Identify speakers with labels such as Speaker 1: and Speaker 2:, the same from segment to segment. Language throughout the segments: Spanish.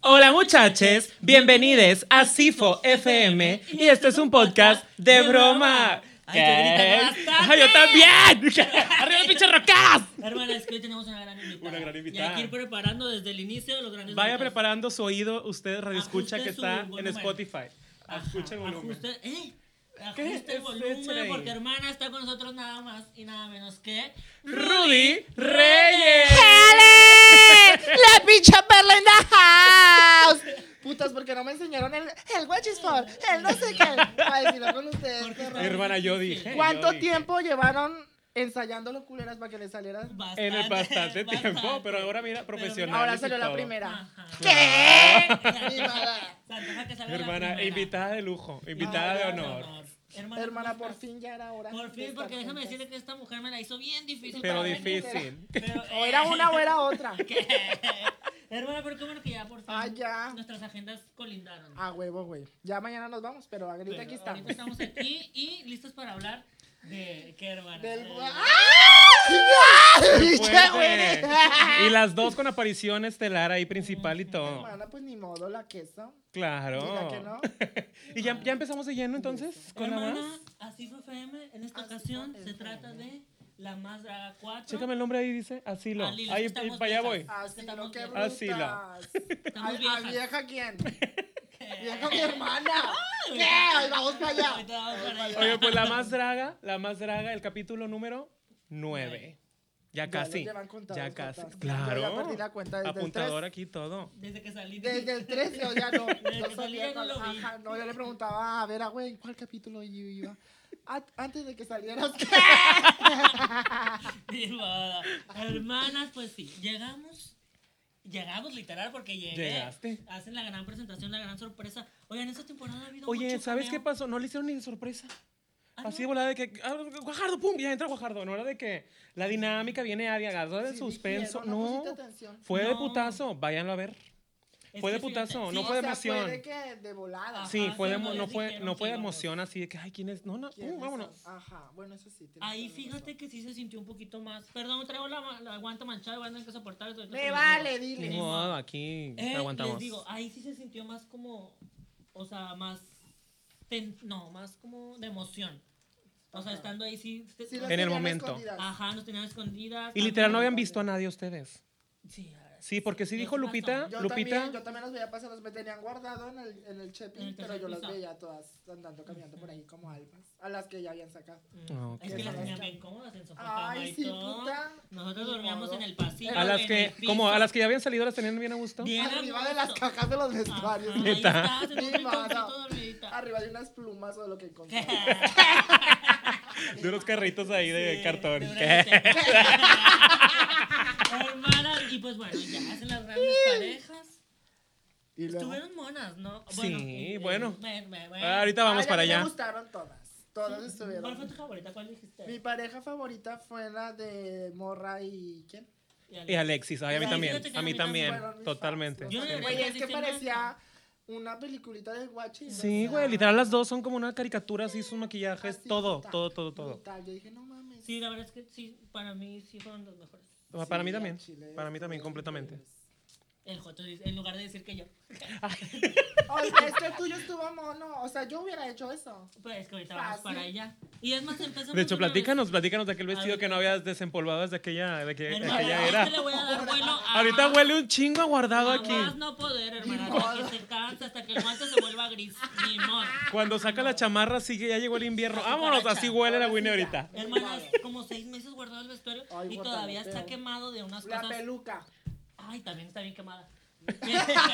Speaker 1: Hola muchaches, bienvenidos a Sifo FM y este es un podcast de broma.
Speaker 2: Ay, qué bonita,
Speaker 1: ¿Qué?
Speaker 2: bastante.
Speaker 1: Ay, yo también! ¡Arriba las pinches rocas!
Speaker 2: Hermana, es que hoy tenemos una gran invitada.
Speaker 1: Una gran
Speaker 2: Y hay que
Speaker 1: invitada.
Speaker 2: ir preparando desde el inicio los grandes
Speaker 1: Vaya
Speaker 2: momentos.
Speaker 1: preparando su oído, usted radioescucha
Speaker 2: Ajuste
Speaker 1: que
Speaker 2: su
Speaker 1: está en
Speaker 2: volumen.
Speaker 1: Spotify. Escucha el volumen.
Speaker 2: Ajuste, ¿eh?
Speaker 1: ¿Qué
Speaker 2: Ajuste el
Speaker 1: es
Speaker 2: volumen
Speaker 1: este?
Speaker 2: porque hermana está con nosotros nada más y nada menos que...
Speaker 1: Rudy Reyes.
Speaker 3: ¡Dale! ¡La pincha perla en the house! Putas, porque no me enseñaron el, el guachis por, el no sé qué. Para decirlo con ustedes,
Speaker 2: Porque
Speaker 3: perra.
Speaker 2: está-
Speaker 1: Hermana, yo dije. yo
Speaker 3: ¿Cuánto
Speaker 1: dije.
Speaker 3: tiempo llevaron ensayando los culeras para que les saliera?
Speaker 2: Bastante,
Speaker 1: En el bastante tiempo,
Speaker 2: bastante.
Speaker 1: pero ahora mira, profesional.
Speaker 3: Ahora
Speaker 1: y
Speaker 3: salió la
Speaker 1: todo.
Speaker 3: primera.
Speaker 2: Ajá.
Speaker 3: ¿Qué?
Speaker 2: Santaja-
Speaker 3: Animada.
Speaker 2: Santaja que salga la
Speaker 1: Hermana,
Speaker 2: primera.
Speaker 1: invitada de lujo, invitada de honor.
Speaker 2: Hermana,
Speaker 3: Hermana,
Speaker 2: ¿cómo
Speaker 3: por
Speaker 2: estás?
Speaker 3: fin ya era hora.
Speaker 2: Por
Speaker 3: de
Speaker 2: fin,
Speaker 3: estar
Speaker 2: porque déjame
Speaker 3: juntas.
Speaker 2: decirte que esta mujer me la hizo bien difícil.
Speaker 1: Pero
Speaker 2: para venir.
Speaker 1: difícil.
Speaker 2: Pero,
Speaker 3: O era
Speaker 2: eh,
Speaker 3: una o era otra.
Speaker 2: ¿Qué? Hermana, pero qué bueno que ya por fin
Speaker 3: Ah, ya.
Speaker 2: nuestras agendas colindaron.
Speaker 3: A Ah, huevo, güey. Ya mañana nos vamos, pero ahorita
Speaker 2: Pero
Speaker 3: aquí estamos.
Speaker 2: ahorita estamos aquí y listos para hablar de qué hermana.
Speaker 3: Del ¡Ah!
Speaker 2: Eh,
Speaker 3: gua- ¡Ay! ¡Pinche
Speaker 1: Fuerte.
Speaker 3: güey!
Speaker 1: Y las dos con aparición estelar ahí principal y todo.
Speaker 3: Hermana, pues ni modo, la queso. Diga que
Speaker 1: Claro.
Speaker 3: no.
Speaker 1: ¿Y ya, ya empezamos de lleno entonces? ¿Con la
Speaker 2: hermana,
Speaker 1: más?
Speaker 2: así fue FM. En esta
Speaker 3: Así fue
Speaker 2: ocasión se
Speaker 3: FM.
Speaker 2: trata de la más draga 4.
Speaker 1: Chécame el nombre ahí, dice. Asilo.
Speaker 2: Ah, Lilo,
Speaker 1: Ahí,
Speaker 2: es que
Speaker 1: ahí
Speaker 2: estamos
Speaker 1: para allá voy.
Speaker 2: viejas.
Speaker 3: Así lo que brutas.
Speaker 1: Así lo.
Speaker 3: ¿A,
Speaker 2: Estamos
Speaker 3: a
Speaker 2: viejas.
Speaker 3: vieja quién? Vieja mi hermana. ¿Qué? Hoy vamos para
Speaker 2: Ahorita
Speaker 3: allá.
Speaker 2: vamos para allá.
Speaker 1: Oye, pues la más draga, la más draga, el capítulo número 9. Ya
Speaker 3: Ya
Speaker 1: casi.
Speaker 3: los llevan contados,
Speaker 1: Ya casi.
Speaker 3: contados.
Speaker 1: Claro.
Speaker 3: Yo ya perdí la cuenta desde el
Speaker 1: Apuntador
Speaker 3: tres.
Speaker 1: aquí todo.
Speaker 2: Desde que salí. dije,
Speaker 3: Desde el 13, o ya no.
Speaker 2: Desde
Speaker 3: No
Speaker 2: que
Speaker 3: sabía
Speaker 2: salía no
Speaker 3: cuál.
Speaker 2: lo vi.
Speaker 3: Ajá, no, yo le preguntaba, a ver, ah, güey, ¿en ¿cuál capítulo yo iba? Ah, antes de que salieras.
Speaker 2: "Bilbao". Hermanas, pues sí, llegamos. Llegamos literal porque llegué.
Speaker 1: Llegaste.
Speaker 2: Hacen la gran presentación, la gran sorpresa. Oye, en esta temporada ha habido
Speaker 1: Oye,
Speaker 2: mucho
Speaker 1: ¿sabes qué
Speaker 2: cameo.
Speaker 1: pasó? No le hicieron ni de sorpresa.
Speaker 2: Ah,
Speaker 1: Así
Speaker 2: ¿no?
Speaker 1: de volada de que. ah, Guajardo, pum, ya entra Guajardo. No era de que la dinámica viene a agarrada de
Speaker 3: Sí,
Speaker 1: suspenso.
Speaker 3: dijeron, no pues,
Speaker 1: No.
Speaker 3: pusiste atención.
Speaker 1: Fue de
Speaker 2: No.
Speaker 1: putazo. Váyanlo a ver.
Speaker 2: Es
Speaker 1: Fue
Speaker 2: que
Speaker 1: de putazo,
Speaker 2: fíjate,
Speaker 1: no
Speaker 2: sí,
Speaker 1: fue de
Speaker 3: o sea,
Speaker 1: emoción.
Speaker 3: Fue de que de volada.
Speaker 2: Ajá,
Speaker 1: Sí, fue
Speaker 2: sí,
Speaker 1: de,
Speaker 2: no,
Speaker 1: mo-
Speaker 2: les
Speaker 1: no fue,
Speaker 2: dijeron
Speaker 1: no fue
Speaker 2: que
Speaker 1: de
Speaker 2: íbamos.
Speaker 1: emoción así de que, ay, ¿quién es? No, no,
Speaker 3: ¿Quiénes
Speaker 1: pum,
Speaker 3: son?
Speaker 1: Uh, vámonos.
Speaker 3: Ajá, bueno, eso sí. tienes
Speaker 2: Ahí
Speaker 3: toda la
Speaker 2: fíjate que sí se sintió un poquito más. Perdón, traigo la, ma- la guanta manchada, van a tener que soportar.
Speaker 3: razón. Me vale,
Speaker 1: Ni
Speaker 3: dile.
Speaker 1: modo, aquí
Speaker 2: aguantamos.
Speaker 1: aguantamos.
Speaker 2: Eh, Les digo, ahí sí se sintió más como, o sea, más, ten- no, más como de emoción. O sea,
Speaker 3: Ajá.
Speaker 2: estando ahí sí. se-
Speaker 3: Sí, las
Speaker 2: nos-
Speaker 1: En el
Speaker 3: tenían
Speaker 1: momento.
Speaker 3: escondidas.
Speaker 2: Ajá, nos tenían escondidas.
Speaker 1: Y literal no habían visto a nadie ustedes.
Speaker 2: Sí, la verdad,
Speaker 1: Sí, porque sí dijo
Speaker 2: pasó.
Speaker 1: Lupita.
Speaker 3: Yo
Speaker 1: Lupita.
Speaker 3: también, yo también las veía pasar, las me tenían guardado en el, en el Chepin,
Speaker 2: En el
Speaker 3: pero
Speaker 2: tercer
Speaker 3: yo las
Speaker 2: piso.
Speaker 3: veía todas andando, caminando por ahí como almas, a las que ya habían sacado.
Speaker 2: Mm.
Speaker 1: No,
Speaker 2: es
Speaker 3: qué
Speaker 2: que las
Speaker 3: raro.
Speaker 2: tenían bien cómodas en sofá. cama
Speaker 3: Ay,
Speaker 2: y
Speaker 3: sí,
Speaker 2: todo.
Speaker 3: puta.
Speaker 2: Nosotros
Speaker 3: Ni
Speaker 2: dormíamos
Speaker 3: modo.
Speaker 2: en el pasillo.
Speaker 1: A las
Speaker 2: en
Speaker 1: que,
Speaker 2: el piso.
Speaker 1: como a las que ya habían salido las tenían bien a gusto.
Speaker 2: Bien a
Speaker 3: Arriba de las
Speaker 2: gusto.
Speaker 3: cajas de los
Speaker 2: Ajá,
Speaker 3: vestuarios.
Speaker 2: ahí
Speaker 1: Neta.
Speaker 2: estás, en un
Speaker 3: Ni modo.
Speaker 2: rinconcito dormidita.
Speaker 3: Arriba de unas plumas o de lo que encontré.
Speaker 1: De unos carritos ahí de
Speaker 2: Sí,
Speaker 1: cartón.
Speaker 2: de una
Speaker 1: ¿Qué?
Speaker 2: biblioteca. Hermana, y pues bueno, ya hacen las grandes parejas.
Speaker 3: Y luego,
Speaker 2: Estuvieron monas, ¿no? eh,
Speaker 1: Sí,
Speaker 2: y- y-
Speaker 1: bueno.
Speaker 2: ven, ven, ven.
Speaker 1: Ah, Ahorita vamos
Speaker 3: Ay, a
Speaker 1: para
Speaker 3: mí
Speaker 1: allá.
Speaker 3: Me gustaron todas, todas
Speaker 2: ¿Cuál fue tu
Speaker 3: estuvieron.
Speaker 2: favorita? ¿Cuál dijiste?
Speaker 3: Mi pareja favorita fue la de Morra y ¿quién?
Speaker 1: Y Alexis, ay, a mí
Speaker 2: Sí,
Speaker 1: también.
Speaker 2: fíjate que
Speaker 1: A mí
Speaker 2: a mí también
Speaker 1: también,
Speaker 3: fueron mis
Speaker 1: totalmente.
Speaker 3: fans,
Speaker 2: Yo
Speaker 3: no sé,
Speaker 2: no
Speaker 3: Güey,
Speaker 2: le
Speaker 3: es que
Speaker 2: diciendo eso.
Speaker 3: parecía una peliculita de guachi.
Speaker 1: Sí,
Speaker 3: o sea,
Speaker 1: güey, literal las dos son como una caricatura, así sus maquillajes,
Speaker 3: así,
Speaker 1: todo,
Speaker 3: brutal,
Speaker 1: todo, todo, todo.
Speaker 3: brutal. Yo dije, no mames.
Speaker 2: Sí, la verdad es que sí, para mí sí fueron los mejores.
Speaker 1: Ah, Para
Speaker 3: Sí,
Speaker 1: mí
Speaker 3: al
Speaker 1: también,
Speaker 3: chile
Speaker 1: para mí también,
Speaker 3: estuvieron
Speaker 1: completamente.
Speaker 3: increíbles.
Speaker 2: El Joto, dice- en lugar de decir que yo.
Speaker 3: Oye, es que el tuyo estuvo mono. O sea, yo hubiera hecho eso.
Speaker 2: Pues es que ahorita vamos
Speaker 3: Fácil.
Speaker 2: para allá. Y es más, empezamos.
Speaker 1: De hecho,
Speaker 2: una vez.
Speaker 1: platícanos, platícanos de aquel vestido
Speaker 2: ver.
Speaker 1: que no habías desempolvado desde aquella, de que, de
Speaker 2: Hermana,
Speaker 1: aquella
Speaker 2: ahorita
Speaker 1: era.
Speaker 2: le voy a dar vuelo a-
Speaker 1: Ahorita huele un chingo a guardado
Speaker 2: Nada
Speaker 1: aquí.
Speaker 2: más no poder, hermana.
Speaker 3: Ni
Speaker 2: Hasta que se cansa, hasta que el guante se vuelva gris. Ni modo.
Speaker 1: Cuando saca la chamarra, sí que ya llegó el invierno.
Speaker 2: La
Speaker 1: Vámonos,
Speaker 2: cucaracha.
Speaker 1: así huele la
Speaker 3: Ahora sí
Speaker 1: Winnie
Speaker 3: ya.
Speaker 1: ahorita.
Speaker 2: Hermanas, como seis meses guardado el vestuario
Speaker 3: Ay,
Speaker 2: y
Speaker 3: guárdalo,
Speaker 2: todavía está
Speaker 3: feo.
Speaker 2: quemado de unas
Speaker 3: La
Speaker 2: cosas.
Speaker 3: peluca.
Speaker 2: Ay, también está bien quemada.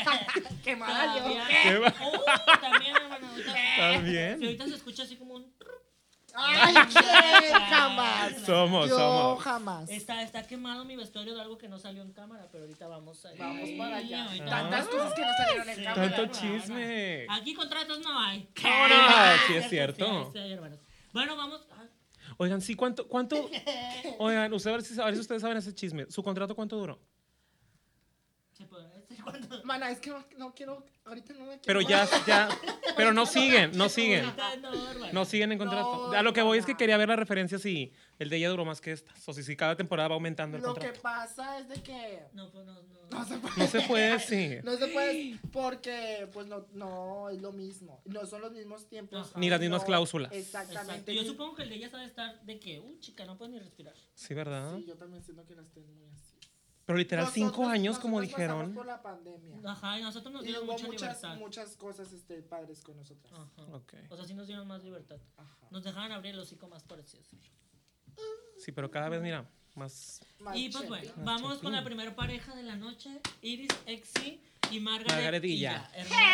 Speaker 3: Quemada yo.
Speaker 2: Todavía-
Speaker 1: ¿Qué va?
Speaker 2: Uy, también, hermana. ahorita- Si
Speaker 1: También.
Speaker 2: ahorita se escucha así como un.
Speaker 3: Ay, qué jamás.
Speaker 1: Somos,
Speaker 3: yo
Speaker 1: somos.
Speaker 3: jamás.
Speaker 2: Está, está quemado mi vestuario de algo que no salió en cámara, pero ahorita vamos a ir.
Speaker 3: Vamos para allá.
Speaker 2: Ahorita
Speaker 3: Tantas
Speaker 2: vamos.
Speaker 3: cosas que no salieron en cámara.
Speaker 1: Tanto
Speaker 2: Hermana.
Speaker 1: chisme.
Speaker 2: Aquí contratos no hay.
Speaker 1: No, no, sí es
Speaker 2: Sí,
Speaker 1: cierto.
Speaker 2: sí hay, hermanos. Bueno, vamos. ah,
Speaker 1: Oigan, sí, ¿cuánto, cuánto? Oigan, ustedes, a ver si- a ver si ustedes saben ese chisme. ¿Su contrato cuánto duró?
Speaker 2: se este, podrá decir. cuando.
Speaker 3: Mana, es que no, no quiero. Ahorita no la quiero.
Speaker 1: Pero ya, ya. Pero no siguen, no siguen.
Speaker 2: Ahorita no, hermano.
Speaker 1: No siguen en contrato.
Speaker 3: No,
Speaker 1: a lo que voy es que
Speaker 3: hermana.
Speaker 1: quería ver la referencia si el de ella duró más que estas. O si, si cada temporada va aumentando el
Speaker 3: Lo que
Speaker 1: contrato.
Speaker 3: pasa es de que.
Speaker 2: No, pues no, no.
Speaker 3: No se puede.
Speaker 1: No se puede, sí.
Speaker 3: No se puede porque, pues no, no es lo mismo. No son los mismos tiempos.
Speaker 2: Ajá.
Speaker 1: Ni las mismas
Speaker 3: No,
Speaker 1: cláusulas.
Speaker 2: Exacto.
Speaker 3: Exactamente.
Speaker 2: Yo supongo que el de ella sabe estar de que, uh, chica, no puedes ni respirar.
Speaker 1: Sí, ¿verdad?
Speaker 3: Sí, yo también siento que las estén muy así.
Speaker 1: Pero literal, cinco
Speaker 3: Nosotros-
Speaker 1: años, como
Speaker 3: nosotros pasamos
Speaker 1: dijeron.
Speaker 3: por la pandemia.
Speaker 2: Ajá, y nosotros nos
Speaker 3: Y
Speaker 2: dieron
Speaker 3: hubo
Speaker 2: mucha libertad. Ah.
Speaker 3: muchas, muchas cosas este, padres con nosotras.
Speaker 2: Ajá.
Speaker 1: Ok.
Speaker 2: O sea, sí nos dieron más libertad.
Speaker 3: Ajá.
Speaker 2: Nos dejaban abrir el hocico más, por así decirlo.
Speaker 1: Sí, pero cada vez, mira, más.
Speaker 3: Mal
Speaker 2: Y pues
Speaker 3: chepe.
Speaker 2: bueno,
Speaker 1: Ah,
Speaker 2: vamos
Speaker 1: chepi.
Speaker 2: con la primera pareja de la noche, Iris Exi y Margaret,
Speaker 1: Margaret y
Speaker 2: Illa,
Speaker 1: ya.
Speaker 2: hermana.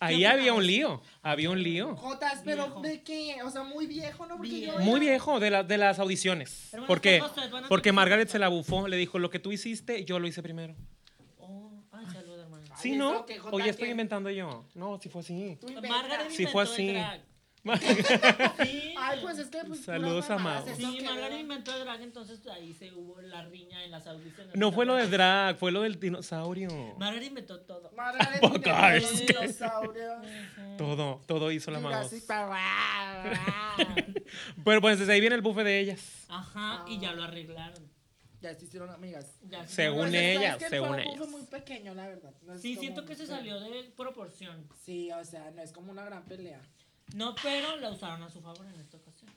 Speaker 1: Ahí
Speaker 2: ¿Qué
Speaker 1: había un
Speaker 2: opinas?
Speaker 1: lío. Había un lío.
Speaker 3: Jotas, pero
Speaker 2: Viejo.
Speaker 3: ¿de qué? O sea, muy viejo, ¿no? Porque
Speaker 2: Viejo.
Speaker 3: yo
Speaker 1: Muy
Speaker 3: era-
Speaker 1: viejo de, la- de las audiciones.
Speaker 2: Hermana,
Speaker 1: ¿Por qué?
Speaker 2: ¿qué pasa? Van a
Speaker 1: Porque
Speaker 2: tener-
Speaker 1: Margaret se la bufó. Le dijo, lo que tú hiciste, yo lo hice primero.
Speaker 2: Oh, ay, salud, hermana.
Speaker 3: Ay,
Speaker 1: ¿Sí,
Speaker 3: eso
Speaker 1: no?
Speaker 3: que Jota
Speaker 1: Oye, estoy
Speaker 3: que-
Speaker 1: inventando yo. No, si fue así.
Speaker 3: Tú inventas.
Speaker 2: Margaret
Speaker 1: Sí,
Speaker 2: inventó
Speaker 1: fue así.
Speaker 2: el drag. Sí.
Speaker 3: Ay, pues es que. Pues,
Speaker 1: Saludos
Speaker 3: puras
Speaker 1: a
Speaker 3: mamadas,
Speaker 1: Mau.
Speaker 3: es lo
Speaker 2: Sí,
Speaker 3: que
Speaker 2: Margaret
Speaker 3: veo.
Speaker 2: inventó el drag, entonces ahí se hubo la riña en las audiciones.
Speaker 1: No fue lo de drag, fue lo del dinosaurio.
Speaker 2: Margaret inventó todo.
Speaker 3: Margaret
Speaker 1: Poco,
Speaker 3: inventó
Speaker 1: es
Speaker 3: los
Speaker 2: que-
Speaker 3: dinosaurios.
Speaker 1: Todo, todo hizo la mano.
Speaker 3: Jurassic Park.
Speaker 1: Pero pues desde ahí viene el buffet de ellas.
Speaker 2: Ajá, y ya lo arreglaron.
Speaker 3: Ya se hicieron amigas.
Speaker 2: Ya se
Speaker 1: Según
Speaker 2: arreglaron.
Speaker 3: Pero es que
Speaker 1: ella,
Speaker 3: sabes que el
Speaker 1: según
Speaker 3: cuerpo
Speaker 1: ellas.
Speaker 3: fue muy pequeño, la verdad. No es
Speaker 2: Sí,
Speaker 3: como-
Speaker 2: siento que se salió de proporción.
Speaker 3: Sí, o sea, no es como una gran pelea.
Speaker 2: No, pero la usaron a su favor en esta ocasión.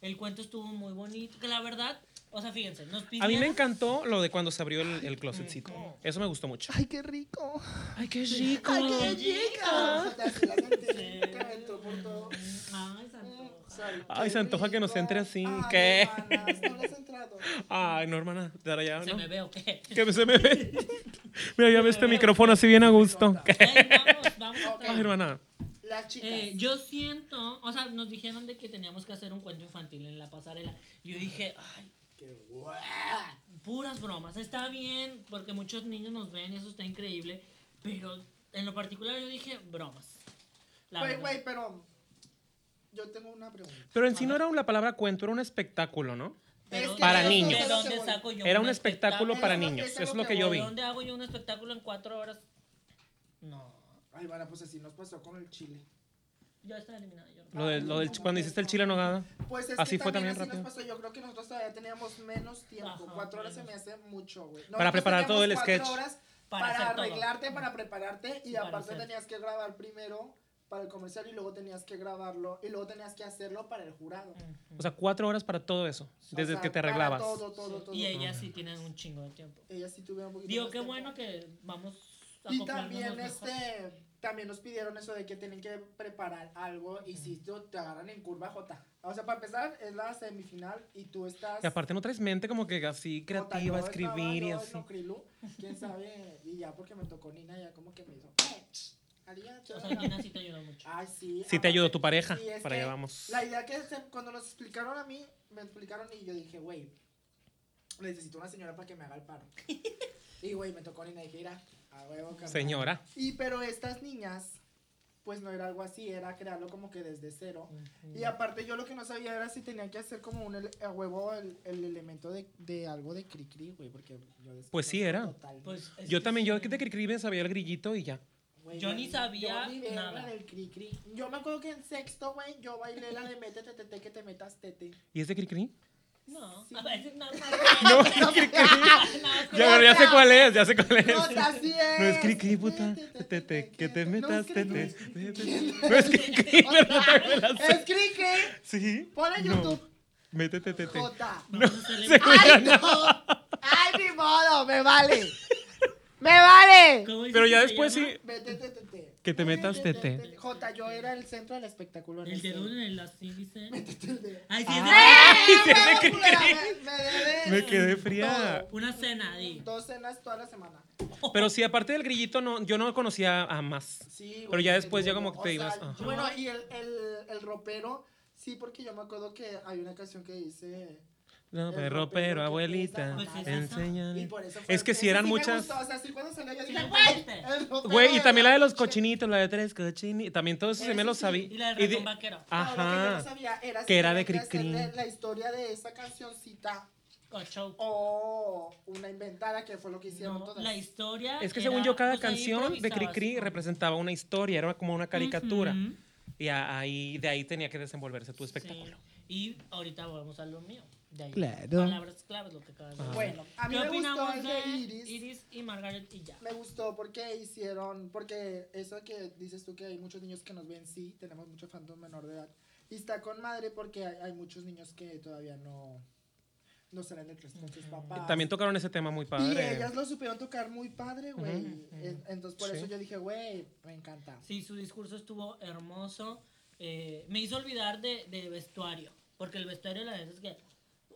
Speaker 2: El cuento estuvo muy bonito, que la verdad, o sea, fíjense, nos
Speaker 1: A mí me
Speaker 2: pidieron...
Speaker 1: encantó lo de cuando se abrió el, el closetcito. Eso me gustó mucho.
Speaker 3: Ay, qué rico.
Speaker 1: Ay, qué rico.
Speaker 3: Ay, qué
Speaker 2: rico.
Speaker 3: rico. Te la sentí, que aventó por todo.
Speaker 2: Ay, santo.
Speaker 3: Mm, sal,
Speaker 1: Ay,
Speaker 3: qué
Speaker 1: se antoja que nos
Speaker 3: rico.
Speaker 1: entre así,
Speaker 3: Ay,
Speaker 1: ¿qué?
Speaker 3: hermanas, no le has entrado.
Speaker 1: Ay, no, hermana. de ahora ya,
Speaker 2: Se
Speaker 1: ¿no?
Speaker 2: me ve, ¿o qué?
Speaker 1: Que se me ve. Mira, ya ve este micrófono así bien a gusto.
Speaker 2: Ey, vamos, vamos. otra
Speaker 1: Ay,
Speaker 2: vez.
Speaker 1: hermana.
Speaker 3: Las chicas.
Speaker 2: Eh, yo siento, o sea, nos dijeron de que teníamos que hacer un cuento infantil en la pasarela. Yo dije, ay,
Speaker 3: Qué guay.
Speaker 2: puras bromas, está bien, porque muchos niños nos ven, eso está increíble, pero en lo particular yo dije, bromas. La verdad.
Speaker 3: Pues, Güey, güey, pero yo tengo una pregunta.
Speaker 1: Pero en sí no era la palabra cuento, era un espectáculo, ¿no?
Speaker 3: Es que
Speaker 1: Para
Speaker 3: eso-
Speaker 1: niños.
Speaker 3: eso
Speaker 2: ¿De
Speaker 3: es lo
Speaker 2: dónde
Speaker 3: que voy.
Speaker 2: saco yo
Speaker 1: Era un espectáculo para
Speaker 3: Es lo que-
Speaker 1: niños.
Speaker 3: es
Speaker 1: Eso es lo
Speaker 3: lo
Speaker 1: que
Speaker 3: que
Speaker 1: yo
Speaker 2: ¿De
Speaker 1: vi.
Speaker 2: dónde hago yo un espectáculo en cuatro horas? No.
Speaker 3: Ay, bueno, pues así nos pasó con el chile.
Speaker 2: Yo estaba eliminada. Yo no.
Speaker 1: Lo, de- lo del ch- cuando hiciste el chile en nogada.
Speaker 3: Pues es
Speaker 1: Así
Speaker 3: que
Speaker 1: fue
Speaker 3: también,
Speaker 1: también
Speaker 3: así nos
Speaker 1: rápido.
Speaker 3: pasó. Yo creo que nosotros todavía teníamos menos tiempo.
Speaker 2: Ajá,
Speaker 3: cuatro horas se me
Speaker 2: menos.
Speaker 3: hace mucho, güey.
Speaker 1: Para
Speaker 3: Nosotros
Speaker 1: preparar todo
Speaker 3: teníamos
Speaker 1: el
Speaker 3: cuatro
Speaker 1: sketch.
Speaker 3: horas
Speaker 2: Para
Speaker 3: Para,
Speaker 2: hacer todo.
Speaker 3: arreglarte, para prepararte. Y
Speaker 2: Para
Speaker 3: aparte
Speaker 2: hacer.
Speaker 3: tenías que grabar primero para el comercial y luego tenías que grabarlo. Y luego tenías que hacerlo para el jurado.
Speaker 2: Ujú.
Speaker 1: O sea, cuatro horas para todo eso.
Speaker 3: O
Speaker 1: Desde
Speaker 3: sea,
Speaker 1: que te
Speaker 3: para
Speaker 1: arreglabas.
Speaker 3: Todo, todo, todo.
Speaker 2: y ellas sí tienen un chingo de tiempo.
Speaker 3: Ella sí tuviera un poquito
Speaker 2: Digo,
Speaker 3: más
Speaker 2: qué
Speaker 3: tiempo.
Speaker 2: bueno que vamos a
Speaker 3: Y también, este, también nos pidieron eso de que tienen que preparar algo y si tú- te agarran en curva J. O sea, para empezar, es la semifinal y tú estás...
Speaker 1: Y aparte no traes mente como que así
Speaker 3: Jota,
Speaker 1: creativa,
Speaker 3: yo estaba-
Speaker 1: escribir y
Speaker 3: yo en
Speaker 1: así.
Speaker 3: Ocrilú, quién sabe, y ya porque me tocó Nina, ya como que me hizo... "Eh, ch, haría,
Speaker 2: O
Speaker 3: yo".
Speaker 2: sea, Nina sí te ayudó mucho.
Speaker 3: Ay, sí.
Speaker 1: Sí te ayudó tu
Speaker 3: aparte-
Speaker 1: pareja,
Speaker 3: sí, es
Speaker 1: para
Speaker 3: que
Speaker 1: allá vamos.
Speaker 3: La idea que se- cuando nos explicaron a mí, me explicaron y yo dije, güey, necesito una señora para que me haga el paro. y güey, me tocó Nina y dije, "Ira, a huevo, carnal".
Speaker 1: Señora.
Speaker 3: Y pero estas niñas, pues no era algo así, era crearlo como que desde cero.
Speaker 2: Ujú.
Speaker 3: Y aparte yo lo que no sabía era si tenían que hacer como un ele- a huevo el, el elemento de, de algo de cri cri, güey, porque yo desconozco
Speaker 1: Pues sí, era.
Speaker 3: totalmente.
Speaker 2: Pues, es
Speaker 1: Yo
Speaker 2: que
Speaker 1: también, yo
Speaker 2: sí.
Speaker 1: que te escribí sabía el grillito y ya.
Speaker 3: Güey,
Speaker 2: yo ni sabía
Speaker 3: yo ni verga
Speaker 2: nada.
Speaker 3: del cri cri. Yo me acuerdo que en sexto, güey, yo bailé la de métete tete que te metas tete.
Speaker 1: ¿Y es de cri-cri?
Speaker 2: No,
Speaker 3: Sí.
Speaker 2: a veces nada más.
Speaker 1: No, es cri-cri.
Speaker 2: Nada más.
Speaker 1: Ya, pero ya sé cuál es, ya sé cuál es.
Speaker 3: No, así es.
Speaker 1: No es cri-cri, puta.
Speaker 3: Métete,
Speaker 1: Tete, que te
Speaker 3: no es
Speaker 1: metas,
Speaker 3: cri-cri.
Speaker 1: tete. No es cri-cri, pero no te me la sé.
Speaker 3: Es cri cri.
Speaker 1: Sí.
Speaker 3: Pon en
Speaker 1: No.
Speaker 3: YouTube.
Speaker 1: Métete, tete.
Speaker 3: Jota.
Speaker 2: Vamos a hacerle
Speaker 1: Se cuida
Speaker 3: ¡Ay,
Speaker 1: nada.
Speaker 3: no! ¡Ay, mi modo! ¡Me vale! ¡Me vale!
Speaker 2: ¿Cómo dices
Speaker 1: Pero ya
Speaker 2: que se
Speaker 1: después
Speaker 2: llama?
Speaker 1: sí.
Speaker 3: Vete, te, te, te.
Speaker 1: Que te metas,
Speaker 3: Vete,
Speaker 1: tete.
Speaker 3: Jota, yo era el centro del espectáculo. en
Speaker 2: El
Speaker 3: ese.
Speaker 2: dedo en el así, dice.
Speaker 3: Te, te.
Speaker 2: Ay, sí, es de-
Speaker 3: ¡Eh,
Speaker 1: sí, es de
Speaker 3: huevo,
Speaker 1: cri-cri.
Speaker 3: culera! Me- me debes
Speaker 1: Me quedé fría.
Speaker 3: todo.
Speaker 2: Una cena, di.
Speaker 3: Dos cenas toda la semana.
Speaker 1: Pero sí, aparte del grillito, no, yo no conocía a más.
Speaker 3: Sí,
Speaker 1: Pero
Speaker 3: güey,
Speaker 1: ya
Speaker 3: te
Speaker 1: después ya
Speaker 3: digo,
Speaker 1: como que
Speaker 3: o
Speaker 1: te
Speaker 3: sea,
Speaker 1: ibas, ajá.
Speaker 3: Bueno, y el, el, el ropero, sí, porque yo me acuerdo que hay una canción que dice.
Speaker 1: No,
Speaker 3: El
Speaker 1: pero,
Speaker 3: ropero
Speaker 1: pero,
Speaker 3: que
Speaker 1: abuelita,
Speaker 3: pesa,
Speaker 2: Pues es
Speaker 1: enséñale.
Speaker 3: Y por eso fue-
Speaker 1: Es que
Speaker 3: ese
Speaker 1: si eran
Speaker 3: sí me
Speaker 1: muchas.
Speaker 3: gustó, o sea, sí, cuando salió yo
Speaker 2: Sí,
Speaker 3: dije,
Speaker 2: me
Speaker 3: güey.
Speaker 2: gustaste.
Speaker 3: el ropero
Speaker 1: Güey, y
Speaker 3: de
Speaker 1: también la de los
Speaker 3: noche".
Speaker 1: cochinitos, la de tres cochinitos. También todo eso se me lo
Speaker 3: Sí, sí,
Speaker 1: sabía.
Speaker 2: Y la
Speaker 1: Y
Speaker 2: de
Speaker 1: de-
Speaker 2: ratón vaquero.
Speaker 3: No, lo que yo no
Speaker 1: Ajá.
Speaker 3: sabía era
Speaker 1: Que era de
Speaker 3: simplemente
Speaker 1: Cri Cri.
Speaker 3: hacerle La historia de esa cancioncita
Speaker 2: o show.
Speaker 3: O una inventada, que fue lo que hicieron
Speaker 2: No,
Speaker 3: todas.
Speaker 2: la historia.
Speaker 1: Es que
Speaker 2: era-
Speaker 1: según yo, cada
Speaker 2: o sea, ahí
Speaker 1: canción de Cri
Speaker 2: improvisabas.
Speaker 1: Cri representaba una historia, era como una caricatura.
Speaker 2: Ujú.
Speaker 1: Y a- ahí, de ahí tenía que desenvolverse tu
Speaker 2: Sí.
Speaker 1: espectáculo.
Speaker 2: Y ahorita volvemos a lo mío. De ahí.
Speaker 3: Claro.
Speaker 2: Palabras claves, lo que acabas de
Speaker 1: Ajá.
Speaker 2: decir.
Speaker 3: Bueno, a mí
Speaker 2: ¿Qué
Speaker 3: me gustó
Speaker 2: opinamos
Speaker 3: el
Speaker 2: de
Speaker 3: de Iris.
Speaker 2: Iris y Margaret y ya?
Speaker 3: Me gustó porque hicieron, porque eso que dices tú que hay muchos niños que nos ven, sí, tenemos mucho fandom menor de edad. Y está con madre porque hay, hay muchos niños que todavía no, no salen del resto con sus papás.
Speaker 1: También tocaron ese tema muy
Speaker 3: Y
Speaker 1: padre.
Speaker 3: ellas lo supieron tocar muy padre, güey. En- Entonces por
Speaker 1: Sí.
Speaker 3: eso yo dije, güey, me encanta.
Speaker 2: Sí, su discurso estuvo hermoso. Eh, me hizo olvidar de, de vestuario. Porque el vestuario, la verdad es que.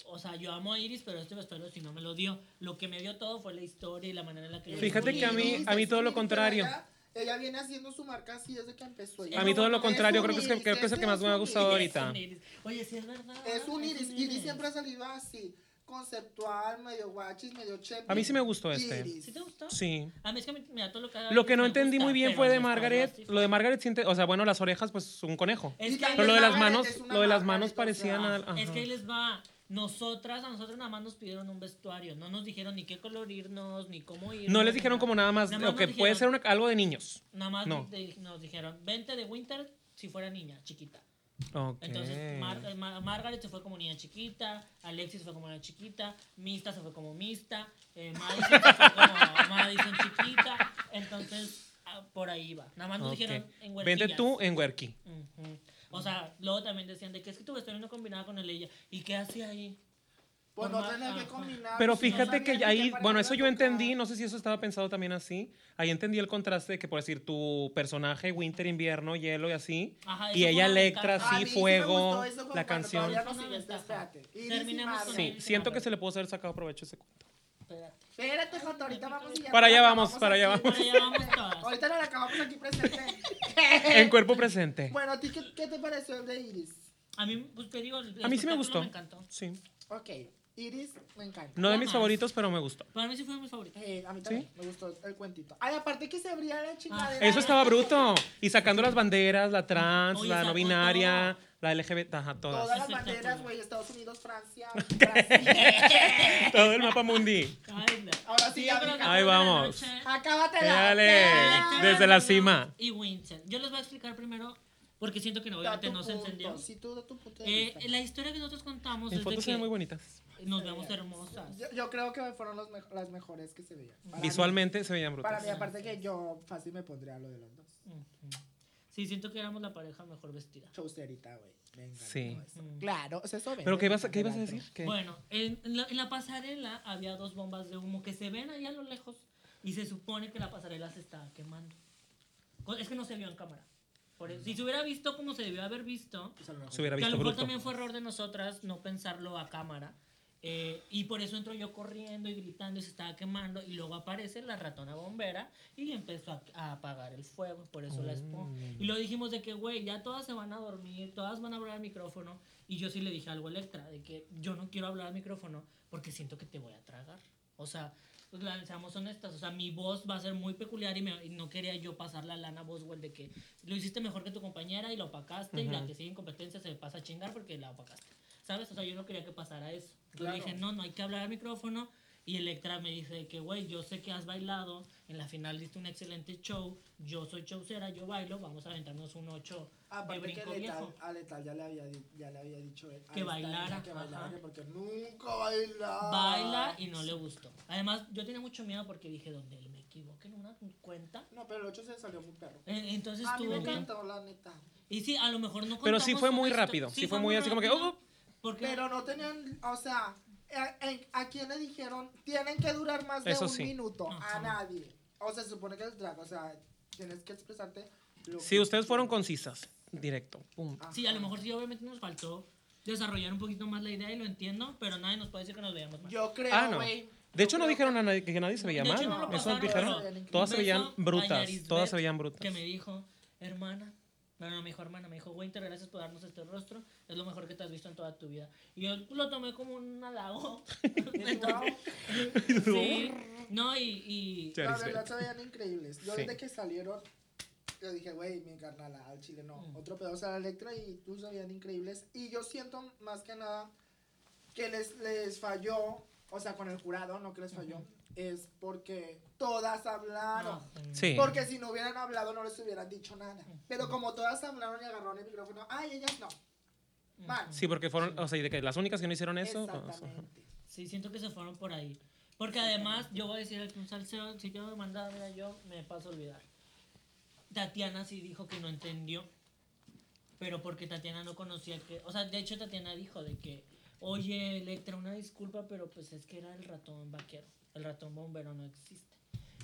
Speaker 2: O sea, yo amo a Iris, pero este vestuario si no me lo dio. Lo que me dio todo fue la historia y la manera en la que lo
Speaker 1: Fíjate que a mí-
Speaker 2: escribí.
Speaker 3: Iris
Speaker 1: a mí
Speaker 3: es
Speaker 1: todo lo
Speaker 3: Iris, pero
Speaker 1: contrario.
Speaker 3: Ella, ella viene haciendo su marca así desde que empezó.
Speaker 2: Sí,
Speaker 1: A mí todo lo
Speaker 2: Es
Speaker 1: contrario,
Speaker 2: un
Speaker 1: creo que es, que,
Speaker 3: Iris,
Speaker 1: creo que es el
Speaker 3: este
Speaker 1: que más me ha
Speaker 3: es un
Speaker 1: gustado
Speaker 3: Iris.
Speaker 1: ahorita.
Speaker 2: Es un Iris. Oye, sí es verdad.
Speaker 3: Es un Iris. Iris
Speaker 2: Ah, Iris.
Speaker 3: siempre ha salido así, conceptual, medio guachis, medio chef.
Speaker 1: A mí sí me gustó este.
Speaker 3: Iris.
Speaker 2: ¿Sí te gustó?
Speaker 1: Sí.
Speaker 2: A mí es que me, me da todo lo que.
Speaker 1: Lo que no
Speaker 2: me
Speaker 1: entendí
Speaker 2: gusta,
Speaker 1: muy bien
Speaker 2: pero
Speaker 1: fue de
Speaker 2: no está
Speaker 1: Margaret.
Speaker 2: así.
Speaker 1: Lo de Margaret, siente- o sea, bueno, las orejas, pues un conejo.
Speaker 2: Es
Speaker 3: Y
Speaker 2: que,
Speaker 3: también
Speaker 2: ahí
Speaker 1: Pero lo de
Speaker 2: les
Speaker 1: las
Speaker 2: va,
Speaker 3: Margaret
Speaker 1: manos,
Speaker 3: es una
Speaker 1: lo de las
Speaker 3: Margaret,
Speaker 1: manos
Speaker 3: o
Speaker 1: parecían
Speaker 3: sea,
Speaker 1: al- ajá.
Speaker 2: es que ahí les va. Nosotras, a nosotros nada más nos pidieron un vestuario. No nos dijeron ni qué color irnos, ni cómo irnos.
Speaker 1: No les
Speaker 2: ni
Speaker 1: dijeron como nada más,
Speaker 2: Nada
Speaker 1: lo que
Speaker 2: nos
Speaker 1: puede ser
Speaker 2: dijeron-
Speaker 1: una- algo de niños.
Speaker 2: Nada más
Speaker 1: no.
Speaker 2: de- nos dijeron, vente de Winter si fuera niña, chiquita.
Speaker 1: Ok.
Speaker 2: Entonces, Mar- eh, Ma- Margaret se fue como niña chiquita, Alexis se fue como niña chiquita, Mista se fue como Mista, eh, Madison se fue como Madison chiquita. Entonces, ah, por ahí va. Nada más nos
Speaker 1: Ok.
Speaker 2: dijeron en huertillas.
Speaker 1: Vente tú en Huerqui.
Speaker 2: Ujú. O sea, luego también decían de que es que tu vestuario no combinaba con el de ella. ¿Y qué hacía ahí?
Speaker 3: Pues
Speaker 2: Por
Speaker 3: no
Speaker 2: más-
Speaker 3: tenía que
Speaker 2: ajá.
Speaker 3: combinar.
Speaker 1: Pero
Speaker 3: pues, no
Speaker 1: fíjate
Speaker 3: sabía ni
Speaker 1: que
Speaker 3: qué
Speaker 1: ahí,
Speaker 3: palabra
Speaker 1: bueno, eso yo
Speaker 3: tocar.
Speaker 1: entendí, no sé si eso estaba pensado también así. Ahí entendí el contraste de que, por decir, tu personaje, winter, invierno, hielo y así.
Speaker 2: Ajá, eso
Speaker 1: y
Speaker 2: fue
Speaker 1: ella,
Speaker 2: una
Speaker 1: Electra,
Speaker 2: ventaja.
Speaker 3: A
Speaker 1: sí,
Speaker 3: mí Ah, sí me
Speaker 1: fuego,
Speaker 3: gustó eso como
Speaker 1: la
Speaker 3: cuando
Speaker 1: canción.
Speaker 3: todavía no
Speaker 2: Una
Speaker 3: sigues,
Speaker 2: ventaja.
Speaker 3: espérate. Iris y
Speaker 2: Terminemos con
Speaker 3: Marvel.
Speaker 1: Sí,
Speaker 2: Marvel.
Speaker 1: siento que se le pudo haber sacado provecho a ese cuento.
Speaker 2: Espérate.
Speaker 3: Espérate, Jota, ahorita vamos y ya
Speaker 1: Para allá
Speaker 3: la
Speaker 1: vamos,
Speaker 3: acabamos
Speaker 1: para allá
Speaker 3: aquí.
Speaker 2: vamos. Para allá vamos todas.
Speaker 3: Ahorita la acabamos aquí presente.
Speaker 1: En cuerpo presente.
Speaker 3: Bueno, ¿a ti qué, qué te pareció el de Iris?
Speaker 2: A mí, pues te digo, el
Speaker 1: A mí sí me
Speaker 2: espectáculo
Speaker 1: gustó.
Speaker 2: Me encantó.
Speaker 1: Sí.
Speaker 3: Ok, Iris me encanta.
Speaker 1: No de
Speaker 2: Nada
Speaker 1: mis
Speaker 2: más.
Speaker 1: favoritos, pero me gustó.
Speaker 2: Para mí sí fue mi favorito.
Speaker 3: Eh, a mí también me gustó el cuentito. Ay, aparte que se abría la chingadera.
Speaker 1: Ah, Eso estaba bruto. Y sacando las banderas, la trans,
Speaker 2: Oye,
Speaker 1: la no
Speaker 2: sacó
Speaker 1: binaria, la LGBT, ajá,
Speaker 3: Todas
Speaker 1: todas.
Speaker 3: las
Speaker 2: Espectacular.
Speaker 3: banderas, güey, Estados Unidos, Francia, Brasil.
Speaker 1: Todo el mapa mundi.
Speaker 2: Ay, la-
Speaker 3: Ahora sí, ya
Speaker 2: pero
Speaker 3: vi.
Speaker 2: la
Speaker 1: Ahí
Speaker 2: primera
Speaker 1: vamos.
Speaker 2: noche-
Speaker 3: Acábatela.
Speaker 1: Dale,
Speaker 3: Ya.
Speaker 1: desde la cima.
Speaker 2: Y Winston. Yo les voy a explicar primero, porque siento que no,
Speaker 3: Da tu
Speaker 2: obviamente no se
Speaker 3: punto,
Speaker 2: entendió.
Speaker 3: Sí, tú da tu punto de
Speaker 2: Eh,
Speaker 3: vista.
Speaker 2: la historia que nosotros contamos
Speaker 1: En
Speaker 2: es de
Speaker 1: fotos se
Speaker 2: que
Speaker 1: ven muy bonitas.
Speaker 2: nos vemos hermosas.
Speaker 3: Eh, Yo, yo creo que fueron los mejo- las mejores que se veían. Para mí-
Speaker 1: Visualmente se veían
Speaker 3: Para mí,
Speaker 1: brutas.
Speaker 3: aparte que yo fácil me pondría lo de los dos.
Speaker 2: Ujú. Sí, siento que éramos la pareja mejor vestida.
Speaker 3: Chausterita, güey. Venga.
Speaker 1: Sí.
Speaker 3: no, eso.
Speaker 2: Mm.
Speaker 3: Claro, o sea, eso
Speaker 1: Pero ¿qué ibas
Speaker 3: ibas
Speaker 1: a, qué ibas a decir? ¿Qué?
Speaker 2: Bueno, en en la, en la pasarela había dos bombas de humo que se ven ahí a lo lejos y se supone que la pasarela se estaba quemando. Co- Es que no se vio en cámara. Por eso- si se hubiera visto como se debió haber visto,
Speaker 3: Pues
Speaker 1: Se hubiera
Speaker 2: que a
Speaker 1: visto
Speaker 2: lo mejor
Speaker 1: bruto.
Speaker 2: también fue error de nosotras no pensarlo a cámara. eh, y por eso entro yo corriendo y gritando y se estaba quemando. Y luego aparece la ratona bombera y empezó a, a apagar el fuego. Por eso
Speaker 1: Mm.
Speaker 2: la espuma. Y lo dijimos de que, güey, ya todas se van a dormir, todas van a hablar al micrófono. Y yo sí le dije algo a Electra, de que yo no quiero hablar al micrófono porque siento que te voy a tragar. O sea, pues, la- seamos honestas, o sea, mi voz va a ser muy peculiar y, me- y no quería yo pasar la lana a Boswell de que lo hiciste mejor que tu compañera y la opacaste y la que sigue en competencia se pasa a chingar porque la opacaste. ¿Sabes? O sea, yo no quería que pasara eso. Yo
Speaker 3: Claro.
Speaker 2: dije, no, no hay que hablar al micrófono. Y Electra me dice que, güey, yo sé que has bailado, en la final diste un excelente show, yo soy showcera, yo bailo, vamos a aventarnos un 8 de
Speaker 3: Ah, Aparte que
Speaker 2: brinco
Speaker 3: letal,
Speaker 2: viejo.
Speaker 3: a Letal ya le había, di- ya le había dicho él, a
Speaker 2: Que
Speaker 3: esta
Speaker 2: bailara,
Speaker 3: niña Que bailara,
Speaker 2: ajá.
Speaker 3: que porque nunca bailaba. Ah.
Speaker 2: Baila y no le gustó. Además, yo tenía mucho miedo porque dije, donde me equivoqué en una cuenta.
Speaker 3: No, pero el 8 se salió muy perro.
Speaker 2: Eh, Entonces
Speaker 3: A mí me
Speaker 2: tuvo que...
Speaker 3: encantó, la neta.
Speaker 2: Y sí, a lo mejor no
Speaker 1: Pero sí
Speaker 2: contamos
Speaker 1: fue
Speaker 2: una
Speaker 1: muy
Speaker 2: histo-
Speaker 1: rápido, sí fue muy así como que,
Speaker 2: rápido,
Speaker 1: "Oh, oh".
Speaker 2: Porque
Speaker 3: Pero no tenían, o sea, ¿a, en- a quién le dijeron? Tienen que durar más de
Speaker 1: Eso
Speaker 3: un
Speaker 1: sí.
Speaker 3: minuto.
Speaker 2: Ajá.
Speaker 3: A nadie. O sea, se supone que es drag, o sea, tienes que expresarte. Lo
Speaker 1: Sí,
Speaker 3: que-
Speaker 1: ustedes fueron concisas. Directo. Pum.
Speaker 3: Ajá.
Speaker 2: sí, a lo mejor sí, obviamente nos faltó desarrollar un poquito más la idea y lo entiendo, pero nadie nos puede decir que nos veíamos mal.
Speaker 3: Yo creo,
Speaker 1: Ah, no.
Speaker 3: güey.
Speaker 1: De hecho,
Speaker 3: yo
Speaker 1: no
Speaker 3: creo
Speaker 1: dijeron a nadie, que nadie se veía
Speaker 2: De
Speaker 1: mal.
Speaker 2: hecho, no lo
Speaker 1: Eso
Speaker 2: pasaron, pero-
Speaker 1: dijeron. Todas se
Speaker 2: Beso
Speaker 1: veían
Speaker 2: a
Speaker 1: brutas.
Speaker 2: Yarisbet,
Speaker 1: Todas se veían brutas.
Speaker 2: Que me dijo, hermana. No, no, me dijo hermana, me dijo, Winter, gracias por darnos este rostro. Es lo mejor que te has visto en toda tu vida. Y yo lo tomé como un halago. Entonces, sí. No, y, y
Speaker 1: Ya.
Speaker 3: La
Speaker 1: Yarisbel.
Speaker 3: verdad se veían increíbles. Yo
Speaker 1: Sí.
Speaker 3: desde que salieron, yo dije, güey, mi carnal, al chile no.
Speaker 2: Mm.
Speaker 3: Otro pedazo a la Electra y tú se veían increíbles. Y yo siento más que nada que les, les falló, o sea, con el jurado, no que les falló, es porque todas hablaron.
Speaker 1: Sí.
Speaker 3: Porque si no hubieran hablado, no les hubieran dicho nada. Pero como todas hablaron y agarraron el micrófono, ay, ellas no. Mal.
Speaker 1: Sí, porque fueron, o sea, y de que las únicas que no hicieron eso. o sea,
Speaker 3: Exactamente.
Speaker 2: Sí, siento que se fueron por ahí. Porque además, yo voy a decir que un salseo, si yo me mandaba, mira, yo me paso a olvidar. Tatiana sí dijo que no entendió. Pero porque Tatiana no conocía que. O sea, de hecho, Tatiana dijo de que. Oye, Electra, una disculpa, pero pues es que era el ratón vaquero. El ratón bombero no existe.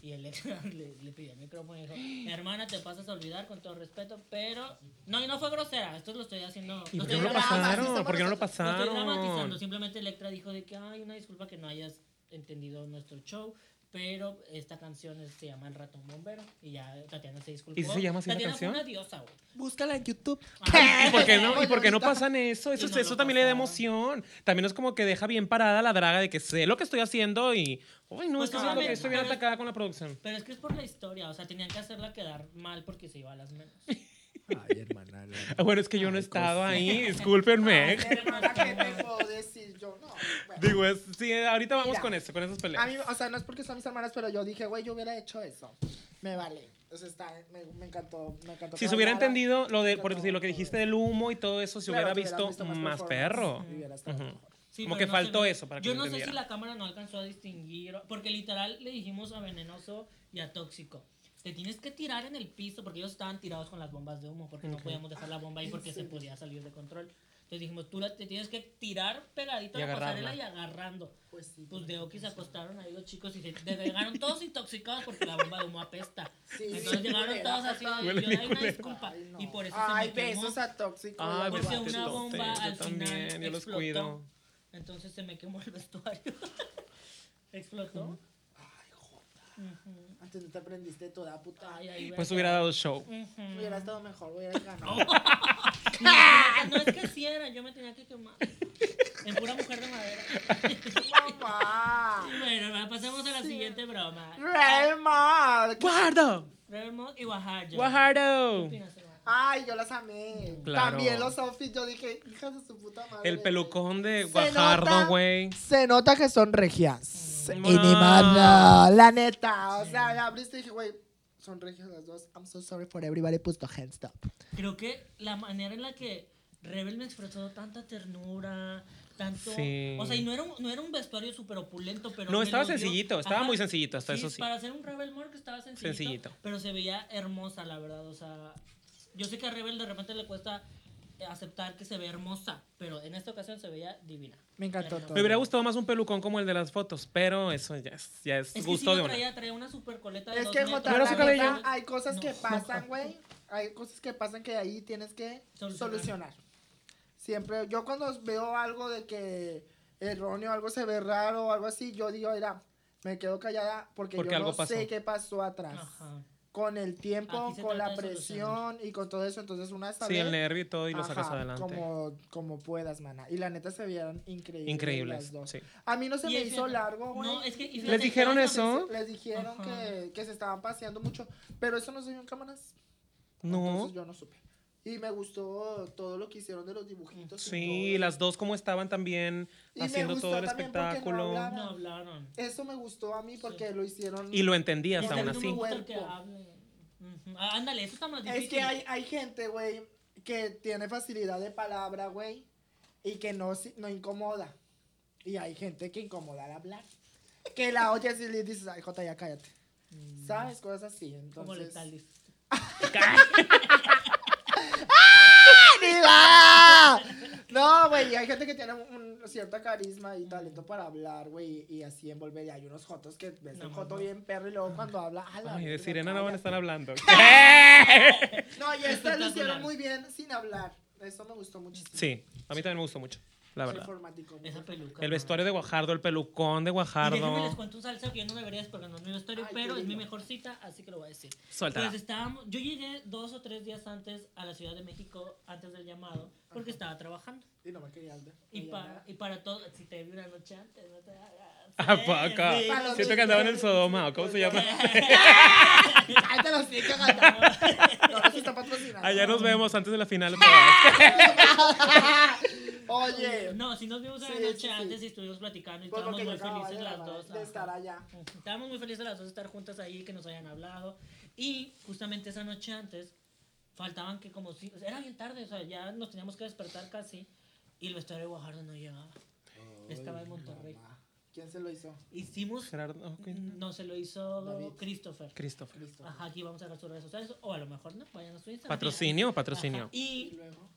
Speaker 2: Y Electra le, le pidió el micrófono y dijo: Hermana, te pasas a olvidar con todo respeto, pero. No, y no fue grosera. Esto lo estoy haciendo.
Speaker 1: ¿Y
Speaker 2: lo
Speaker 1: por qué
Speaker 2: estoy
Speaker 1: no lo
Speaker 3: dramas, sí
Speaker 1: pasaron?
Speaker 3: somos
Speaker 1: ¿Por qué no lo
Speaker 3: nosotros.
Speaker 2: no estoy dramatizando,
Speaker 1: pasaron?
Speaker 2: simplemente Electra dijo de que hay una disculpa que no hayas entendido nuestro show, pero esta canción es- se llama El ratón bombero y ya Tatiana se disculpó.
Speaker 1: ¿Y sí se llama así la
Speaker 2: Tatiana fue
Speaker 1: canción?
Speaker 2: una diosa, güey.
Speaker 1: Búscala en YouTube.
Speaker 2: Ah,
Speaker 1: ¿Y por qué no, ¿Y
Speaker 3: Oye,
Speaker 1: por qué no
Speaker 3: ahorita-
Speaker 1: pasan eso? Eso,
Speaker 2: Y no
Speaker 1: eso
Speaker 2: lo
Speaker 1: también le da
Speaker 2: pasaron.
Speaker 1: emoción. También es como que deja bien parada la draga de que sé lo que estoy haciendo y. Ay, no,
Speaker 2: Pues
Speaker 1: es que siento que
Speaker 2: obviamente,
Speaker 1: estoy bien
Speaker 2: pero-
Speaker 1: atacada con la producción.
Speaker 2: Pero es que es por la historia, o sea, tenían que hacerla quedar mal porque se iba a las menos.
Speaker 4: Ay, hermana. la-
Speaker 1: Ah, Bueno, es que yo no he
Speaker 4: Ay,
Speaker 1: estado
Speaker 4: cosita.
Speaker 1: ahí, discúlpenme.
Speaker 3: Ay, hermana, ¿qué te puedo decir yo? No, bueno.
Speaker 1: Digo, es, sí, ahorita vamos
Speaker 3: Mira,
Speaker 1: con eso, con esas
Speaker 3: A
Speaker 1: peleas.
Speaker 3: mí, o sea, no es porque son mis hermanas, pero yo dije, güey, yo hubiera hecho eso. Me vale. O sea, está, me, me encantó, me encantó.
Speaker 1: si
Speaker 3: que
Speaker 1: se hubiera
Speaker 3: bailara.
Speaker 1: entendido lo de
Speaker 3: Pero
Speaker 1: por
Speaker 3: no,
Speaker 1: si lo que
Speaker 3: no.
Speaker 1: dijiste del humo y todo eso, se
Speaker 3: Claro,
Speaker 1: hubiera
Speaker 3: te
Speaker 1: visto más,
Speaker 3: performance
Speaker 1: perro.
Speaker 3: y hubiera estado
Speaker 1: Ujú.
Speaker 3: mejor.
Speaker 2: Sí,
Speaker 1: Como
Speaker 2: pero
Speaker 1: que
Speaker 2: no se
Speaker 1: faltó
Speaker 2: ve.
Speaker 1: eso para que
Speaker 2: Yo
Speaker 1: lo
Speaker 2: no sé si
Speaker 1: entendiera.
Speaker 2: la cámara no alcanzó a distinguir, porque literal le dijimos a Venenoso y a Tóxico, te tienes que tirar en el piso, porque ellos estaban tirados con las bombas de humo, porque no podíamos dejar la bomba ahí porque se podía salir de control. Entonces dijimos, tú la- te tienes que tirar pegadito
Speaker 1: Y
Speaker 2: a la pasarela y
Speaker 1: agarrarla.
Speaker 2: agarrando.
Speaker 3: Pues sí.
Speaker 2: Pues de Oki se acostaron ahí los chicos y se de- llegaron todos intoxicados porque la bomba de humo apesta.
Speaker 3: Sí,
Speaker 2: Entonces
Speaker 3: sí,
Speaker 2: llegaron
Speaker 3: culera,
Speaker 2: todos así, y yo
Speaker 1: Huele
Speaker 2: "Ay,
Speaker 1: bien
Speaker 2: una
Speaker 1: culero".
Speaker 2: disculpa.
Speaker 3: Ay, no.
Speaker 2: Y por eso
Speaker 3: Ay,
Speaker 2: se me quemó.
Speaker 3: besos a tóxico.
Speaker 1: Ay,
Speaker 3: ya,
Speaker 2: Porque
Speaker 1: besos
Speaker 3: guau.
Speaker 1: a
Speaker 2: una
Speaker 1: Tóxico.
Speaker 2: bomba
Speaker 1: Yo
Speaker 2: al
Speaker 1: también,
Speaker 2: final
Speaker 1: yo los
Speaker 2: explotó.
Speaker 1: cuido.
Speaker 2: Entonces se me quemó el vestuario. explotó. Ujú.
Speaker 3: Antes no te aprendiste toda, puta.
Speaker 2: Ay, ahí
Speaker 1: Pues
Speaker 2: va.
Speaker 1: hubiera dado show.
Speaker 2: Ujú.
Speaker 3: Hubiera estado mejor, hubiera ganado.
Speaker 2: No, es que- Ah, no es que sí era, yo me tenía que quemar. En pura mujer de madera.
Speaker 3: ¡Mamá!
Speaker 2: Bueno, va, pasemos a la siguiente broma.
Speaker 3: ¡Remark!
Speaker 1: ¡Guardo!
Speaker 2: Rebel y Oaxaca. ¿Qué
Speaker 1: ¡Guardo!
Speaker 2: opinas, hermano?
Speaker 3: Ay, yo las amé.
Speaker 1: Claro.
Speaker 3: También los outfits, yo dije, hijas de su puta madre.
Speaker 1: El pelucón de
Speaker 3: Se
Speaker 1: Guajardo,
Speaker 3: nota-
Speaker 1: güey.
Speaker 3: Se nota que son regias.
Speaker 1: Mm.
Speaker 3: Y ni más,
Speaker 1: Ah.
Speaker 3: no, la neta. O sea, la abriste y dije, güey, son regias las dos. I'm so sorry for everybody, put the hands up.
Speaker 2: Creo que la manera en la que Rebel me expresó tanta ternura, tanto...
Speaker 1: Sí.
Speaker 2: O sea, y no era un, no era un vestuario súper opulento, pero...
Speaker 1: No,
Speaker 2: me
Speaker 1: estaba
Speaker 2: lo dio-
Speaker 1: sencillito, estaba
Speaker 2: Ajá.
Speaker 1: muy sencillito, hasta eso sí.
Speaker 2: Para hacer un Rebel More que estaba sencillito,
Speaker 1: Sencillito.
Speaker 2: Pero se veía hermosa, la verdad. O sea, yo sé que a Rebel de repente le cuesta eh, aceptar que se ve hermosa, pero en esta ocasión se veía divina.
Speaker 3: Me encantó todo.
Speaker 1: Me hubiera gustado más un pelucón como el de las fotos, pero eso ya es, ya es,
Speaker 2: Es que sí
Speaker 1: gusto
Speaker 2: lo
Speaker 1: de una.
Speaker 2: traía, traía una super coleta de
Speaker 3: Es
Speaker 2: dos
Speaker 3: que,
Speaker 2: metros.
Speaker 3: Jota,
Speaker 1: ¿No era
Speaker 3: la
Speaker 1: su cabello?
Speaker 3: neta, hay cosas
Speaker 2: No.
Speaker 3: que pasan, güey. Hay cosas que pasan que ahí tienes que
Speaker 2: Solucionar.
Speaker 3: solucionar. Siempre, yo cuando veo algo de que erróneo, algo se ve raro o algo así, yo digo, mira, me quedo callada porque,
Speaker 1: Porque
Speaker 3: yo
Speaker 1: algo
Speaker 3: no
Speaker 1: pasó.
Speaker 3: sé qué pasó atrás.
Speaker 2: Ajá.
Speaker 3: Con el tiempo,
Speaker 2: Aquí se
Speaker 3: con la
Speaker 2: trata de solucionar.
Speaker 3: presión y con todo eso, entonces una
Speaker 1: Sí,
Speaker 3: sabe-
Speaker 1: el nervio y todo, y lo sacas
Speaker 3: Ajá,
Speaker 1: adelante.
Speaker 3: Como, como puedas, mana. Y la neta se vieron increíbles.
Speaker 1: Increíbles,
Speaker 3: las dos.
Speaker 1: sí.
Speaker 3: A mí no se
Speaker 2: Y
Speaker 3: me
Speaker 2: es
Speaker 3: hizo
Speaker 2: que-
Speaker 3: largo, güey.
Speaker 2: No, es que... y
Speaker 1: ¿Les
Speaker 2: fíjate,
Speaker 1: dijeron
Speaker 2: cada
Speaker 1: eso?
Speaker 2: cabeza-
Speaker 3: Les dijeron
Speaker 2: Ajá.
Speaker 3: que, que se estaban paseando mucho, pero eso no se vio en cámaras.
Speaker 1: No.
Speaker 3: Entonces yo no supe. Y me gustó todo lo que hicieron de los dibujitos. y
Speaker 1: Sí,
Speaker 3: todo.
Speaker 1: las dos como estaban también
Speaker 3: Y me
Speaker 1: haciendo
Speaker 3: gustó
Speaker 1: todo el
Speaker 3: también porque no
Speaker 1: espectáculo.
Speaker 3: hablaban.
Speaker 2: No hablaron.
Speaker 3: Eso me gustó a mí porque lo hicieron.
Speaker 1: y lo entendías
Speaker 3: Porque
Speaker 1: aún
Speaker 2: no me
Speaker 1: así.
Speaker 3: hubo-
Speaker 2: gusta el que
Speaker 3: Cuerpo.
Speaker 2: hable. Ujú. Ah, Ándale, eso está más difícil.
Speaker 3: es que hay, hay gente, güey, que tiene facilidad de palabra, güey, y que no, si- no incomoda. Y hay gente que incomoda al hablar. Que la oyes y le dices, ay, Jota, ya cállate. ¿Sabes? Cosas así.
Speaker 2: Mm, Como
Speaker 3: Entonces.
Speaker 2: letales.
Speaker 3: ¡Arriba! No, güey, hay gente que tiene un, un cierto carisma y talento para hablar, güey, y así envolver. Y hay unos jotos que ves
Speaker 2: No,
Speaker 3: un joto
Speaker 2: no.
Speaker 3: bien perro y luego cuando habla. "A la
Speaker 1: Ay, de
Speaker 3: verga,
Speaker 1: sirena no van a estar
Speaker 3: cállate".
Speaker 1: hablando.
Speaker 3: No, y este lo
Speaker 2: Espectacular.
Speaker 3: hicieron muy bien sin hablar. Eso me gustó muchísimo.
Speaker 1: Sí, a mí también me gustó mucho, la
Speaker 3: Muy
Speaker 1: verdad.
Speaker 3: informático, muy
Speaker 2: Esa
Speaker 3: informático.
Speaker 2: peluca.
Speaker 1: El
Speaker 2: no.
Speaker 1: vestuario de Guajardo, el pelucón de
Speaker 2: Y déjenme les
Speaker 1: Guajardo.
Speaker 2: cuento un salseo que yo no debería porque no es mi vestuario,
Speaker 3: Ay,
Speaker 2: pero
Speaker 3: qué
Speaker 2: es mi
Speaker 3: lindo.
Speaker 2: mejor cita, así que lo voy a decir.
Speaker 1: Suéltala.
Speaker 2: Pues estábamos, yo llegué dos o tres días antes a la Ciudad de México, antes del llamado, porque estaba trabajando.
Speaker 3: Y no me quería hablar.
Speaker 2: Y
Speaker 3: Me
Speaker 2: para,
Speaker 3: llamaba.
Speaker 2: y para todo, si te vi una noche antes, no te hagas.
Speaker 1: ¿A
Speaker 2: Sí,
Speaker 1: poco?
Speaker 2: sí.
Speaker 3: Para los
Speaker 1: Siento que andaba en el Sodoma, ¿o cómo se llama?
Speaker 3: Cállate los hijos,
Speaker 1: Ah,
Speaker 3: gata. No, eso está patrocinado.
Speaker 1: Allá nos vemos antes de la final.
Speaker 3: Oye.
Speaker 2: No, si nos vimos a la
Speaker 3: Sí,
Speaker 2: noche
Speaker 3: sí, sí.
Speaker 2: antes y estuvimos platicando y
Speaker 3: Pues
Speaker 2: estábamos
Speaker 3: porque yo
Speaker 2: muy
Speaker 3: acababa
Speaker 2: felices
Speaker 3: de,
Speaker 2: las
Speaker 3: grabar,
Speaker 2: dos.
Speaker 3: de estar
Speaker 2: ajá.
Speaker 3: allá.
Speaker 2: Estábamos muy felices las dos de estar juntas ahí, que nos hayan hablado. Y justamente esa noche antes, faltaban que como si. Era bien tarde, o sea, ya nos teníamos que despertar casi. Y el vestuario de Guajardo no llegaba. Estaba en Monterrey.
Speaker 3: Mamá. ¿Quién se lo hizo?
Speaker 2: Hicimos.
Speaker 1: Gerardo, ok.
Speaker 2: No, se lo hizo
Speaker 3: David.
Speaker 2: Christopher.
Speaker 1: Christopher.
Speaker 3: Listo.
Speaker 2: Ajá, aquí vamos a ver sus redes sociales. O a lo mejor no, vayan a su Instagram.
Speaker 1: Patrocinio,
Speaker 2: Ajá,
Speaker 1: patrocinio.
Speaker 3: Y
Speaker 2: Y
Speaker 3: luego.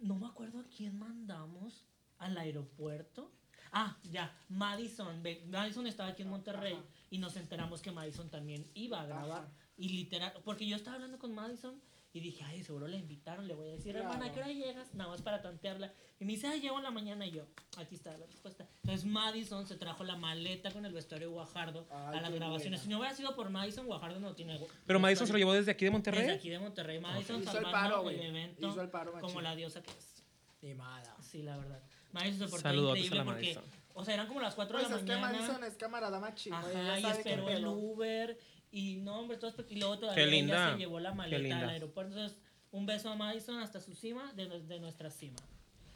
Speaker 2: no me acuerdo a quién mandamos al aeropuerto. Ah, ya, Madison. ve- Madison estaba aquí en Monterrey
Speaker 3: Ajá.
Speaker 2: y nos enteramos que Madison también iba a grabar.
Speaker 3: Ajá.
Speaker 2: Y literal, porque yo estaba hablando con Madison y dije, ay, seguro la invitaron, le voy a decir, hermana, ¿a ¿qué hora llegas? Nada más para tantearla. Y me dice, ay, llego en la mañana y yo, aquí está la respuesta. Entonces Madison se trajo la maleta con el vestuario de Guajardo
Speaker 3: Ay,
Speaker 2: a las
Speaker 3: qué
Speaker 2: grabaciones.
Speaker 3: buena.
Speaker 2: Si no hubiera sido por Madison, Guajardo no tiene. gu-
Speaker 1: Pero Madison se lo
Speaker 2: vestuario.
Speaker 1: llevó desde aquí de
Speaker 2: Desde
Speaker 1: Monterrey.
Speaker 2: aquí de Monterrey, Madison
Speaker 3: Hizo el
Speaker 2: salvando
Speaker 3: paro,
Speaker 2: el
Speaker 3: güey.
Speaker 2: evento
Speaker 3: Hizo el paro,
Speaker 2: como
Speaker 3: machín.
Speaker 2: la diosa que es.
Speaker 4: Ni mala.
Speaker 2: Sí, la verdad. Madison se portó
Speaker 1: Saludotes
Speaker 2: increíble
Speaker 1: a la
Speaker 2: porque,
Speaker 1: Madison.
Speaker 2: o sea, eran como las 4
Speaker 3: Pues
Speaker 2: de la
Speaker 3: es que
Speaker 2: mañana.
Speaker 3: Madison es camarada machi. güey,
Speaker 2: ajá,
Speaker 3: ella
Speaker 2: y
Speaker 3: sabe qué
Speaker 2: esperó el
Speaker 3: pedo.
Speaker 2: Uber y no, hombre, todo espe- y luego todavía
Speaker 1: Qué linda,
Speaker 2: ella se llevó la
Speaker 1: qué
Speaker 2: maleta al
Speaker 1: linda.
Speaker 2: aeropuerto. Entonces, un beso a Madison hasta su cima, de, nu- de nuestra cima.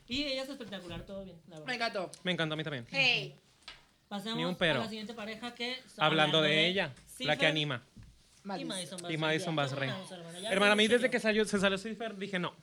Speaker 2: Y ella es espectacular, todo bien, la verdad.
Speaker 3: Me encantó.
Speaker 1: Me encanta a mí también.
Speaker 5: Hey.
Speaker 2: Pasemos
Speaker 1: Ni un pero.
Speaker 2: a la siguiente pareja que
Speaker 1: Hablando de ella, la que
Speaker 2: Cipher
Speaker 1: anima.
Speaker 2: Y Madison
Speaker 1: Y
Speaker 2: Basrey.
Speaker 1: Madison
Speaker 2: Ya,
Speaker 1: Basrey.
Speaker 2: vamos, hermana, ya
Speaker 1: Hermana, a mí
Speaker 2: vamos,
Speaker 1: desde que
Speaker 2: yo.
Speaker 1: salió, se salió Cipher, dije no.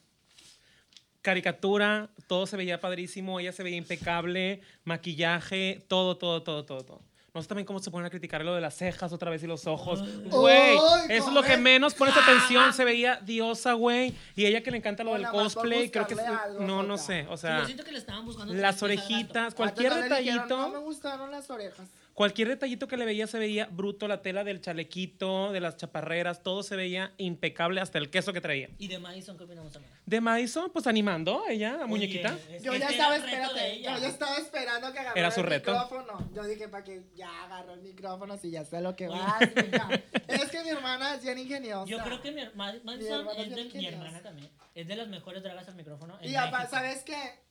Speaker 1: Caricatura, todo se veía padrísimo, ella se veía impecable, maquillaje, todo, todo, todo, todo, todo. No sé también cómo se ponen a criticar lo de las cejas otra vez y los ojos. Güey,
Speaker 3: Ay, Ah.
Speaker 1: eso es lo que
Speaker 3: comer.
Speaker 1: menos pones atención. Se veía diosa, güey. Y ella que le encanta lo
Speaker 3: O
Speaker 1: del
Speaker 3: nada más por
Speaker 1: cosplay, creo que...
Speaker 3: buscarle
Speaker 1: es-
Speaker 3: algo,
Speaker 1: No, no
Speaker 3: Jota.
Speaker 1: sé. O
Speaker 2: Sí, yo
Speaker 1: sea,
Speaker 2: siento que le estaban buscando
Speaker 1: las
Speaker 2: tres pies al gato.
Speaker 1: orejitas, cualquier
Speaker 3: Entonces, le dijeron,
Speaker 1: detallito...
Speaker 3: no me gustaron las orejas.
Speaker 1: Cualquier detallito que le veía se veía bruto, la tela del chalequito, de las chaparreras, todo se veía impecable, hasta el queso que traía.
Speaker 2: ¿Y de Madison qué opinamos, hermana?
Speaker 1: De Madison, pues animando, ella, la muñequita.
Speaker 2: Oye, es
Speaker 3: Yo
Speaker 2: que
Speaker 3: ya
Speaker 2: este
Speaker 3: estaba,
Speaker 2: era el reto de
Speaker 3: espérate, yo
Speaker 2: ella.
Speaker 3: ya estaba esperando que agarrara
Speaker 1: Era su
Speaker 3: el
Speaker 1: reto.
Speaker 3: micrófono. Yo dije, para que ya agarró el micrófono, si ya sé lo que
Speaker 2: Oye.
Speaker 3: va. mija. es que mi hermana es bien ingeniosa.
Speaker 2: Yo creo que mi, her- Ma- Madison
Speaker 3: hermana
Speaker 2: es
Speaker 3: es
Speaker 2: de,
Speaker 3: bien
Speaker 2: mi
Speaker 3: ingeniosa.
Speaker 2: hermana también. Es de las mejores dragas al micrófono. en
Speaker 3: Y apa-
Speaker 2: México.
Speaker 3: ¿sabes qué?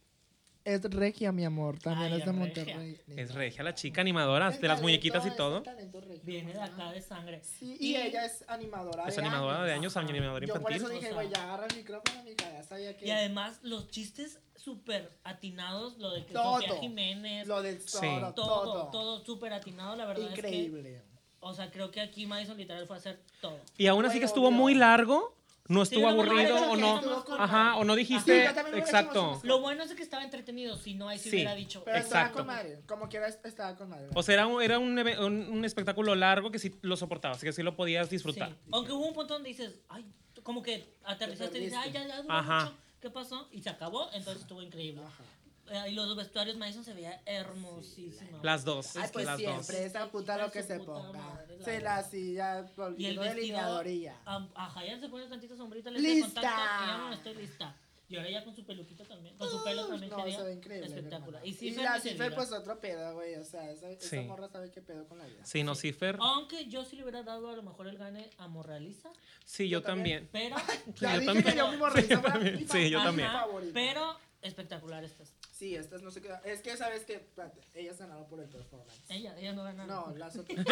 Speaker 3: Es regia, mi amor, también
Speaker 2: Ay,
Speaker 3: es de
Speaker 2: es
Speaker 3: Monterrey.
Speaker 1: Es regia la chica animadora,
Speaker 3: El
Speaker 1: de las
Speaker 3: talento
Speaker 1: muñequitas y
Speaker 3: es
Speaker 1: todo.
Speaker 3: el talento regio,
Speaker 2: Viene de
Speaker 3: o sea.
Speaker 2: acá de sangre.
Speaker 3: Sí, y, ella es animadora.
Speaker 1: Es animadora de años,
Speaker 2: Ajá.
Speaker 1: animadora
Speaker 3: Yo por
Speaker 1: infantil.
Speaker 3: eso dije,
Speaker 2: o
Speaker 3: güey,
Speaker 2: sea.
Speaker 3: ya agarra el micrófono, mija, ya sabía que...
Speaker 2: Y además, los chistes súper atinados, lo de que
Speaker 3: Todo.
Speaker 2: Sofía Jiménez,
Speaker 3: Lo del
Speaker 1: Sí.
Speaker 3: toro,
Speaker 2: todo, todo,
Speaker 3: todo.
Speaker 2: súper atinado, la verdad es que...
Speaker 3: Increíble.
Speaker 2: O sea, creo que aquí Madison literal fue a hacer todo.
Speaker 1: Y aún así que
Speaker 3: Bueno,
Speaker 1: estuvo
Speaker 3: obvio.
Speaker 1: muy largo, no
Speaker 2: Sí,
Speaker 1: estuvo
Speaker 2: no, no, no,
Speaker 1: aburrido
Speaker 2: no,
Speaker 1: o
Speaker 2: no,
Speaker 1: no.
Speaker 2: no, no, no.
Speaker 1: Ajá, o no
Speaker 3: Sí,
Speaker 1: dijiste.
Speaker 3: yo también lo
Speaker 1: Exacto.
Speaker 3: decimos,
Speaker 2: Lo bueno es que estaba entretenido, si no, ahí sí,
Speaker 1: Sí.
Speaker 2: hubiera dicho...
Speaker 3: Pero estaba
Speaker 1: Exacto.
Speaker 3: con madre, como quiera estaba con madre.
Speaker 1: O sea, era un, era un, eve- un- un espectáculo largo que sí lo soportabas, que sí lo podías
Speaker 2: Sí.
Speaker 1: disfrutar.
Speaker 2: Aunque hubo un punto donde dices, ay, tú como que aterrizaste y dices, ay,
Speaker 3: perdiste.
Speaker 2: ya, ya duró
Speaker 1: Ajá.
Speaker 2: mucho, ¿qué pasó? Y se acabó, entonces estuvo increíble.
Speaker 3: Ajá.
Speaker 2: Eh, y los vestuarios Madison se veía hermosísima.
Speaker 1: Las dos.
Speaker 3: Ay, pues
Speaker 1: las dos.
Speaker 3: siempre, esa puta lo que
Speaker 2: Hija de
Speaker 3: se
Speaker 2: su puta
Speaker 3: ponga.
Speaker 2: madre, la
Speaker 3: Se
Speaker 2: verdad.
Speaker 3: la silla,
Speaker 2: y el
Speaker 3: volviendo
Speaker 2: vestido. ah,
Speaker 3: delineadoría.
Speaker 2: am- Ajá, ya se pone tantita sombrita, le de
Speaker 3: ¡Lista!
Speaker 2: contacto y ya no estoy lista. Y ahora ya con su peluquita también, con su pelo también
Speaker 3: No,
Speaker 2: sería
Speaker 3: se ve increíble. mi
Speaker 2: espectacular.
Speaker 3: hermana.
Speaker 2: Y sí,
Speaker 3: y
Speaker 2: fue
Speaker 3: la
Speaker 2: mi
Speaker 3: Cifer,
Speaker 2: seguidora.
Speaker 3: pues otro pedo, güey. O sea, esa, esa
Speaker 1: Sí.
Speaker 3: morra sabe qué pedo con la vida.
Speaker 1: Sí, no, Cifer.
Speaker 2: Aunque yo sí le hubiera dado a lo mejor el gane a Morraliza,
Speaker 1: Sí,
Speaker 3: yo
Speaker 1: yo también.
Speaker 2: pero,
Speaker 3: Ya
Speaker 1: yo
Speaker 3: dije
Speaker 1: también.
Speaker 3: que yo mi morrita
Speaker 1: yo
Speaker 3: fue
Speaker 1: también.
Speaker 3: mi
Speaker 1: Sí, yo
Speaker 3: favorita, mi
Speaker 1: también.
Speaker 2: Ajá,
Speaker 3: favorita.
Speaker 2: pero espectacular estas.
Speaker 3: Sí, estas no sé qué. Es que sabes que espérate, ellas ganaron por el performance.
Speaker 2: Ella, ella no gana.
Speaker 3: No, las otras.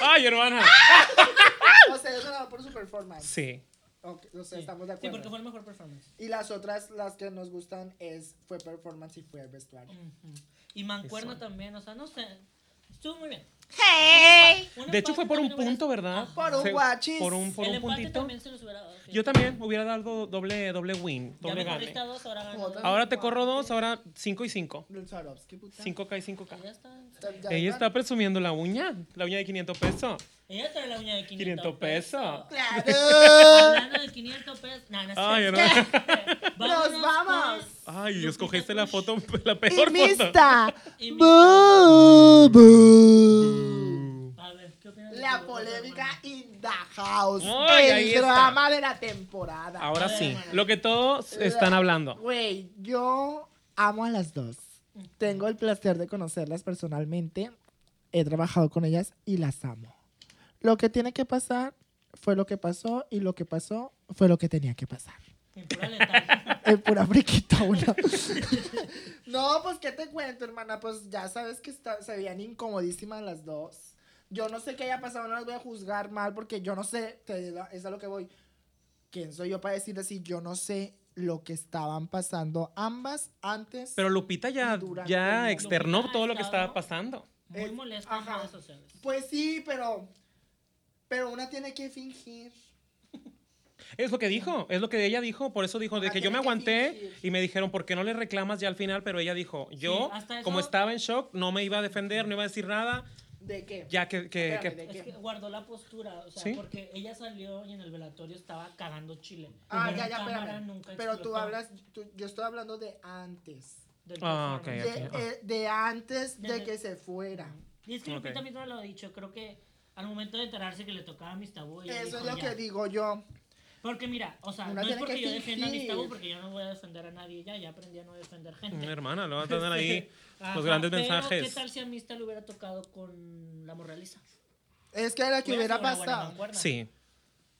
Speaker 1: ¡Ay, hermana!
Speaker 3: o sea, ellas ganaron por su performance.
Speaker 1: Sí.
Speaker 3: Ok, o sea,
Speaker 2: Sí.
Speaker 3: estamos de
Speaker 2: Sí,
Speaker 3: acuerdo.
Speaker 2: porque fue el mejor performance.
Speaker 3: Y las otras, las que nos gustan, es fue performance y fue vestuario.
Speaker 2: Ujú. Y Mancuerna también, o sea, no sé. Estuvo muy bien.
Speaker 5: Hey.
Speaker 2: Un
Speaker 1: De hecho,
Speaker 2: empate
Speaker 1: fue por un
Speaker 2: también hubiera-
Speaker 1: punto, ¿verdad?
Speaker 3: Por un
Speaker 1: Se-
Speaker 3: guachis.
Speaker 1: Por un, por
Speaker 2: el
Speaker 1: un
Speaker 2: empate
Speaker 1: puntito.
Speaker 2: también se los hubiera dado. sí.
Speaker 1: Yo también hubiera dado doble, doble win,
Speaker 2: Ya
Speaker 1: doble
Speaker 2: me
Speaker 1: gane.
Speaker 2: corriste a dos, ahora gano.
Speaker 3: Joder.
Speaker 2: dos.
Speaker 1: Ahora te corro dos, ahora cinco y cinco.
Speaker 3: Del Swarovski, puta.
Speaker 1: 5K y
Speaker 2: Ella
Speaker 1: 5K.
Speaker 2: está.
Speaker 3: Ya
Speaker 1: Ella
Speaker 3: está-
Speaker 1: está presumiendo la uña, la uña de 500 pesos.
Speaker 2: Ella trae la uña de
Speaker 1: 500
Speaker 2: 500
Speaker 1: pesos.
Speaker 3: ¡Claro!
Speaker 2: Hablando de 500 pesos. Nah, no, es
Speaker 1: Ay,
Speaker 2: cierto. Vámonos
Speaker 3: ¡Nos vamos!
Speaker 2: con-
Speaker 1: Ay,
Speaker 2: Lupita
Speaker 1: escogiste la
Speaker 2: Push.
Speaker 1: foto, la
Speaker 3: Y
Speaker 1: peor foto.
Speaker 3: mista.
Speaker 2: y mi-
Speaker 3: Boo, boo.
Speaker 2: A ver, ¿qué opinas de
Speaker 3: La
Speaker 2: tu
Speaker 3: polémica
Speaker 2: hermana?
Speaker 3: in the house.
Speaker 1: Ay,
Speaker 3: el
Speaker 1: ahí está.
Speaker 3: drama de la temporada.
Speaker 1: Ahora sí, lo que todos están hablando.
Speaker 3: Güey, yo amo a las dos. Tengo el placer de conocerlas personalmente. He trabajado con ellas y las amo. Lo que tiene que pasar fue lo que pasó y lo que pasó fue lo que tenía que pasar.
Speaker 2: Temporada letal.
Speaker 3: En pura friquita una. no, pues qué te cuento, hermana. Pues ya sabes que está- se veían incomodísimas las dos. Yo no sé qué haya pasado, no las voy a juzgar mal porque yo no sé, te, digo, es a lo que voy. ¿Quién soy yo para decirle si yo no sé lo que estaban pasando ambas antes.
Speaker 1: Pero Lupita ya,
Speaker 3: Durante
Speaker 1: ya
Speaker 3: el-
Speaker 1: externó
Speaker 2: Lupita
Speaker 1: todo lo que
Speaker 2: estaba-
Speaker 1: estaba pasando.
Speaker 2: Muy
Speaker 3: Es-
Speaker 2: molesta en
Speaker 3: ajá.
Speaker 2: redes sociales.
Speaker 3: Pues sí, pero. Pero una tiene que fingir.
Speaker 1: Es lo que dijo, es lo que ella dijo, por eso dijo, de
Speaker 3: Ah,
Speaker 1: que yo
Speaker 3: tiene
Speaker 1: me
Speaker 3: que
Speaker 1: aguanté
Speaker 3: fingir.
Speaker 1: y me dijeron, ¿por qué no le reclamas ya al final? Pero ella dijo, yo,
Speaker 2: hasta eso-
Speaker 1: como estaba en shock, no me iba a defender, no iba a decir nada,
Speaker 3: ¿De qué?
Speaker 1: ya que... que-
Speaker 3: Espérame,
Speaker 1: que-
Speaker 3: ¿de
Speaker 2: Es
Speaker 3: qué?
Speaker 2: que guardó la postura, o sea,
Speaker 1: Sí.
Speaker 2: porque ella salió y en el velatorio estaba cagando chile.
Speaker 3: Ah,
Speaker 2: Pero
Speaker 3: ya,
Speaker 2: en
Speaker 3: ya,
Speaker 2: cámara
Speaker 3: espérame.
Speaker 2: nunca
Speaker 3: Pero tú
Speaker 2: explotó
Speaker 3: hablas, tú- yo estoy hablando de antes.
Speaker 2: del
Speaker 1: Ah, ok,
Speaker 3: De,
Speaker 2: performance.
Speaker 1: ok.
Speaker 3: eh, de antes
Speaker 2: Desde-
Speaker 3: de que se fuera.
Speaker 2: Y es que
Speaker 1: Ok.
Speaker 2: Lupita misma lo ha dicho, creo que al momento de enterarse que le tocaba a mis tabú, ella
Speaker 3: Eso es
Speaker 2: dijo,
Speaker 3: lo
Speaker 2: "Ya".
Speaker 3: que digo yo.
Speaker 2: Porque mira, o sea,
Speaker 3: Una
Speaker 2: no es
Speaker 3: tiene
Speaker 2: porque
Speaker 3: que
Speaker 2: yo defienda a mis
Speaker 3: fingir.
Speaker 2: tabú, porque yo no voy a defender a nadie ya, ya aprendí a no defender gente.
Speaker 1: Mi hermana, lo van a tener ahí
Speaker 2: Ajá,
Speaker 1: los Mm, pues grandes
Speaker 2: pero
Speaker 1: mensajes.
Speaker 2: ¿Qué tal si a Mista le hubiera tocado con la morraliza?
Speaker 3: Es que era que hubiera
Speaker 2: sido una buena
Speaker 3: pasado.
Speaker 2: mancuerna.
Speaker 1: Sí,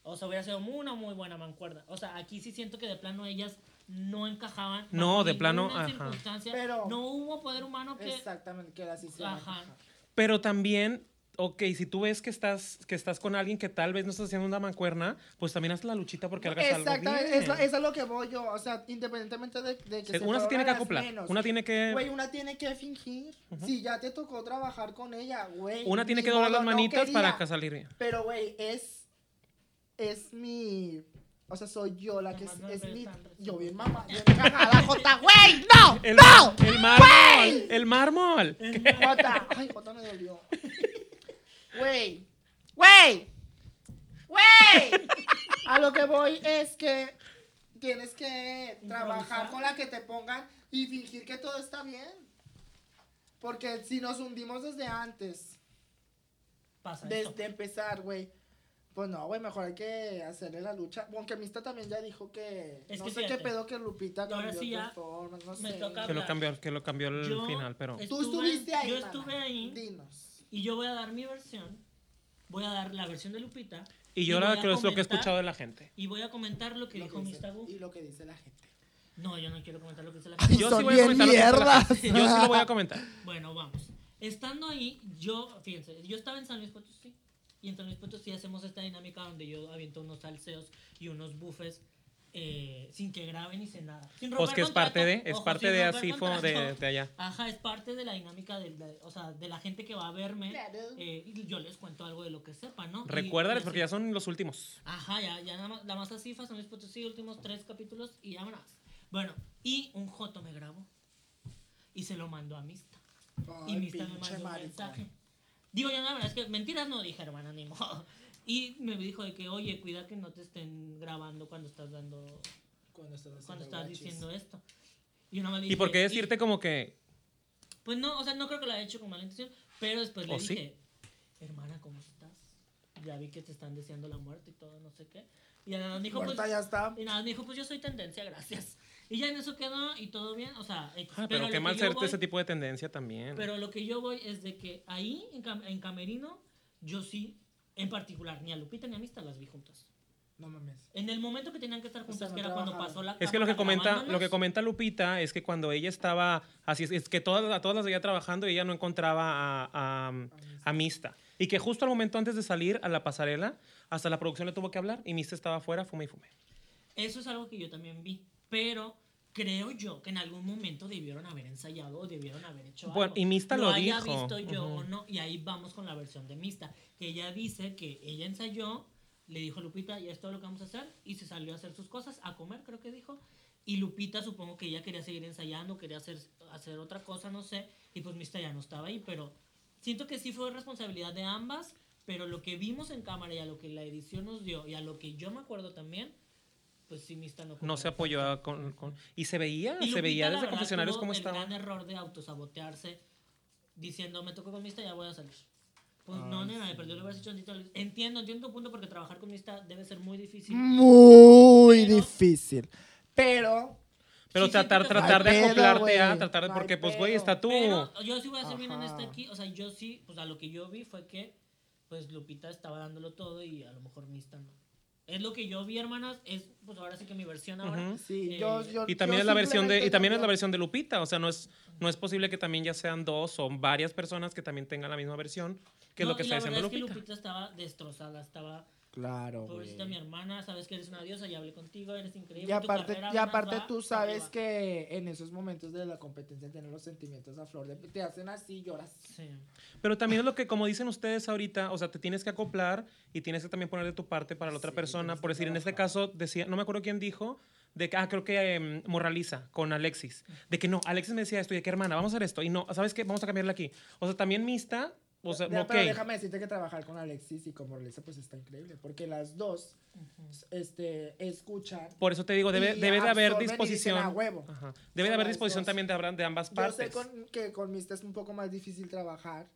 Speaker 2: O sea, hubiera sido una muy buena mancuerda. O sea, aquí sí siento que de plano ellas no encajaban. bajo
Speaker 1: No, de plano,
Speaker 2: ninguna
Speaker 1: ajá.
Speaker 2: circunstancia.
Speaker 3: Pero-
Speaker 2: no hubo poder humano que.
Speaker 3: Exactamente, que era así. se
Speaker 2: Ajá.
Speaker 3: iba a
Speaker 1: pero también, ok, si tú ves que estás, que estás con alguien que tal vez no está haciendo una mancuerna, pues también haz la luchita porque hagas algo
Speaker 3: Exactamente,
Speaker 1: bien.
Speaker 3: es, lo- eso es lo que voy yo. O sea, independientemente de, de que se
Speaker 1: una se
Speaker 3: fueron
Speaker 1: tiene
Speaker 3: a
Speaker 1: que
Speaker 3: las
Speaker 1: acoplar,
Speaker 3: menos.
Speaker 1: una tiene que...
Speaker 3: Güey, una tiene que fingir. Si ya te tocó trabajar con ella, güey.
Speaker 1: Una tiene
Speaker 3: ni
Speaker 1: que doblar
Speaker 3: modo,
Speaker 1: las
Speaker 3: no
Speaker 1: manitas para
Speaker 3: quería.
Speaker 1: acá salir bien.
Speaker 3: Pero, güey, es. Es mi. O sea, soy yo la que es,
Speaker 2: Nomás no
Speaker 3: es
Speaker 2: ves
Speaker 3: mi.
Speaker 2: tan resuelto.
Speaker 3: Yo bien mamá. Bien cagada, Jota, güey. ¡No!
Speaker 1: El,
Speaker 3: ¡No!
Speaker 1: el mármol, el mármol.
Speaker 3: Jota. Ay, Jota me dolió. Güey. Güey. Güey. A lo que voy es que tienes que trabajar
Speaker 2: Improvisar.
Speaker 3: con la que te pongan y fingir que todo está bien. Porque si nos hundimos desde antes.
Speaker 2: Pasa eso.
Speaker 3: Desde empezar, güey. Pues no, güey, mejor hay que hacerle la lucha. Aunque Mista también ya dijo que.
Speaker 2: Es
Speaker 3: no
Speaker 2: que
Speaker 3: sé qué
Speaker 2: fíjate.
Speaker 3: pedo que Lupita
Speaker 2: Y ahora
Speaker 3: cambió
Speaker 2: sí
Speaker 3: de
Speaker 2: ya
Speaker 3: forma, no
Speaker 2: me
Speaker 3: sé.
Speaker 2: toca
Speaker 1: Que lo
Speaker 2: hablar.
Speaker 1: cambió, que lo cambió el
Speaker 2: Yo
Speaker 1: Mm, final, pero...
Speaker 3: Tú
Speaker 2: estuve-
Speaker 3: estuviste ahí.
Speaker 2: Yo
Speaker 3: mana.
Speaker 2: estuve ahí.
Speaker 3: Dinos.
Speaker 2: Y yo voy a dar mi versión. Voy a dar la versión de Lupita.
Speaker 1: Y yo la,
Speaker 2: voy a
Speaker 1: que es lo que he
Speaker 2: comentar-
Speaker 1: escuchado de la gente.
Speaker 2: Y voy a comentar lo que
Speaker 3: Lo
Speaker 2: dijo
Speaker 3: que
Speaker 2: mis
Speaker 3: dice-
Speaker 2: tabú.
Speaker 3: y lo que dice la gente.
Speaker 2: No, yo no quiero comentar lo que dice la
Speaker 3: Ay,
Speaker 2: gente.
Speaker 1: Yo
Speaker 3: son
Speaker 1: sí voy a
Speaker 3: bien
Speaker 1: comentar lo que dice la
Speaker 3: mierdas.
Speaker 1: gente. Yo sí lo voy a comentar.
Speaker 2: Bueno, vamos. Estando ahí, yo, fíjense, yo estaba en San Luis Potosí. Y en San Luis Potosí hacemos esta dinámica donde yo aviento unos salseos y unos bufes eh, sin que graben ni sin nada. Sin
Speaker 1: Pues
Speaker 2: romper
Speaker 1: que es parte de,
Speaker 2: contrato.
Speaker 1: es
Speaker 2: Ojo,
Speaker 1: parte
Speaker 2: sin
Speaker 1: de
Speaker 2: romper
Speaker 1: Asifo de,
Speaker 2: contrato.
Speaker 1: de allá.
Speaker 2: Ajá, es parte de la dinámica del- de, o sea, de la gente que va a verme.
Speaker 3: Claro.
Speaker 2: eh, y yo les cuento algo de lo que sepan, ¿no? Y- y
Speaker 1: Recuérdales
Speaker 2: así.
Speaker 1: porque ya son los últimos.
Speaker 2: Ajá, ya, ya nada más, la más así fue San Luis Potosí, últimos tres capítulos y vámonos. Bueno, y un Joto me grabó y se lo mandó a Mista.
Speaker 3: Ay,
Speaker 2: Y Mista me
Speaker 3: pinche
Speaker 2: mandó un
Speaker 3: maricón.
Speaker 2: mensaje. Digo, yo la verdad es que mentiras no dije, hermana, ni modo. Y me dijo de que, oye, cuida que no te estén grabando cuando estás dando,
Speaker 3: Cuando estás,
Speaker 2: cuando
Speaker 3: haciendo
Speaker 2: estás
Speaker 3: guachis.
Speaker 2: diciendo esto. Y, yo nada más le
Speaker 1: ¿Y por
Speaker 2: dije,
Speaker 1: qué decirte como que
Speaker 2: Pues no, o sea, no creo que lo haya hecho con mala intención, pero después le
Speaker 1: ¿O sí?
Speaker 2: dije, hermana, ¿cómo estás? Ya vi que te están deseando la muerte y todo, no sé qué. Y nada más me dijo, pues,
Speaker 3: Muerta ya está.
Speaker 2: y nada, me dijo, pues yo soy tendencia, gracias. Y ya en eso quedó y todo bien, o sea, X.
Speaker 1: Ah,
Speaker 2: lo
Speaker 1: pero
Speaker 2: que
Speaker 1: qué mal
Speaker 2: yo
Speaker 1: ser
Speaker 2: voy-
Speaker 1: ese tipo de tendencia también?
Speaker 2: Pero lo que yo voy es de que ahí, en, cam- en Camerino, yo sí, en particular, ni a Lupita ni a Mista las vi juntas.
Speaker 3: No mames.
Speaker 2: En el momento que tenían que estar juntas,
Speaker 3: no
Speaker 2: que era cuando
Speaker 3: trabajaban.
Speaker 2: pasó la
Speaker 1: Es que lo que
Speaker 2: cámara
Speaker 1: comenta, lo que
Speaker 2: grabándolas,
Speaker 1: comenta Lupita es que cuando ella estaba así es- es que todas a todas las veía trabajando y ella no encontraba a, a, a Mista y que justo al momento antes de salir a la pasarela hasta la producción le tuvo que hablar y Mista estaba afuera fume y fume.
Speaker 2: Eso es algo que yo también vi, pero creo yo que en algún momento debieron haber ensayado o debieron haber hecho
Speaker 1: Bueno,
Speaker 2: algo.
Speaker 1: y Mista lo
Speaker 2: haya
Speaker 1: dijo.
Speaker 2: visto yo
Speaker 1: Ujú.
Speaker 2: o no, y ahí vamos con la versión de Mista, que ella dice que ella ensayó, le dijo a Lupita, ya es todo lo que vamos a hacer, y se salió a hacer sus cosas, a comer creo que dijo, y Lupita supongo que ella quería seguir ensayando, quería hacer, hacer otra cosa, no sé, y pues Mista ya no estaba ahí, pero siento que sí fue responsabilidad de ambas, pero lo que vimos en cámara y a lo que la edición nos dio, y a lo que yo me acuerdo también, pues sí Mista no...
Speaker 1: No se apoyó
Speaker 2: cooperó.
Speaker 1: a- con, con- y se veía, se
Speaker 2: Y Lupita,
Speaker 1: veía
Speaker 2: la
Speaker 1: desde
Speaker 2: verdad,
Speaker 1: confesionarios
Speaker 2: tuvo
Speaker 1: cómo
Speaker 2: el
Speaker 1: estaba.
Speaker 2: gran error de autosabotearse diciendo, me tocó con Mista, ya voy a salir. Pues no, nena, me perdió lo hubieras hecho antes. Entiendo, entiendo tu punto porque trabajar con Mista debe ser muy difícil.
Speaker 3: Muy
Speaker 2: Pero-
Speaker 3: difícil. Pero.
Speaker 1: Pero
Speaker 2: Sí, sí,
Speaker 1: tratar,
Speaker 2: sí,
Speaker 1: tratar
Speaker 3: no hay
Speaker 1: de
Speaker 3: pedo,
Speaker 1: acoplarte
Speaker 3: güey,
Speaker 1: a tratar de
Speaker 3: no hay
Speaker 1: porque pues güey
Speaker 3: pedo.
Speaker 1: está tú.
Speaker 2: Pero yo sí voy a ser bien
Speaker 3: Ajá.
Speaker 2: honesta aquí. O sea, yo sí, pues a lo que yo vi fue que pues Lupita estaba dándolo todo y a lo mejor Mista no. Es lo que yo vi, hermanas. Es pues ahora sí que mi versión ahora.
Speaker 1: Ujú.
Speaker 3: Sí,
Speaker 2: Eh,
Speaker 3: yo, yo-
Speaker 1: Y también
Speaker 3: yo
Speaker 1: es la versión de y
Speaker 3: simplemente
Speaker 1: también
Speaker 3: no-
Speaker 1: es la versión de Lupita, o sea, no es no es posible que también ya sean dos o varias personas que también tengan la misma versión, que es
Speaker 2: No,
Speaker 1: lo que
Speaker 2: y
Speaker 1: está
Speaker 2: la
Speaker 1: diciendo
Speaker 2: verdad es que
Speaker 1: Lupita.
Speaker 2: Lupita estaba destrozada, estaba
Speaker 4: Claro, güey.
Speaker 2: Pobrecita mi hermana, sabes que eres una diosa, ya hablé contigo, eres increíble.
Speaker 3: Y
Speaker 2: tu
Speaker 3: aparte,
Speaker 2: carrera
Speaker 3: y
Speaker 2: apenas
Speaker 3: aparte
Speaker 2: va
Speaker 3: tú
Speaker 2: para
Speaker 3: sabes
Speaker 2: arriba.
Speaker 3: que en esos momentos de la competencia tener los sentimientos a flor de te hacen así, lloras.
Speaker 2: Sí.
Speaker 1: Pero también es lo que, como dicen ustedes ahorita, o sea, te tienes que acoplar y tienes que también poner de tu parte para la otra
Speaker 3: Sí,
Speaker 1: persona.
Speaker 3: tienes
Speaker 1: Por
Speaker 3: que
Speaker 1: decir, en este
Speaker 3: trabajar.
Speaker 1: caso, decía, no me acuerdo quién dijo, de que, ah, creo que em, Morraliza con Alexis, de que no, Alexis me decía esto, y de que hermana, vamos a hacer esto, y no, ¿sabes qué? Vamos a cambiarle aquí. O sea, también mixta, o sea,
Speaker 3: De-
Speaker 1: ok.
Speaker 3: Pero déjame decirte que trabajar con Alexis y con Morlisa pues está increíble, porque las dos este escuchan.
Speaker 1: Por eso te digo, debe,
Speaker 3: y
Speaker 1: debe de haber
Speaker 3: absorben y dicen, "Ah,
Speaker 1: disposición.
Speaker 3: "A huevo".
Speaker 1: Ajá. Debe de haber
Speaker 3: Son las
Speaker 1: disposición
Speaker 3: dos.
Speaker 1: también de, abra- de ambas
Speaker 3: Yo
Speaker 1: partes.
Speaker 3: sé con- que con Mista es un poco más difícil trabajar,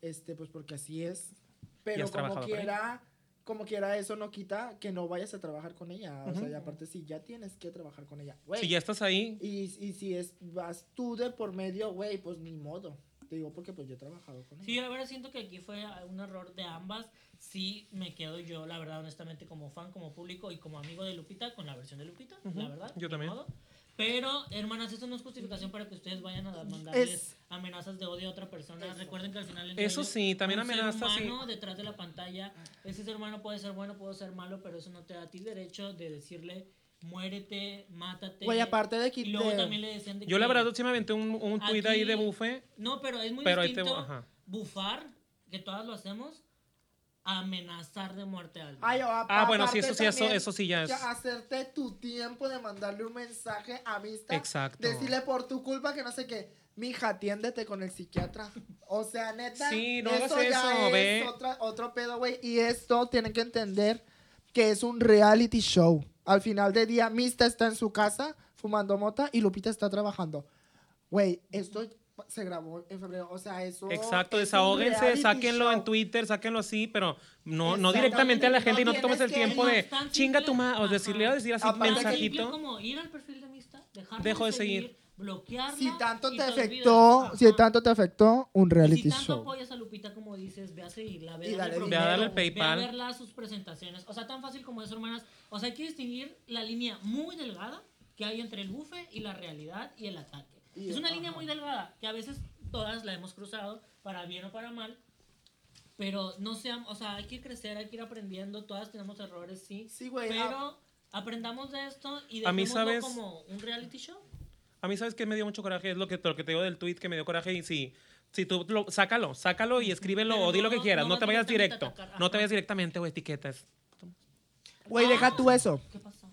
Speaker 3: este, pues porque así es. Pero
Speaker 1: has
Speaker 3: como
Speaker 1: trabajado con
Speaker 3: quiera, como quiera eso no quita que no vayas a trabajar con ella. O sea,
Speaker 1: Ujú.
Speaker 3: y aparte si ya tienes que trabajar con ella. güey,
Speaker 1: Si ya estás ahí,
Speaker 3: Y, y si es, vas tú de por medio, güey, pues ni modo. Te digo porque pues yo he trabajado con ella.
Speaker 2: Sí, yo la verdad siento que aquí fue un error de ambas. Sí, me quedo yo, la verdad, honestamente, como fan, como público y como amigo de Lupita, con la versión de Lupita,
Speaker 1: Ujú,
Speaker 2: la verdad.
Speaker 1: yo
Speaker 2: ni
Speaker 1: también.
Speaker 2: modo. Pero, hermanas, eso no es justificación para que ustedes vayan a mandarles
Speaker 3: Es-
Speaker 2: amenazas de odio a otra persona.
Speaker 3: Eso.
Speaker 2: Recuerden que al final... entre
Speaker 1: eso
Speaker 2: ellos,
Speaker 1: sí, también
Speaker 2: un ser
Speaker 1: amenazas. sí.
Speaker 2: humano detrás de la pantalla. Ese ser humano puede ser bueno, puede ser malo, pero eso no te da a ti derecho de decirle muérete, mátate.
Speaker 3: Güey, aparte de
Speaker 2: y
Speaker 3: que...
Speaker 2: luego
Speaker 3: de-
Speaker 2: también le decían de
Speaker 1: Yo la
Speaker 2: que-
Speaker 1: verdad sí me aventé un, un tuit ahí
Speaker 2: Aquí-
Speaker 1: de bufe,
Speaker 2: No, pero es muy
Speaker 1: pero ahí te...
Speaker 2: distinto
Speaker 1: Ajá.
Speaker 2: bufar, que todas lo hacemos, a amenazar de muerte a alguien.
Speaker 3: Ay, o a-
Speaker 1: Ah, bueno, sí,
Speaker 3: aparte
Speaker 1: eso sí, eso,
Speaker 3: también,
Speaker 1: eso sí ya es.
Speaker 3: ya hacerte tu tiempo de mandarle un mensaje a Mista.
Speaker 1: Exacto.
Speaker 3: Decirle por tu culpa que no sé qué. Mija, atiéndete con el psiquiatra. O sea, neta.
Speaker 1: Sí, no
Speaker 3: eso
Speaker 1: hagas
Speaker 3: ya
Speaker 1: eso, ve.
Speaker 3: es otra- otro pedo, güey. Y esto tienen que entender que es un reality show. Al final del día, Mista está en su casa fumando mota y Lupita está trabajando. Güey, esto se grabó en febrero. O sea, eso.
Speaker 1: Exacto,
Speaker 3: es un
Speaker 1: desahóguense,
Speaker 3: reality
Speaker 1: sáquenlo en
Speaker 3: show.
Speaker 1: Twitter, sáquenlo así, pero no, no
Speaker 3: Exactamente,
Speaker 1: directamente a la gente y no te
Speaker 3: no
Speaker 1: tomes el
Speaker 3: tienes que-
Speaker 1: tiempo
Speaker 2: no
Speaker 1: de
Speaker 2: es tan
Speaker 1: chinga
Speaker 2: simple,
Speaker 1: tu madre, o
Speaker 2: ajá.
Speaker 1: decirle, "Ah, decir así un
Speaker 3: Aparte-
Speaker 2: Tan simple
Speaker 1: mensajito.
Speaker 2: como ir al perfil de Mista, dejar
Speaker 1: Dejo de seguir.
Speaker 2: bloquearla.
Speaker 3: Si tanto
Speaker 2: y
Speaker 3: te
Speaker 2: olvidas.
Speaker 3: afectó,
Speaker 1: Ah,
Speaker 2: Ajá.
Speaker 3: si tanto te afectó, un
Speaker 2: Y si
Speaker 3: reality
Speaker 2: tanto
Speaker 3: show.
Speaker 2: apoyas a Lupita como dices, ve a seguirla, ve,
Speaker 3: Y
Speaker 2: a
Speaker 3: dale
Speaker 2: darle
Speaker 3: dinero.
Speaker 1: Ve a darle el
Speaker 2: Ve a
Speaker 1: PayPal.
Speaker 2: verla sus presentaciones. O sea, tan fácil como eso, hermanas. O sea, hay que distinguir la línea muy delgada que hay entre el bufe y la realidad y el ataque.
Speaker 3: Y-
Speaker 2: es una línea
Speaker 3: ajá.
Speaker 2: muy delgada que a veces todas la hemos cruzado, para bien o para mal. Pero no sean, o sea, hay que crecer, hay que ir aprendiendo. Todas tenemos errores, sí.
Speaker 3: Sí, güey. ah,
Speaker 2: Pero aprendamos de esto y
Speaker 1: A mí,
Speaker 2: dejémoslo
Speaker 1: ¿sabes?
Speaker 2: como un reality show.
Speaker 1: A mí, ¿sabes qué me dio mucho coraje? Es lo que, lo que te digo del tweet que me dio coraje y si... Si tú lo- sácalo, sácalo y escríbelo
Speaker 2: Pero
Speaker 1: o di lo
Speaker 2: no-
Speaker 1: que quieras.
Speaker 2: no
Speaker 1: No,
Speaker 2: vas
Speaker 1: te vayas
Speaker 2: directamente a
Speaker 1: directo.
Speaker 2: atacar,
Speaker 1: No te
Speaker 2: ajá.
Speaker 1: vayas directamente o etiquetas.
Speaker 3: Güey,
Speaker 2: Ah.
Speaker 3: deja tú eso.
Speaker 2: ¿Qué pasó?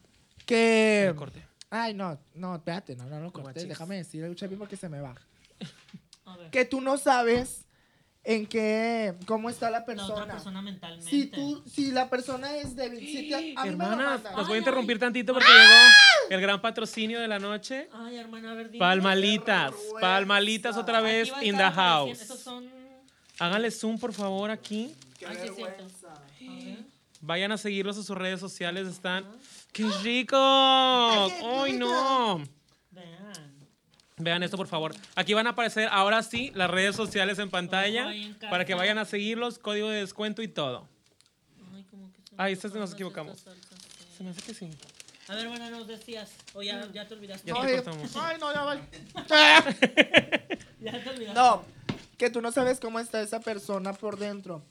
Speaker 3: Que.
Speaker 1: Me corté.
Speaker 3: Ay, no, no, espérate, no, no lo cortes.
Speaker 1: Guachis.
Speaker 3: Déjame decir el Chevy porque se me va.
Speaker 2: A ver.
Speaker 3: Que tú no sabes en qué. cómo está la
Speaker 2: La otra
Speaker 3: persona.
Speaker 2: persona mentalmente.
Speaker 3: Si tú, si la persona es débil, si te, a mí me lo
Speaker 1: Hermanas,
Speaker 3: mandan.
Speaker 1: los voy a
Speaker 2: Ay,
Speaker 1: interrumpir
Speaker 2: ay.
Speaker 1: tantito porque llegó el gran patrocinio de la noche.
Speaker 2: Ay, hermana, a ver, dime.
Speaker 1: Palmalitas,
Speaker 3: vergüenza.
Speaker 1: palmalitas otra
Speaker 2: Aquí
Speaker 1: vez
Speaker 2: va a
Speaker 1: in the
Speaker 2: estar apareciendo- Estos
Speaker 1: house.
Speaker 2: son...
Speaker 1: Háganle zoom por favor aquí.
Speaker 3: Qué
Speaker 2: Ay, sí, es cierto.
Speaker 3: vergüenza.
Speaker 2: a ver.
Speaker 1: Vayan a seguirlos en sus redes sociales, están.
Speaker 2: Ajá.
Speaker 1: ¡Qué rico!
Speaker 3: qué
Speaker 1: ¡Ay,
Speaker 3: rico!
Speaker 1: no!
Speaker 2: Vean.
Speaker 1: Vean esto, por favor. Aquí van a aparecer ahora sí las redes sociales en pantalla
Speaker 2: Ay, en casa.
Speaker 1: para que vayan a seguirlos, código de descuento y todo.
Speaker 2: Ay, como que se
Speaker 1: Ay,
Speaker 2: me
Speaker 1: estas
Speaker 2: antojaron
Speaker 1: nos equivocamos.
Speaker 2: estas salsas.
Speaker 1: Se me hace que sí.
Speaker 2: A ver, hermana, nos decías. O ya, ya te olvidaste.
Speaker 1: Ya.
Speaker 3: Ay,
Speaker 1: cortamos.
Speaker 3: ay, no, ya vale.
Speaker 2: Ya te olvidaste.
Speaker 3: No, que tú no sabes cómo está esa persona por dentro.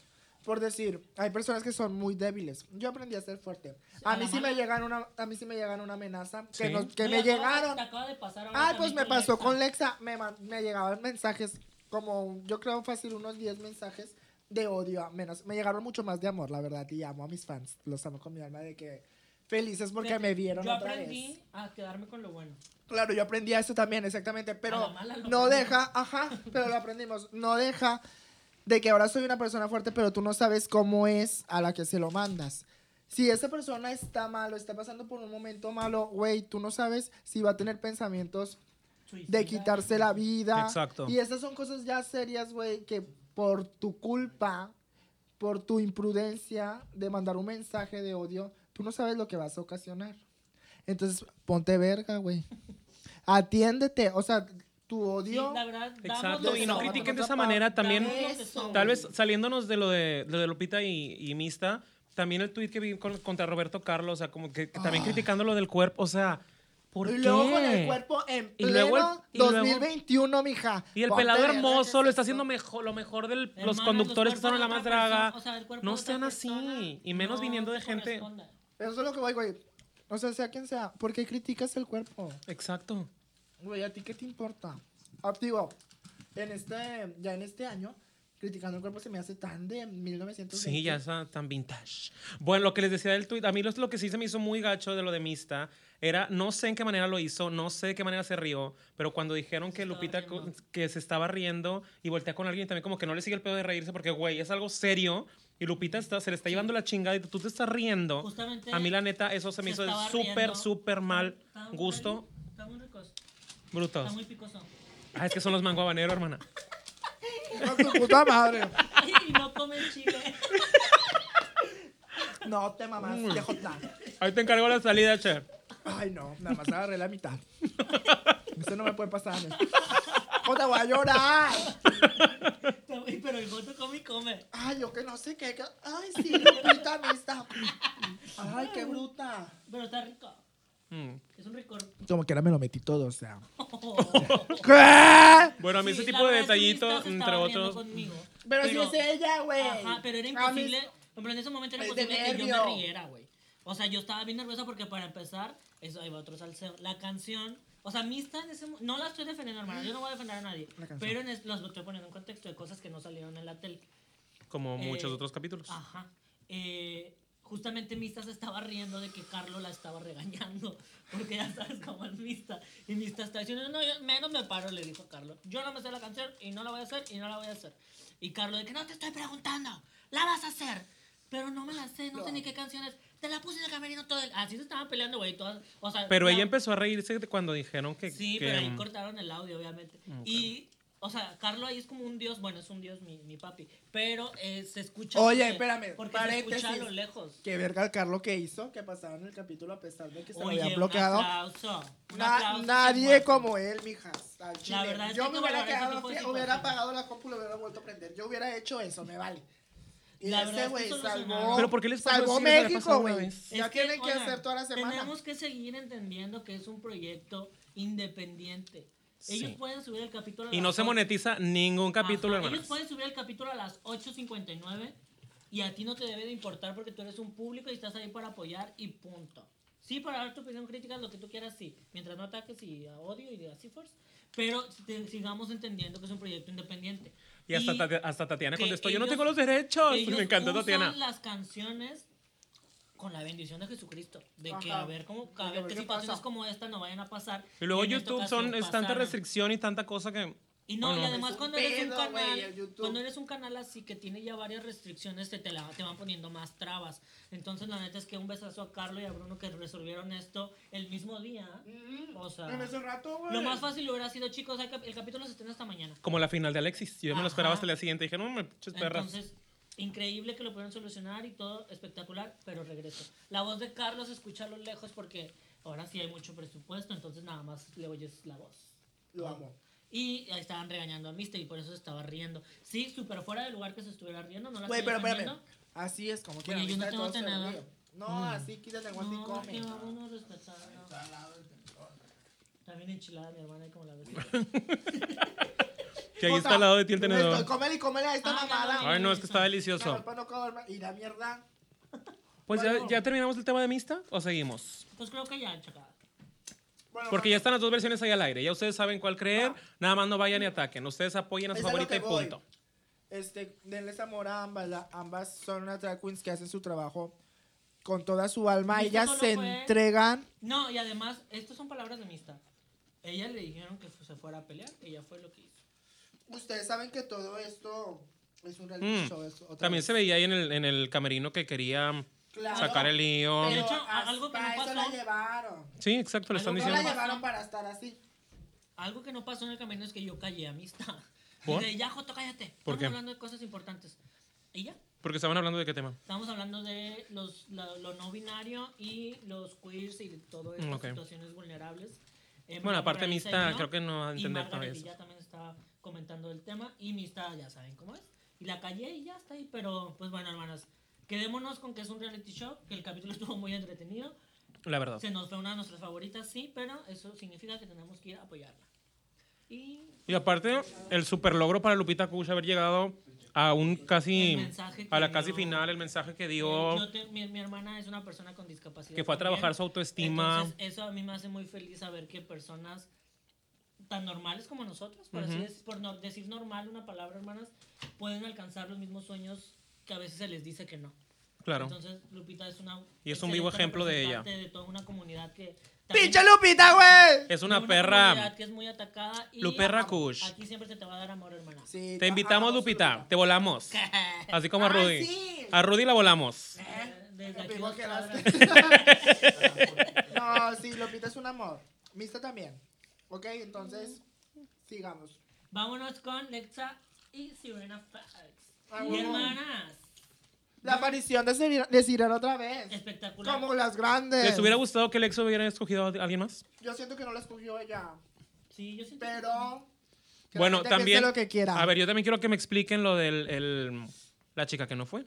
Speaker 3: Por decir, hay personas que son muy débiles. Yo aprendí a ser fuerte.
Speaker 2: ¿A
Speaker 3: A
Speaker 2: la
Speaker 3: mí sí
Speaker 2: mala?
Speaker 3: me llegan una, a mí sí me llegan una amenaza que,
Speaker 1: Sí.
Speaker 3: no- que
Speaker 2: No,
Speaker 3: me
Speaker 2: te acaba-
Speaker 3: llegaron.
Speaker 2: Te acaba de pasar ahora
Speaker 3: Ah, pues
Speaker 2: también
Speaker 3: me pasó
Speaker 2: Alexa.
Speaker 3: con Lexa. Me, man- me llegaban mensajes, como yo creo fácil unos 10 mensajes de odio, menos. Me llegaron mucho más de amor, la verdad. Y amo a mis fans. Los amo con mi alma de que felices porque
Speaker 2: Fíjate,
Speaker 3: me vieron
Speaker 2: Yo
Speaker 3: otra
Speaker 2: aprendí
Speaker 3: vez.
Speaker 2: a quedarme con lo bueno.
Speaker 3: Claro, yo aprendí a eso también, exactamente.
Speaker 2: A la
Speaker 3: Pero
Speaker 2: mala lo
Speaker 3: no
Speaker 2: aprendí.
Speaker 3: deja, ajá, pero lo aprendimos. No deja de que ahora soy una persona fuerte, pero tú no sabes cómo es a la que se lo mandas. Si esa persona está malo, está pasando por un momento malo, güey, tú no sabes si va a tener pensamientos de
Speaker 2: Suicida.
Speaker 3: quitarse la vida.
Speaker 1: Exacto.
Speaker 3: Y esas son cosas ya serias, güey, que por tu culpa, por tu imprudencia de mandar un mensaje de odio, tú no sabes lo que vas a ocasionar. Entonces, ponte verga, güey. Atiéndete, o sea, tu
Speaker 2: Sí,
Speaker 3: odio.
Speaker 2: la verdad, damos
Speaker 1: Exacto,
Speaker 2: lo
Speaker 1: y
Speaker 2: que
Speaker 1: no
Speaker 2: somos.
Speaker 1: critiquen de
Speaker 3: Otra
Speaker 1: esa manera. También,
Speaker 2: Damos lo que
Speaker 3: Eso.
Speaker 2: somos.
Speaker 1: tal vez saliéndonos de lo de, de lo de Lupita y, y
Speaker 2: Ah.
Speaker 1: Mista, también el tuit que vi con- contra Roberto Carlos, o sea, como que, que también criticando lo del cuerpo, o sea, ¿Por
Speaker 3: y
Speaker 1: qué?
Speaker 3: luego con el cuerpo en
Speaker 1: Y
Speaker 3: pleno
Speaker 1: luego el- y luego-
Speaker 3: 2021, mija.
Speaker 1: Y el
Speaker 3: Ponte
Speaker 1: pelado
Speaker 3: verga,
Speaker 1: hermoso lo
Speaker 3: ¿qué
Speaker 1: está
Speaker 3: es eso?
Speaker 1: haciendo mejor, lo mejor de los
Speaker 2: Hermanas,
Speaker 1: conductores que estaban
Speaker 2: cuerpos
Speaker 1: en la
Speaker 2: de
Speaker 1: más
Speaker 2: otra
Speaker 1: draga.
Speaker 2: persona, o sea, el cuerpo
Speaker 1: no
Speaker 2: de otra
Speaker 1: sean así,
Speaker 2: persona
Speaker 1: y menos viniendo
Speaker 2: te
Speaker 1: de gente-
Speaker 2: corresponde.
Speaker 3: Eso es lo que voy, güey. O sea, sea quien sea, ¿por qué criticas el cuerpo?
Speaker 1: Exacto.
Speaker 3: Güey, ¿a ti qué te importa? Ah, digo, en este, ya en este año, criticando el cuerpo se me hace tan de 1900.
Speaker 1: Sí, ya está tan vintage. Bueno, lo que les decía del tweet, a mí lo, lo que sí se me hizo muy gacho de lo de Mista era, no sé en qué manera lo hizo, no sé de qué manera se rió, pero cuando dijeron que
Speaker 2: estaba
Speaker 1: Lupita co-
Speaker 2: riendo.
Speaker 1: que se estaba riendo y voltea con alguien también como que no le sigue el pedo de reírse porque, güey, es algo serio y Lupita está, se le está llevando la chingada y tú te estás riendo.
Speaker 2: Justamente
Speaker 1: A mí la neta, eso se me
Speaker 2: se
Speaker 1: hizo de
Speaker 2: estaba
Speaker 1: súper,
Speaker 2: riendo.
Speaker 1: súper mal
Speaker 2: Está muy
Speaker 1: gusto.
Speaker 2: rico, Está muy rico. Está
Speaker 1: Brutos.
Speaker 2: muy picoso.
Speaker 1: Ah, es que son los mango habanero, hermana.
Speaker 3: ¡A tu puta madre!
Speaker 2: y no comen chile.
Speaker 3: No te mamás,
Speaker 1: Mm.
Speaker 3: viejo tan.
Speaker 1: Ahí te encargo la salida, chef.
Speaker 3: Ay, no, nada más agarré la mitad. Eso no me puede pasar. ¿eh? ¡O te voy a llorar!
Speaker 2: Uy, Pero el goto come y come.
Speaker 3: Ay, yo que no sé qué. que- Ay, sí, Lupita Mista. Ay, qué bruta.
Speaker 2: Pero está rico.
Speaker 1: Mm.
Speaker 2: Es un ricor.
Speaker 3: Como que ahora me lo metí todo, o sea.
Speaker 1: Bueno, a mí
Speaker 2: Sí,
Speaker 1: ese
Speaker 2: la
Speaker 1: tipo de
Speaker 2: verdad es que sí
Speaker 1: detallitos,
Speaker 2: estás-
Speaker 1: entre
Speaker 2: estaba riendo
Speaker 1: otros.
Speaker 2: conmigo.
Speaker 3: Pero, si es ella, güey.
Speaker 2: Ajá, pero era
Speaker 3: A mí-
Speaker 2: imposible. Pero en ese momento era
Speaker 3: es de
Speaker 2: imposible que yo
Speaker 3: nervio.
Speaker 2: me riera, güey. O sea, yo estaba bien nerviosa porque para empezar, eso ahí va otro salseo. La canción. O sea, Mista en ese mo- No la estoy defendiendo, hermano. Yo no voy a defender a nadie.
Speaker 3: La canción.
Speaker 2: Pero en es- los estoy poniendo en contexto de cosas que no salieron en la tele.
Speaker 1: Como
Speaker 2: Eh,
Speaker 1: muchos otros capítulos.
Speaker 2: Ajá. Eh, justamente Mista se estaba riendo de que Carlos la estaba regañando. Porque ya sabes cómo es Mista. Y Mista está diciendo, no, yo menos me paro, le dijo Carlos. Yo no me sé la canción y no la voy a hacer y no la voy a hacer. Y Carlos de que no te estoy preguntando, la vas a hacer. Pero no me la sé, no, sé ni qué canciones. Te la puse en el camerino todo el... Así se estaban peleando, güey. todas- O sea,
Speaker 1: Pero
Speaker 2: la-
Speaker 1: ella empezó a reírse de cuando dijeron que.
Speaker 2: Sí,
Speaker 1: que,
Speaker 2: pero ahí
Speaker 1: mm,
Speaker 2: cortaron el audio, obviamente. Y, o sea, Carlos ahí es como un dios, bueno, es un dios mi, mi papi, pero eh, se escucha...
Speaker 3: Oye,
Speaker 2: porque-
Speaker 3: espérame,
Speaker 2: Porque se escucha a
Speaker 3: paréntesis.
Speaker 2: lo lejos.
Speaker 3: Qué verga el Carlos que hizo, que pasaron el capítulo a pesar de que se
Speaker 2: Oye,
Speaker 3: lo habían
Speaker 2: Un
Speaker 3: bloqueado.
Speaker 2: aplauso, un
Speaker 3: Na-
Speaker 2: aplauso,
Speaker 3: nadie
Speaker 2: muerto.
Speaker 3: como él, mijas. al chile.
Speaker 2: verdad es
Speaker 3: yo
Speaker 2: que hay
Speaker 3: me
Speaker 2: que
Speaker 3: hubiera
Speaker 2: valorar ese
Speaker 3: quedado,
Speaker 2: tipo de
Speaker 3: fie- hubiera
Speaker 2: situaciones.
Speaker 3: apagado la compu, lo hubiera vuelto a prender. Yo hubiera hecho eso, me vale. Y
Speaker 2: La verdad es
Speaker 3: ese
Speaker 2: que
Speaker 3: güey
Speaker 2: eso no es
Speaker 3: salvó.
Speaker 2: nada.
Speaker 1: Pero ¿por qué les pasó
Speaker 3: salvó
Speaker 1: así? Les había
Speaker 3: México,
Speaker 1: pasado una
Speaker 3: güey.
Speaker 1: vez.
Speaker 3: Ya
Speaker 2: Es
Speaker 3: tienen que
Speaker 2: oigan,
Speaker 3: hacer toda la semana.
Speaker 2: Tenemos que seguir entendiendo que es un proyecto independiente. Ellos
Speaker 1: Sí.
Speaker 2: pueden subir el capítulo a
Speaker 1: Y
Speaker 2: las
Speaker 1: no se
Speaker 2: ocho.
Speaker 1: monetiza ningún capítulo,
Speaker 2: Ajá,
Speaker 1: hermano.
Speaker 2: Ellos pueden subir el capítulo a las 8.59 y a ti no te debe de importar porque tú eres un público y estás ahí para apoyar y punto. Sí, para dar tu opinión crítica, lo que tú quieras, sí. Mientras no ataques y a odio y así fuerza. Pero te- sigamos entendiendo que es un proyecto independiente.
Speaker 1: Y hasta, Tati- hasta Tatiana
Speaker 2: que
Speaker 1: contestó: Yo no
Speaker 2: ellos-
Speaker 1: tengo los derechos.
Speaker 2: ellos
Speaker 1: Me encantó
Speaker 2: usan
Speaker 1: Tatiana.
Speaker 2: las canciones con la bendición de Jesucristo. De que
Speaker 3: Ajá.
Speaker 2: a ver, cómo,
Speaker 3: De
Speaker 2: a
Speaker 3: que a
Speaker 2: ver
Speaker 3: ver
Speaker 2: qué
Speaker 3: qué
Speaker 2: situaciones
Speaker 3: pasa.
Speaker 2: como esta no vayan a pasar.
Speaker 1: Y luego
Speaker 2: en esta
Speaker 1: YouTube son,
Speaker 2: ocasión
Speaker 1: es tanta
Speaker 2: pasaron.
Speaker 1: restricción y tanta cosa que.
Speaker 2: Y no,
Speaker 1: Oh,
Speaker 2: y
Speaker 1: no.
Speaker 2: además
Speaker 3: Es un
Speaker 2: cuando eres un
Speaker 3: pedo, güey, el
Speaker 2: canal,
Speaker 3: YouTube.
Speaker 2: cuando eres un canal así que tiene ya varias restricciones, te, te, la- te van poniendo más trabas. Entonces la neta es que un besazo a Carlos y a Bruno que resolvieron esto el mismo día.
Speaker 3: Mm,
Speaker 2: O sea,
Speaker 3: en ese rato, güey.
Speaker 2: Lo más fácil hubiera sido, chicos, hay cap- el capítulo se estrena hasta mañana.
Speaker 1: Como la final de Alexis. Yo me lo esperaba
Speaker 2: Ajá.
Speaker 1: hasta el día siguiente. Dije: No, me
Speaker 3: Pues,
Speaker 1: pinches perras.
Speaker 2: Entonces, increíble que lo pudieron solucionar y todo espectacular, pero regreso. La voz de Carlos se escucha a lo lejos porque ahora sí hay mucho presupuesto, entonces nada más le oyes la voz.
Speaker 3: Lo amo.
Speaker 2: Y ahí estaban regañando a Mister y por eso se estaba riendo. Sí, súper fuera del lugar que se estuviera riendo, no la
Speaker 3: Güey,
Speaker 2: estoy
Speaker 3: pero espérame.
Speaker 2: defendiendo.
Speaker 3: Así es como que
Speaker 2: Oye, yo no tengo nada.
Speaker 3: No,
Speaker 1: Mm.
Speaker 3: así quítate el guante y
Speaker 2: No, es que
Speaker 3: come.
Speaker 2: vámonos respetando. También enchilada mi hermana y como la ves.
Speaker 1: Que ahí está al lado de ti el tenedor.
Speaker 3: Comele y comele a esta
Speaker 2: Ah, no,
Speaker 3: mamada.
Speaker 1: Ay, no, es que está
Speaker 3: No, el
Speaker 1: delicioso.
Speaker 3: pan no come, Y la mierda.
Speaker 1: Pues ya,
Speaker 3: bueno.
Speaker 1: ya terminamos el tema de Mista o seguimos.
Speaker 2: Pues creo que ya, chacada.
Speaker 3: Bueno,
Speaker 1: Porque ya están las dos versiones ahí al aire. Ya ustedes saben cuál creer. Nada más no vayan y ataquen. Ustedes apoyen a su
Speaker 3: Es a lo
Speaker 1: favorita
Speaker 3: que
Speaker 1: y
Speaker 3: voy.
Speaker 1: punto.
Speaker 3: Este, denles amor a ambas. la- ambas son unas drag queens que hacen su trabajo con toda su alma.
Speaker 2: Mista
Speaker 3: Ellas
Speaker 2: solo
Speaker 3: se
Speaker 2: fue-
Speaker 3: entregan.
Speaker 2: No, y además, estas son palabras de Mista. Ella le dijeron que fu- se fuera a pelear, ella fue lo que hizo.
Speaker 3: Ustedes saben que todo esto es un reality
Speaker 1: Mm.
Speaker 3: show. es otra
Speaker 1: También
Speaker 3: vez.
Speaker 1: se veía ahí en el, en el camerino que quería
Speaker 2: Ah,
Speaker 3: Claro,
Speaker 1: sacar el lío.
Speaker 3: pero
Speaker 2: De hecho,
Speaker 3: hasta
Speaker 2: algo que no
Speaker 3: eso
Speaker 2: pasó.
Speaker 3: la llevaron.
Speaker 1: Sí, exacto, le están
Speaker 2: No
Speaker 3: No la
Speaker 1: diciendo.
Speaker 2: lleva-
Speaker 3: llevaron para estar así.
Speaker 2: Algo que no pasó en el camino es que yo callé a Mista.
Speaker 1: ¿Por?
Speaker 2: Dije, ya, Joto, cállate.
Speaker 1: ¿Por
Speaker 2: Estamos
Speaker 1: qué?
Speaker 2: hablando de cosas importantes. Y ya.
Speaker 1: Porque estaban hablando de qué tema.
Speaker 2: Estamos hablando de los, la- lo no binario y los queers y todas estas
Speaker 1: Mm, ok.
Speaker 2: situaciones vulnerables. Eh,
Speaker 1: Bueno, aparte
Speaker 2: Margarita
Speaker 1: Mista
Speaker 2: y yo,
Speaker 1: creo que no va a
Speaker 2: y
Speaker 1: entender todavía
Speaker 2: Margaret y
Speaker 1: eso.
Speaker 2: ya también estaba comentando el tema y Mista ya saben cómo es. Y la callé y ya está ahí, pero pues bueno, hermanas, quedémonos con que es un reality show, que el capítulo estuvo muy entretenido.
Speaker 1: La verdad.
Speaker 2: Se nos fue una de nuestras favoritas, sí, pero eso significa que tenemos que ir a apoyarla. Y
Speaker 1: Y aparte, el super logro para Lupita Kush haber llegado a un
Speaker 2: El
Speaker 1: casi.
Speaker 2: mensaje que
Speaker 1: A la casi
Speaker 2: dio-
Speaker 1: final, el mensaje que
Speaker 2: Yo,
Speaker 1: dio,
Speaker 2: te- mi, mi hermana es una persona con discapacidad.
Speaker 1: que fue a
Speaker 2: también.
Speaker 1: trabajar su autoestima.
Speaker 2: Entonces, eso a mí me hace muy feliz saber que personas tan normales como nosotros, por así
Speaker 1: Ujú.
Speaker 2: es, por no- decir normal una palabra, hermanas, pueden alcanzar los mismos sueños que a veces se les dice que no.
Speaker 1: claro.
Speaker 2: Entonces, Lupita es una.
Speaker 1: Y es un vivo
Speaker 2: excelente
Speaker 1: ejemplo de ella.
Speaker 2: representante De toda una comunidad que. también-
Speaker 4: ¡Pinche Lupita, güey!
Speaker 1: es
Speaker 2: de
Speaker 1: una perra.
Speaker 2: comunidad que es muy atacada. Y
Speaker 1: Luperra
Speaker 2: a-
Speaker 1: Kush.
Speaker 2: Aquí siempre se te va a dar amor, hermana.
Speaker 3: Sí, ah,
Speaker 1: Te invitamos,
Speaker 3: amamos,
Speaker 1: Lupita. Te volamos. Así como a
Speaker 3: ¡Ay,
Speaker 1: Rudy.
Speaker 3: sí!
Speaker 1: A Rudy la volamos.
Speaker 2: Desde
Speaker 3: Me
Speaker 2: aquí
Speaker 3: pegó
Speaker 2: los
Speaker 3: que las-
Speaker 2: cabras.
Speaker 3: No, sí, Lupita es un amor. Mista también. Ok, entonces, sigamos.
Speaker 2: Vámonos con Lexa y Sirena Facts.
Speaker 3: Ah,
Speaker 2: Y
Speaker 3: bueno.
Speaker 2: hermanas,
Speaker 3: La aparición de Sirena, de Sirena otra vez.
Speaker 2: espectacular.
Speaker 3: Como las grandes.
Speaker 1: ¿Les hubiera gustado que el exo hubiera escogido a alguien más?
Speaker 3: Yo siento que no la escogió ella,
Speaker 2: Sí, yo siento que-
Speaker 3: pero... que la
Speaker 1: Bueno,
Speaker 3: gente piense
Speaker 1: también.
Speaker 3: lo que quiera.
Speaker 1: A ver, yo también quiero que me expliquen lo del. el- la chica que no fue.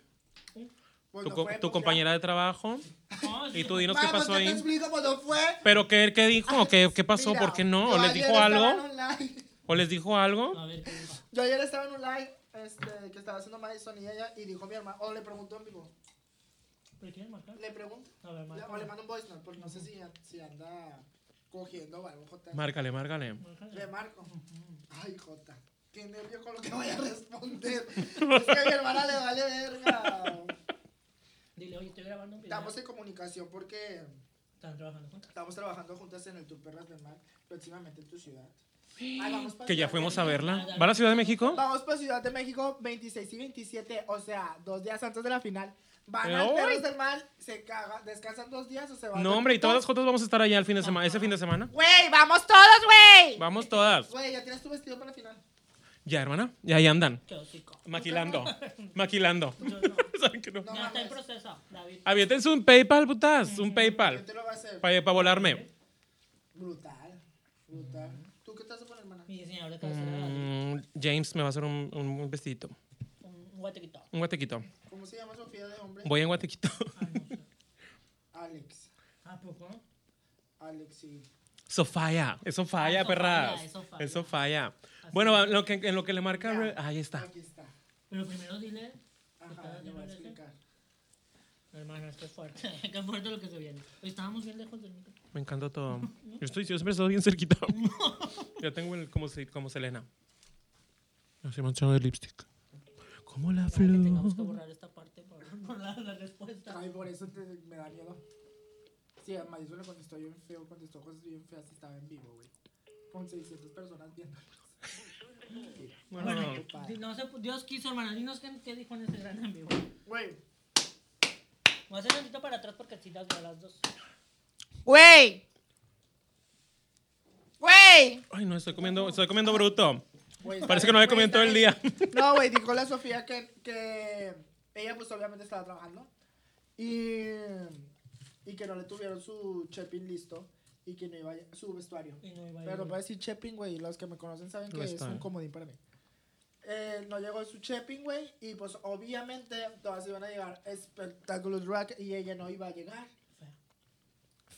Speaker 3: Pues
Speaker 1: Tu,
Speaker 3: no
Speaker 1: co-
Speaker 3: fue,
Speaker 1: tu
Speaker 3: pues
Speaker 1: compañera de trabajo.
Speaker 2: No, sí,
Speaker 1: Y tú dinos
Speaker 3: Ma,
Speaker 1: qué
Speaker 3: pues,
Speaker 1: pasó
Speaker 3: te
Speaker 1: ahí.
Speaker 3: explico? Pues no fue.
Speaker 1: ¿Pero qué, qué dijo? ¿Qué, qué pasó?
Speaker 3: Mira,
Speaker 1: ¿Por qué no? ¿O
Speaker 3: yo
Speaker 1: les
Speaker 3: ayer
Speaker 1: dijo
Speaker 3: estaba
Speaker 1: algo?
Speaker 3: en un live-
Speaker 1: ¿O les dijo algo?
Speaker 2: A ver qué dijo.
Speaker 3: Yo ayer estaba en un live este, que estaba haciendo Madison y ella y dijo mi hermano, o le preguntó en vivo,
Speaker 2: ¿Pero quieren marcar?
Speaker 3: le pregunto,
Speaker 2: A ver,
Speaker 3: le-
Speaker 2: marca.
Speaker 3: o le mando un voice note, porque no sé si, si anda cogiendo o algo, Jota.
Speaker 1: Márcale, márcale.
Speaker 3: Le marco. Ay, Jota, qué nervio con lo que voy a responder. es que a mi hermana le vale verga.
Speaker 2: Dile, oye, estoy grabando un video.
Speaker 3: Estamos en comunicación porque
Speaker 2: Están trabajando juntas.
Speaker 3: estamos trabajando juntas en el Tour Perras del Mar, próximamente en tu ciudad. Ay, vamos pa'
Speaker 1: Que ya
Speaker 3: Ciudad
Speaker 1: fuimos
Speaker 3: de
Speaker 1: a verla. ¿Va a la Ciudad de México?
Speaker 3: Vamos para Ciudad de México 26 y 27, o sea, dos días antes de la final. Van
Speaker 1: Ay.
Speaker 3: al Perros del Mar, se cagan, descansan dos días o se van.
Speaker 1: No, hombre, y todas las fotos vamos a estar allá el fin de semana, ese fin de semana.
Speaker 3: ¡Güey, vamos todos, güey!
Speaker 1: Vamos todas.
Speaker 3: Güey, ya tienes tu vestido para la final.
Speaker 1: Ya, hermana, ya ahí andan.
Speaker 2: Qué hocico.
Speaker 1: Maquilando. Maquilando.
Speaker 2: Yo no.
Speaker 1: ¿Saben que no?
Speaker 3: No
Speaker 2: Ya está en
Speaker 3: mames.
Speaker 2: proceso, David.
Speaker 1: Aviéntense un PayPal, putas. Un
Speaker 3: Yo
Speaker 1: PayPal.
Speaker 3: te lo voy a hacer.
Speaker 1: Para volarme.
Speaker 3: Brutal, brutal. ¿Tú qué te vas a poner, hermana?
Speaker 2: Mi diseñador de cabecera, David.
Speaker 1: Mm, James me va a hacer un, un vestidito. Mm.
Speaker 2: Un guatequito.
Speaker 1: Un guatequito.
Speaker 3: ¿Cómo se llama Sofía de hombre?
Speaker 1: Voy en guatequito.
Speaker 2: Ah, no sé.
Speaker 3: Alex,
Speaker 2: ¿A poco?
Speaker 3: Alex, sí.
Speaker 1: Sofía. Eso falla,
Speaker 2: Eso
Speaker 1: perras.
Speaker 2: falla, eso falla.
Speaker 1: Eso falla. Bueno, en lo que, en lo que le marca. Re- Ahí está.
Speaker 3: Aquí está.
Speaker 2: Pero primero dile,
Speaker 3: Ajá,
Speaker 2: ¿Estás
Speaker 3: le voy a
Speaker 2: viendo
Speaker 3: explicar.
Speaker 2: hermanas, qué fuerte. qué fuerte lo que se viene. Hoy estábamos bien lejos del micro.
Speaker 1: Me encanta todo. Yo, estoy, yo siempre estoy bien cerquita. Yo tengo el como, se- como Selena. No se manchado de lipstick. Como la
Speaker 2: Ojalá que tengamos que
Speaker 1: flor.
Speaker 2: borrar esta parte por, por la, la respuesta.
Speaker 3: Ay, por eso te- me da miedo. Sí, a Madison le contestó bien feo, contestó cosas bien feas y estaba en vivo, güey. Con 600 personas viendo.
Speaker 2: Bueno,
Speaker 1: No.
Speaker 3: Ocupada.
Speaker 2: di- no sé, Dios quiso, hermana. Dinos qué, qué dijo en ese gran amigo.
Speaker 3: Güey,
Speaker 2: Voy a hacer tantito para atrás porque si las veo a las dos.
Speaker 5: Güey. Güey.
Speaker 1: Ay, no, estoy comiendo, estoy comiendo bruto.
Speaker 3: güey,
Speaker 1: Parece
Speaker 3: ¿sabes?
Speaker 1: que no había
Speaker 3: Güey,
Speaker 1: comido en todo el
Speaker 3: ¿sabes?
Speaker 1: día.
Speaker 3: No, güey, dijo la Sofía que, que ella pues obviamente estaba trabajando y, y que no le tuvieron su chepin listo y que no iba a, su vestuario.
Speaker 2: Y no iba a ir.
Speaker 3: Pero no puedo decir chepin, güey, los que me conocen saben que es
Speaker 1: Vestuario.
Speaker 3: un comodín para mí. Eh, no llegó su chepin, güey, y pues obviamente todas iban a llegar espectáculos rock y ella no iba a llegar.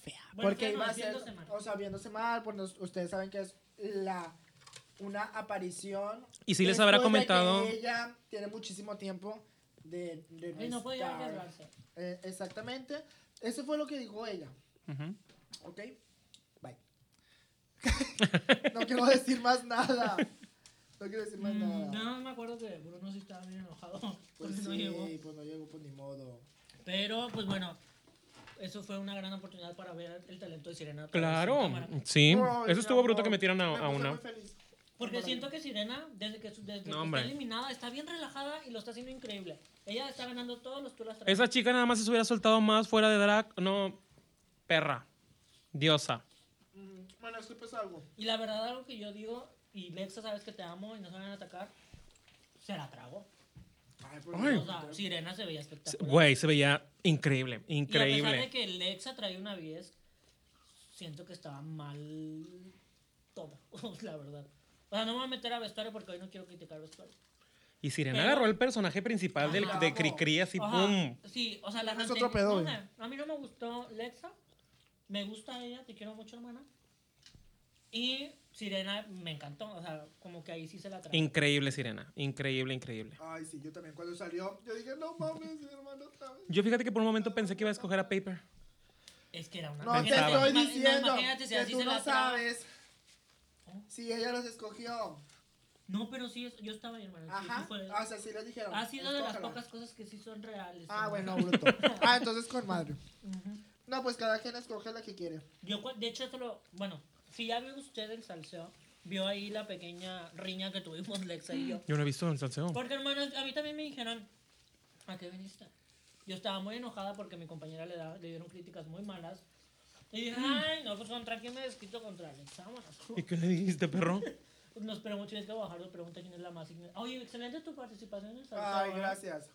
Speaker 3: Fea.
Speaker 2: Bueno,
Speaker 3: porque
Speaker 2: fea no,
Speaker 3: iba a ser,
Speaker 2: viéndose mal.
Speaker 3: o sea, viéndose mal, porque ustedes saben que es la una aparición.
Speaker 1: Y sí les habrá
Speaker 3: después de que
Speaker 1: comentado-
Speaker 3: Ella tiene muchísimo tiempo de, de no
Speaker 2: Ay, no podía
Speaker 3: estar.
Speaker 2: agarrarse.
Speaker 3: Eh, exactamente. Eso fue lo que dijo ella.
Speaker 1: Ujú.
Speaker 3: ¿Ok? Bye. no quiero decir más nada. No quiero decir más
Speaker 2: Mm,
Speaker 3: nada.
Speaker 2: no, me acuerdo que Bruno sí estaba bien enojado.
Speaker 3: Pues
Speaker 2: porque
Speaker 3: sí,
Speaker 2: no llegó.
Speaker 3: pues no llegó, pues ni modo.
Speaker 2: Pero, pues bueno, eso fue una gran oportunidad para ver el talento de Sirena. otra vez en
Speaker 1: Claro,
Speaker 2: cámara.
Speaker 1: sí.
Speaker 3: Ay,
Speaker 1: Eso
Speaker 3: mi
Speaker 1: estuvo bruto
Speaker 3: amor.
Speaker 1: que metieran a,
Speaker 3: Me
Speaker 1: a
Speaker 3: puse muy
Speaker 1: una.
Speaker 3: feliz.
Speaker 2: Porque siento que Sirena, desde que, su- desde
Speaker 1: No,
Speaker 2: que
Speaker 1: hombre.
Speaker 2: está eliminada, está bien relajada y lo está haciendo increíble. Ella está ganando todos los tours astrales.
Speaker 1: Esa chica nada más se hubiera soltado más fuera de drag. No, perra. Diosa.
Speaker 3: Mm, Bueno, es que pues algo.
Speaker 2: Y la verdad, algo que yo digo, y Lexa, sabes que te amo y no se van a atacar, se la tragó.
Speaker 3: Ay, por
Speaker 1: Ay.
Speaker 2: O
Speaker 3: Dios,
Speaker 2: sea,
Speaker 3: no te-
Speaker 2: Sirena se veía espectacular.
Speaker 1: Güey, se veía increíble,
Speaker 2: Y a pesar de
Speaker 1: increíble.
Speaker 2: que Lexa traía una 10, siento que estaba mal todo, la verdad. O sea, no me voy a meter a vestuario porque hoy no quiero criticar vestuario.
Speaker 1: Y Sirena
Speaker 2: Pero-
Speaker 1: agarró el personaje principal del,
Speaker 3: Ajá.
Speaker 1: de Cricri así,
Speaker 2: Ajá,
Speaker 1: pum.
Speaker 2: Sí, o sea, la
Speaker 3: Es
Speaker 2: gente-
Speaker 3: otro pedo,
Speaker 2: no
Speaker 3: güey.
Speaker 2: me- A mí no me gustó Lexa. Me gusta ella, te quiero mucho, hermana. Y Sirena me encantó, o sea, como que ahí sí se la trajo.
Speaker 1: Increíble, Sirena. Increíble, increíble.
Speaker 3: Ay, sí, yo también. Cuando salió, yo dije, no mames, mi hermano otra vez.
Speaker 1: Yo fíjate que por un momento pensé que iba a escoger a Paper.
Speaker 2: Es que era una
Speaker 3: No te
Speaker 1: Ah, Pensaba.
Speaker 3: estoy
Speaker 2: Ima-
Speaker 3: diciendo
Speaker 2: Imagínate si
Speaker 3: que
Speaker 2: así
Speaker 3: tú
Speaker 2: se
Speaker 3: no
Speaker 2: la traba.
Speaker 3: sabes.
Speaker 2: ¿Eh?
Speaker 3: Sí, ella los escogió.
Speaker 2: No, pero sí, es- yo estaba ahí, hermano. sí, sí
Speaker 3: Ajá. Ah,
Speaker 2: fue-
Speaker 3: O sea, sí les dijeron.
Speaker 2: ha sido de las
Speaker 3: escógela.
Speaker 2: pocas cosas que sí son reales.
Speaker 3: Ah,
Speaker 2: ¿no?
Speaker 3: bueno, bruto. Ah, entonces con madre.
Speaker 2: Ujú.
Speaker 3: No, pues cada quien escoge la que quiere.
Speaker 2: Yo, cu- de hecho, esto lo. Bueno, si ya vio usted el salseo, vio ahí la pequeña riña que tuvimos Lexa y yo.
Speaker 1: Yo no he visto el salseo.
Speaker 2: Porque, hermanos, a mí también me dijeron, ¿a qué viniste? Yo estaba muy enojada porque mi compañera le, da- le dieron críticas muy malas. Y dije, ay, no, pues contra quién me desquito contra Alexa. vámonos".
Speaker 1: ¿Y qué le dijiste, perro?
Speaker 2: Nos preguntó, tienes que bajar, nos pregunta quién es la más ignorante. Oye, excelente tu participación en el salseo.
Speaker 3: Ay,
Speaker 2: ¿eh?
Speaker 3: gracias.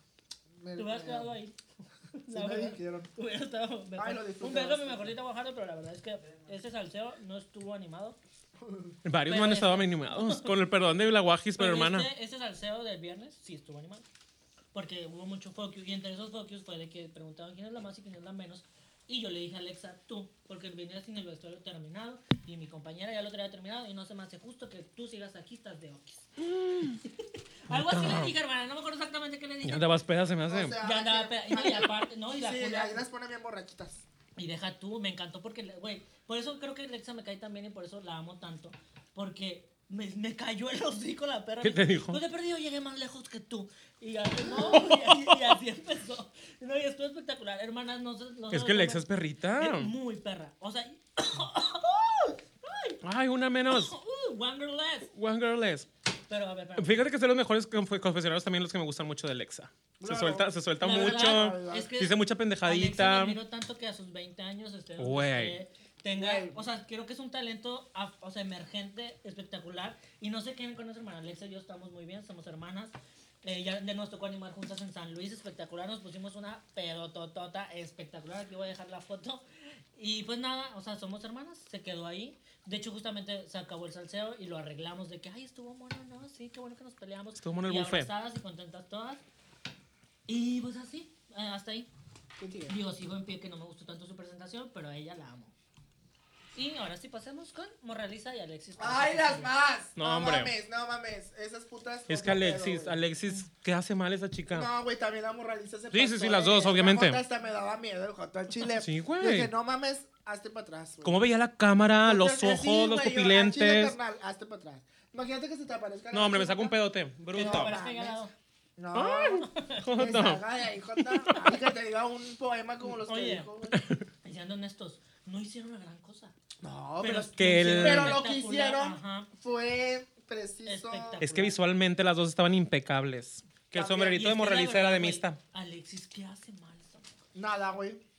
Speaker 3: Me-
Speaker 2: Tú hubieras
Speaker 3: me-
Speaker 2: quedado ahí.
Speaker 3: Sí
Speaker 2: La
Speaker 3: me
Speaker 2: verdad.
Speaker 3: dijeron.
Speaker 2: Hubiera estado mejor.
Speaker 3: Ay, lo
Speaker 2: Un beso a mi
Speaker 3: disfrutamos.
Speaker 2: mejorcito Guajardo, pero la verdad es que ese salseo no estuvo animado.
Speaker 1: Varios
Speaker 2: Pero
Speaker 1: me han
Speaker 2: es-
Speaker 1: estado animados. Con el perdón de la guajis, pero hermana.
Speaker 2: Este, este salseo del viernes sí estuvo animado. Porque hubo mucho focus. Y entre esos focus fue de que preguntaban quién es la más y quién es la menos. Y yo le dije a Alexa, tú. Porque venía sin el vestuario terminado. Y mi compañera ya lo traía terminado. Y no se me hace justo que tú sigas aquí, estás de oquis.
Speaker 3: Mm.
Speaker 2: Algo así le dije, hermana. No me acuerdo exactamente qué le dije.
Speaker 1: Ya andabas pedas, se me hace.
Speaker 3: O sea,
Speaker 2: Ya andaba
Speaker 3: que-
Speaker 2: peda- no, y aparte, no, y la
Speaker 3: Sí,
Speaker 2: Julia-
Speaker 3: ahí las pone bien borrachitas.
Speaker 2: Y deja tú, me encantó porque, le- güey, por eso creo que Lexa me cae también y por eso la amo tanto. Porque me, me cayó el hocico la perra.
Speaker 1: ¿Qué
Speaker 2: Me
Speaker 1: te dijo?
Speaker 2: Pues de perdido llegué más lejos que tú. Y así, no, y, así- y así empezó. No, y estuvo espectacular. Hermanas, no sé. No se
Speaker 1: es
Speaker 2: lo
Speaker 1: que Lexa
Speaker 2: tomen.
Speaker 1: es perrita.
Speaker 2: Es muy perra. O sea,
Speaker 1: Ay, una menos.
Speaker 2: uh, one girl less.
Speaker 1: One girl less.
Speaker 2: Pero a ver, espera.
Speaker 1: Fíjate que son los mejores conf- confesionarios también los que me gustan mucho de Lexa. Se
Speaker 3: Claro.
Speaker 1: suelta, se suelta
Speaker 2: La
Speaker 1: mucho.
Speaker 2: verdad, es que
Speaker 1: dice mucha
Speaker 2: Alexa la
Speaker 1: pendejadita.
Speaker 2: admiro tanto que a sus 20 años esté donde
Speaker 1: Güey.
Speaker 2: esté, tenga,
Speaker 3: Güey.
Speaker 2: o sea, creo que es un talento, af- o sea, emergente, espectacular. Y no sé quién conoce, hermana Alexa y yo estamos muy bien, somos hermanas. Eh, ya de- nos tocó animar juntas en San Luis, espectacular. Nos pusimos una pedototota espectacular. Aquí voy a dejar la foto. Y pues nada, o sea, somos hermanas, se quedó ahí. De hecho, justamente se acabó el salseo y lo arreglamos de que, ay, estuvo mono, ¿no? Sí, qué bueno que nos peleamos.
Speaker 1: Estuvo mono el
Speaker 2: y
Speaker 1: buffet.
Speaker 2: abrazadas y contentas todas. Y pues así, eh, hasta ahí.
Speaker 3: ¿Quién sigue?
Speaker 2: Digo, sigo en pie que no me gustó tanto su presentación, pero a ella la amo. Y ahora sí pasemos con Morraliza y Alexis.
Speaker 3: ¡Ay, las más!
Speaker 1: No, hombre.
Speaker 3: mames, no mames. Esas putas.
Speaker 1: Es que
Speaker 3: otro pedo,
Speaker 1: Alexis,
Speaker 3: güey.
Speaker 1: Alexis, ¿qué hace mal esa chica?
Speaker 3: No, güey, también la morraliza se
Speaker 1: Sí, sí,
Speaker 3: pasó
Speaker 1: sí, las
Speaker 3: de-
Speaker 1: dos,
Speaker 3: eh. la
Speaker 1: obviamente.
Speaker 3: jota hasta me daba miedo el joto al chile.
Speaker 1: Sí, güey.
Speaker 3: Yo Dije, no mames, hazte para atrás, güey.
Speaker 1: ¿Cómo veía la cámara,
Speaker 3: Entonces,
Speaker 1: los
Speaker 3: Pues sí, güey,
Speaker 1: ojos, los
Speaker 3: yo, al chile,
Speaker 1: pupilentes?
Speaker 3: carnal, hazte para atrás. Imagínate que se te aparezca.
Speaker 1: No, hombre, me saca un Ah, pedote. Bruto.
Speaker 3: no, No. Me
Speaker 1: Joto.
Speaker 3: saca de ahí, Jota. Ay, que te diga un poema como los
Speaker 2: Oye.
Speaker 3: que dijo, güey.
Speaker 2: Y siendo honestos, no hicieron una gran cosa.
Speaker 3: No, pero,
Speaker 1: que
Speaker 2: estuvieron
Speaker 1: el-
Speaker 3: pero lo que
Speaker 2: espectacular,
Speaker 3: hicieron
Speaker 2: ajá.
Speaker 3: fue preciso.
Speaker 2: Espectacular.
Speaker 1: Es que visualmente las dos estaban impecables. Que el
Speaker 3: También,
Speaker 2: Y
Speaker 1: sombrerito
Speaker 2: es
Speaker 1: de
Speaker 2: que la
Speaker 1: Morraliza
Speaker 2: verdad,
Speaker 1: era de
Speaker 2: güey,
Speaker 1: mista.
Speaker 2: Alexis, ¿qué hace mal esa mujer?
Speaker 3: Nada, güey.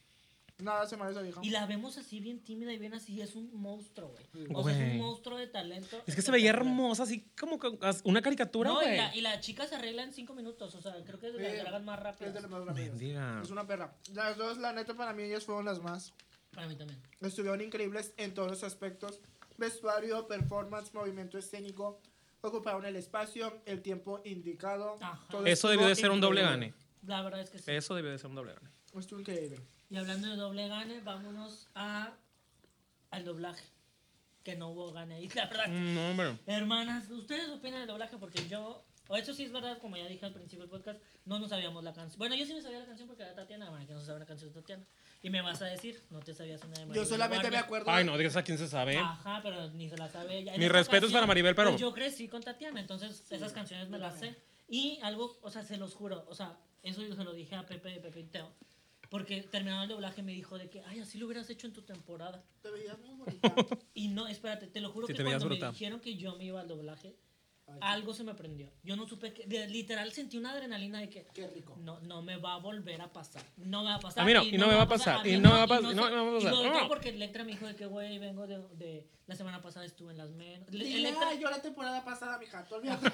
Speaker 3: Nada se merece, vieja.
Speaker 2: Y la vemos así bien tímida y bien así, es un monstruo, güey. O sea,
Speaker 1: Güey.
Speaker 2: es un monstruo de talento.
Speaker 1: Es que se veía
Speaker 2: espectacular.
Speaker 1: hermosa, así como que- as- una caricatura,
Speaker 2: No, y
Speaker 1: güey.
Speaker 2: la, y la chica se arregla en cinco minutos, o sea, creo que es de las
Speaker 3: Sí.
Speaker 2: dragas más
Speaker 3: Es de las
Speaker 2: rápidas.
Speaker 3: más rápidas.
Speaker 1: Bendiga.
Speaker 3: Es una perra. Las dos, la neta, para mí ellas fueron las más.
Speaker 2: Para mí también.
Speaker 3: Estuvieron increíbles en todos los aspectos. Vestuario, performance, movimiento escénico. Ocuparon el espacio, el tiempo indicado.
Speaker 2: Ajá.
Speaker 3: Todo
Speaker 1: Eso debió
Speaker 3: estuvo
Speaker 1: de ser un doble
Speaker 3: increíble.
Speaker 1: gane.
Speaker 2: La verdad es que sí.
Speaker 1: Eso debió de ser un doble gane.
Speaker 3: Estuvo increíble.
Speaker 2: Y hablando de doble gane, vámonos a al doblaje. Que no hubo gane ahí, la verdad.
Speaker 1: Mm, No, hombre.
Speaker 2: Hermanas, ¿ustedes opinan del doblaje? Porque yo, o eso sí es verdad, como ya dije al principio del podcast, no nos sabíamos la canción. Bueno, yo sí me sabía la canción porque era Tatiana, bueno, que no se sabe la canción de Tatiana. Y me vas a decir, no te sabías una de Maribel
Speaker 3: Yo solamente me
Speaker 2: Guardia.
Speaker 3: acuerdo.
Speaker 1: Ay, no, de esa quién se sabe.
Speaker 2: Ajá, pero ni se la sabe ella. En
Speaker 1: Mis
Speaker 2: esta
Speaker 1: respetos
Speaker 2: ocasión,
Speaker 1: para Maribel, pero-
Speaker 2: pues, yo crecí con Tatiana, entonces esas canciones me las sé. Y algo, o sea, se los juro, o sea, eso yo se lo dije a Pepe, Pepe y Teo. Porque terminado el doblaje me dijo de que, ay, así lo hubieras hecho en tu temporada.
Speaker 3: Te veías muy bonita.
Speaker 2: Y no, espérate, te lo juro
Speaker 1: Sí,
Speaker 2: que
Speaker 1: te veías
Speaker 2: cuando me
Speaker 1: bruta.
Speaker 2: dijeron que yo me iba al doblaje,
Speaker 3: Ay,
Speaker 2: algo se me prendió. Yo no supe, que, de- literal sentí una adrenalina de que
Speaker 3: Qué rico.
Speaker 2: no, no me va a volver a pasar. No me va a pasar.
Speaker 1: A mí no, y no me va a pasar, y
Speaker 2: mí
Speaker 1: no me va a pas- y no
Speaker 2: sé-
Speaker 1: me va a
Speaker 2: y
Speaker 1: pasar,
Speaker 2: lo dejé
Speaker 1: no.
Speaker 2: porque Electra me dijo de que, güey, vengo de, de- La semana pasada estuve en las menos. Le-
Speaker 3: Sí,
Speaker 2: Electra,
Speaker 3: ay, yo la temporada pasada, mija, tú olvídate.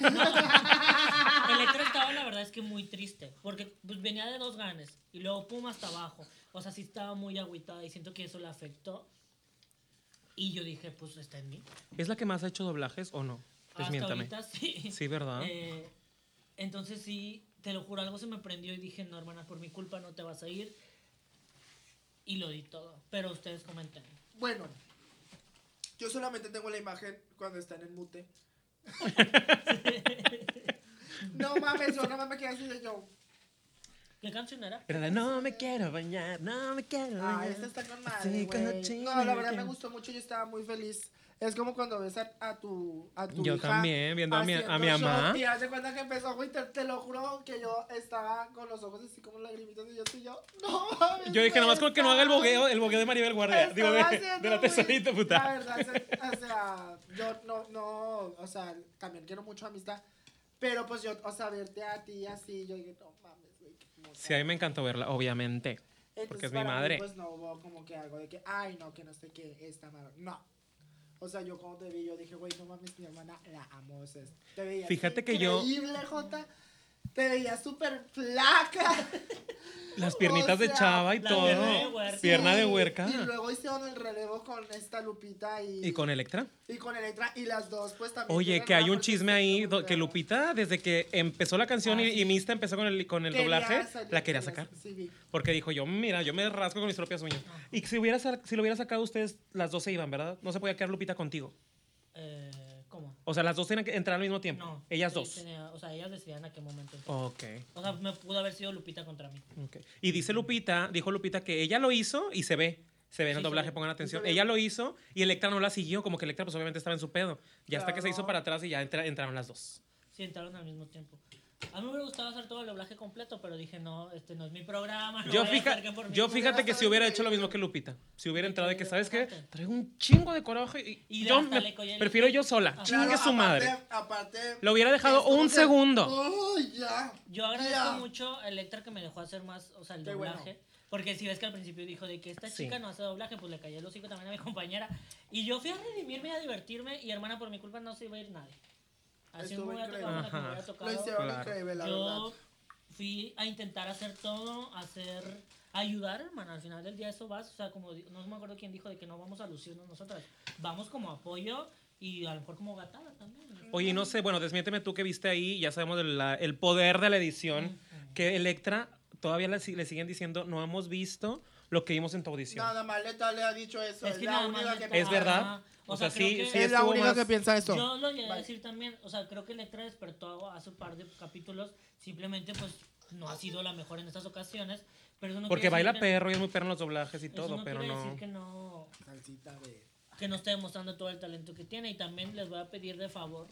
Speaker 2: Electra estaba, la verdad es que muy triste. Porque pues, venía de dos ganes. Y luego, pum, hasta abajo. O sea, sí estaba muy agüitada y siento que eso le afectó. Y yo dije, pues está en mí.
Speaker 1: ¿Es la que más ha hecho doblajes o no? Desmiéntame.
Speaker 2: Hasta ahorita sí.
Speaker 1: Pues, Sí, ¿verdad?
Speaker 2: Eh, entonces sí, te lo juro, algo se me prendió y dije, no, hermana, por mi culpa no te vas a ir. y lo di todo. Pero ustedes comenten.
Speaker 3: Bueno, yo solamente tengo la imagen cuando está en el mute. no mames, yo no mames, ¿qué haces de yo?
Speaker 2: ¿Qué canción era?
Speaker 1: Pero la- no me quiero bañar, no me quiero
Speaker 3: Ah,
Speaker 1: bañar.
Speaker 3: esta está con
Speaker 1: Sí,
Speaker 3: madre,
Speaker 1: con la
Speaker 3: güey.
Speaker 1: chingada.
Speaker 3: No, la verdad me gustó mucho, yo estaba muy feliz. Es como cuando ves a, a tu a tu
Speaker 1: Yo
Speaker 3: hija
Speaker 1: también, viendo a mi- a
Speaker 3: haciendo
Speaker 1: mi mamá.
Speaker 3: shot, Y haz de cuenta que empezó, güey, te, te lo juro que yo estaba con los ojos así como lagrimitas y yo sí, yo, no mames.
Speaker 1: Yo dije,
Speaker 3: güey,
Speaker 1: nomás con que no haga el
Speaker 3: estaba-
Speaker 1: bogueo, el bogueo de Maribel Guardia.
Speaker 3: Estaba
Speaker 1: Digo, de,
Speaker 3: haciendo,
Speaker 1: de la
Speaker 3: güey,
Speaker 1: tesorita,
Speaker 3: La
Speaker 1: puta.
Speaker 3: verdad, se- o sea, yo no, no, o sea, también quiero mucho amistad. Pero pues yo, o sea, verte a ti así, yo dije, no mames, güey, qué hermosa.
Speaker 1: Sí, a mí me encantó verla, obviamente.
Speaker 3: Entonces,
Speaker 1: porque es mi
Speaker 3: para mí,
Speaker 1: madre.
Speaker 3: pues no hubo como que algo de que, ay, no, que no sé qué, está mal. No. O sea, yo cuando te vi, yo dije, güey, no mames, mi hermana la amo. O sea, te veía
Speaker 1: Fíjate que yo-
Speaker 3: Increíble, Jota. Te veía súper flaca.
Speaker 1: Las piernitas
Speaker 3: O
Speaker 1: de
Speaker 3: sea,
Speaker 1: chava y
Speaker 2: la
Speaker 1: todo.
Speaker 2: pierna de huerca.
Speaker 1: Pierna de
Speaker 3: Sí,
Speaker 1: huerca.
Speaker 3: Y luego hicieron el relevo con esta Lupita y,
Speaker 1: Y con Electra.
Speaker 3: y con Electra. Y las dos, pues también.
Speaker 1: Oye,
Speaker 3: tienen
Speaker 1: que hay
Speaker 3: una
Speaker 1: un chisme ahí do- que
Speaker 3: porque-
Speaker 1: Lupita, desde que empezó la canción
Speaker 2: Ah,
Speaker 1: y, y Mista empezó con el, con el
Speaker 3: Quería
Speaker 1: doblaje,
Speaker 3: salir
Speaker 1: la quería
Speaker 3: con las-
Speaker 1: sacar.
Speaker 3: Sí, vi.
Speaker 1: Porque dijo yo, mira, yo me rasco con mis propias uñas. Y si, hubiera, sa- si lo hubiera sacado ustedes, las dos se iban, ¿verdad? No se podía quedar Lupita contigo.
Speaker 2: Eh, ¿Cómo?
Speaker 1: O sea, las dos tenían que entrar al mismo tiempo.
Speaker 2: No.
Speaker 1: Ellas
Speaker 2: sí
Speaker 1: dos.
Speaker 2: tenía- o sea, ellas decidían a qué momento. entrar.
Speaker 1: Ok,
Speaker 2: O sea, me pudo haber sido Lupita contra mí.
Speaker 1: ok. Y dice Lupita, dijo Lupita que ella lo hizo y se ve. Se ve en
Speaker 2: Sí,
Speaker 1: el
Speaker 2: se
Speaker 1: doblaje,
Speaker 2: ve.
Speaker 1: pongan atención.
Speaker 3: Se ve.
Speaker 1: Ella lo hizo y Electra no la siguió, como que Electra pues obviamente estaba en su pedo. Ya hasta que se
Speaker 3: Claro.
Speaker 1: hizo para atrás y ya entra- entraron las dos.
Speaker 2: Sí, entraron al mismo tiempo. A mí me hubiera gustado hacer todo el doblaje completo, pero dije, no, este no es mi programa. no
Speaker 1: Yo,
Speaker 2: voy a
Speaker 1: fija-
Speaker 2: hacer que por mí
Speaker 1: yo
Speaker 2: no-
Speaker 1: fíjate que si hubiera hecho lo mismo que Lupita, si hubiera entrado de que, ¿sabes qué? Traigo un chingo de corajo y,
Speaker 2: Y
Speaker 1: yo
Speaker 2: hasta
Speaker 1: me-
Speaker 2: le collé el-
Speaker 1: prefiero yo sola.
Speaker 2: Claro,
Speaker 1: Chingue su
Speaker 3: aparte-
Speaker 1: madre.
Speaker 3: Aparte.
Speaker 1: Lo hubiera dejado
Speaker 3: es como
Speaker 1: un
Speaker 3: que,
Speaker 1: segundo.
Speaker 3: Uy, Oh, ya.
Speaker 2: Yo agradezco
Speaker 3: ya.
Speaker 2: mucho a Electra que me dejó hacer más, o sea, el
Speaker 3: Qué bueno.
Speaker 2: doblaje. Porque si ves que al principio dijo de que esta
Speaker 1: Sí.
Speaker 2: chica no hace doblaje, pues le cayó el hocico también a mi compañera. Y yo fui a redimirme y a divertirme. Y hermana, por mi culpa no se iba a ir nadie. Así
Speaker 3: Estuvo
Speaker 2: me hubiera
Speaker 3: increíble.
Speaker 2: tocado como la que me
Speaker 1: Ajá.
Speaker 2: hubiera
Speaker 3: Lo
Speaker 2: tocado.
Speaker 3: hicieron
Speaker 1: Claro.
Speaker 3: increíble, la
Speaker 2: Yo
Speaker 3: verdad.
Speaker 2: fui a intentar hacer todo, hacer ayudar, hermana. Al final del día eso vas, o sea, como di- no me acuerdo quién dijo de que no vamos a lucirnos nosotras, vamos como apoyo y a lo mejor como gatada también. ¿no?
Speaker 1: Oye, no sé, bueno, desmiénteme tú que viste ahí, ya sabemos de la- el poder de la edición, que Electra todavía le, si- le siguen diciendo, no hemos visto lo que vimos en tu audición.
Speaker 3: Nada más Leta le ha dicho eso. Es, la
Speaker 2: nada más
Speaker 3: única que
Speaker 2: Neta-
Speaker 1: Es
Speaker 3: piensa-
Speaker 1: verdad.
Speaker 2: Ajá.
Speaker 1: O sea,
Speaker 2: creo
Speaker 1: sí-
Speaker 2: que-
Speaker 1: sí
Speaker 3: Es la
Speaker 1: estuvo
Speaker 3: única
Speaker 1: más-
Speaker 3: que piensa eso.
Speaker 2: Yo lo llegué a
Speaker 3: Vale.
Speaker 2: decir también, o sea, creo que Electra despertó hace un par de capítulos, simplemente pues no ha sido la mejor en estas ocasiones, pero eso no
Speaker 1: Porque
Speaker 2: quiere decir
Speaker 1: baila
Speaker 2: que-
Speaker 1: perro y es muy perro en los doblajes y
Speaker 2: eso
Speaker 1: todo,
Speaker 2: no
Speaker 1: pero
Speaker 2: quiere
Speaker 1: no.
Speaker 2: decir que no
Speaker 3: Salsita de-
Speaker 2: que no esté demostrando todo el talento que tiene. Y también les voy a pedir de favor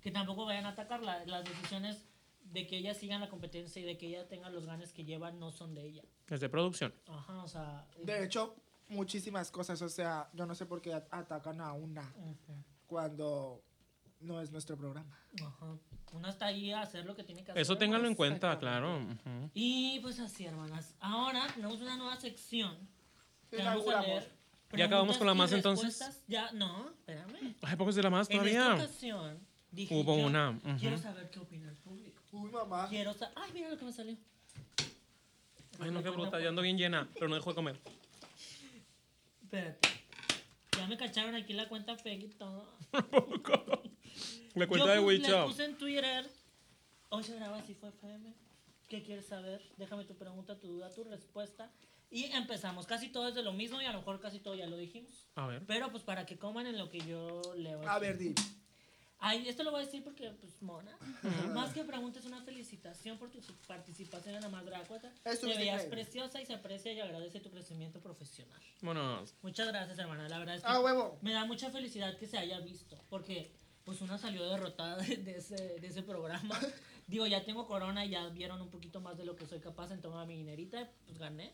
Speaker 2: que tampoco vayan a atacar la- las decisiones de que ella siga en la competencia y de que ella tenga los ganes que lleva no son de ella.
Speaker 1: Es de producción.
Speaker 2: Ajá, o sea.
Speaker 3: De hecho, muchísimas cosas. O sea, yo no sé por qué at- atacan a una
Speaker 2: ujú,
Speaker 3: cuando no es nuestro programa.
Speaker 2: Ajá. Una está ahí a hacer lo que tiene que hacer. pues.
Speaker 1: Eso ténganlo en cuenta, claro.
Speaker 3: Exactamente.
Speaker 1: ujú.
Speaker 2: Y pues así, hermanas. Ahora tenemos una nueva sección. que vamos a
Speaker 3: Inauguramos.
Speaker 2: leer
Speaker 1: ¿Ya acabamos
Speaker 2: preguntas
Speaker 1: con la
Speaker 2: y
Speaker 1: más, entonces?
Speaker 2: respuestas. Ya, no, espérame.
Speaker 1: Ay, ¿poco se la más
Speaker 2: En esta
Speaker 1: todavía?
Speaker 2: ocasión dije
Speaker 1: Hubo
Speaker 2: yo,
Speaker 1: una, ujú.
Speaker 2: Quiero saber qué opina el público.
Speaker 3: Uy, mamá.
Speaker 2: Quiero sa- Ay, mira lo que me salió.
Speaker 1: Ay, no, qué bruta, yo ando bien llena, pero no dejo de comer.
Speaker 2: Espérate. Ya me cacharon aquí la cuenta fake y todo.
Speaker 1: La
Speaker 2: Yo
Speaker 1: cuenta de
Speaker 2: pus- les
Speaker 1: WeChat.
Speaker 2: puse en Twitter. Hoy se graba si fue FM. ¿Qué quieres saber? Déjame tu pregunta, tu duda, tu respuesta. Y empezamos. Casi todo es de lo mismo y a lo mejor casi todo ya lo dijimos.
Speaker 1: A ver.
Speaker 2: Pero pues para que coman en lo que yo leo.
Speaker 3: A
Speaker 2: aquí.
Speaker 3: ver, di.
Speaker 2: Ay, esto lo voy a decir porque, pues, mona. Más que pregunta, es una felicitación por tu su- participación en la más Drácula. Te
Speaker 3: Estuviste
Speaker 2: veías
Speaker 3: increíble.
Speaker 2: preciosa y se aprecia y agradece tu crecimiento profesional.
Speaker 1: Vámonos.
Speaker 2: Muchas gracias, hermana. La verdad es que
Speaker 3: A Ah, huevo.
Speaker 2: me da mucha felicidad que se haya visto, porque pues una salió derrotada de, de ese, de ese programa. Digo, ya tengo corona y ya vieron un poquito más de lo que soy capaz, entonces a mi dinerita, pues gané.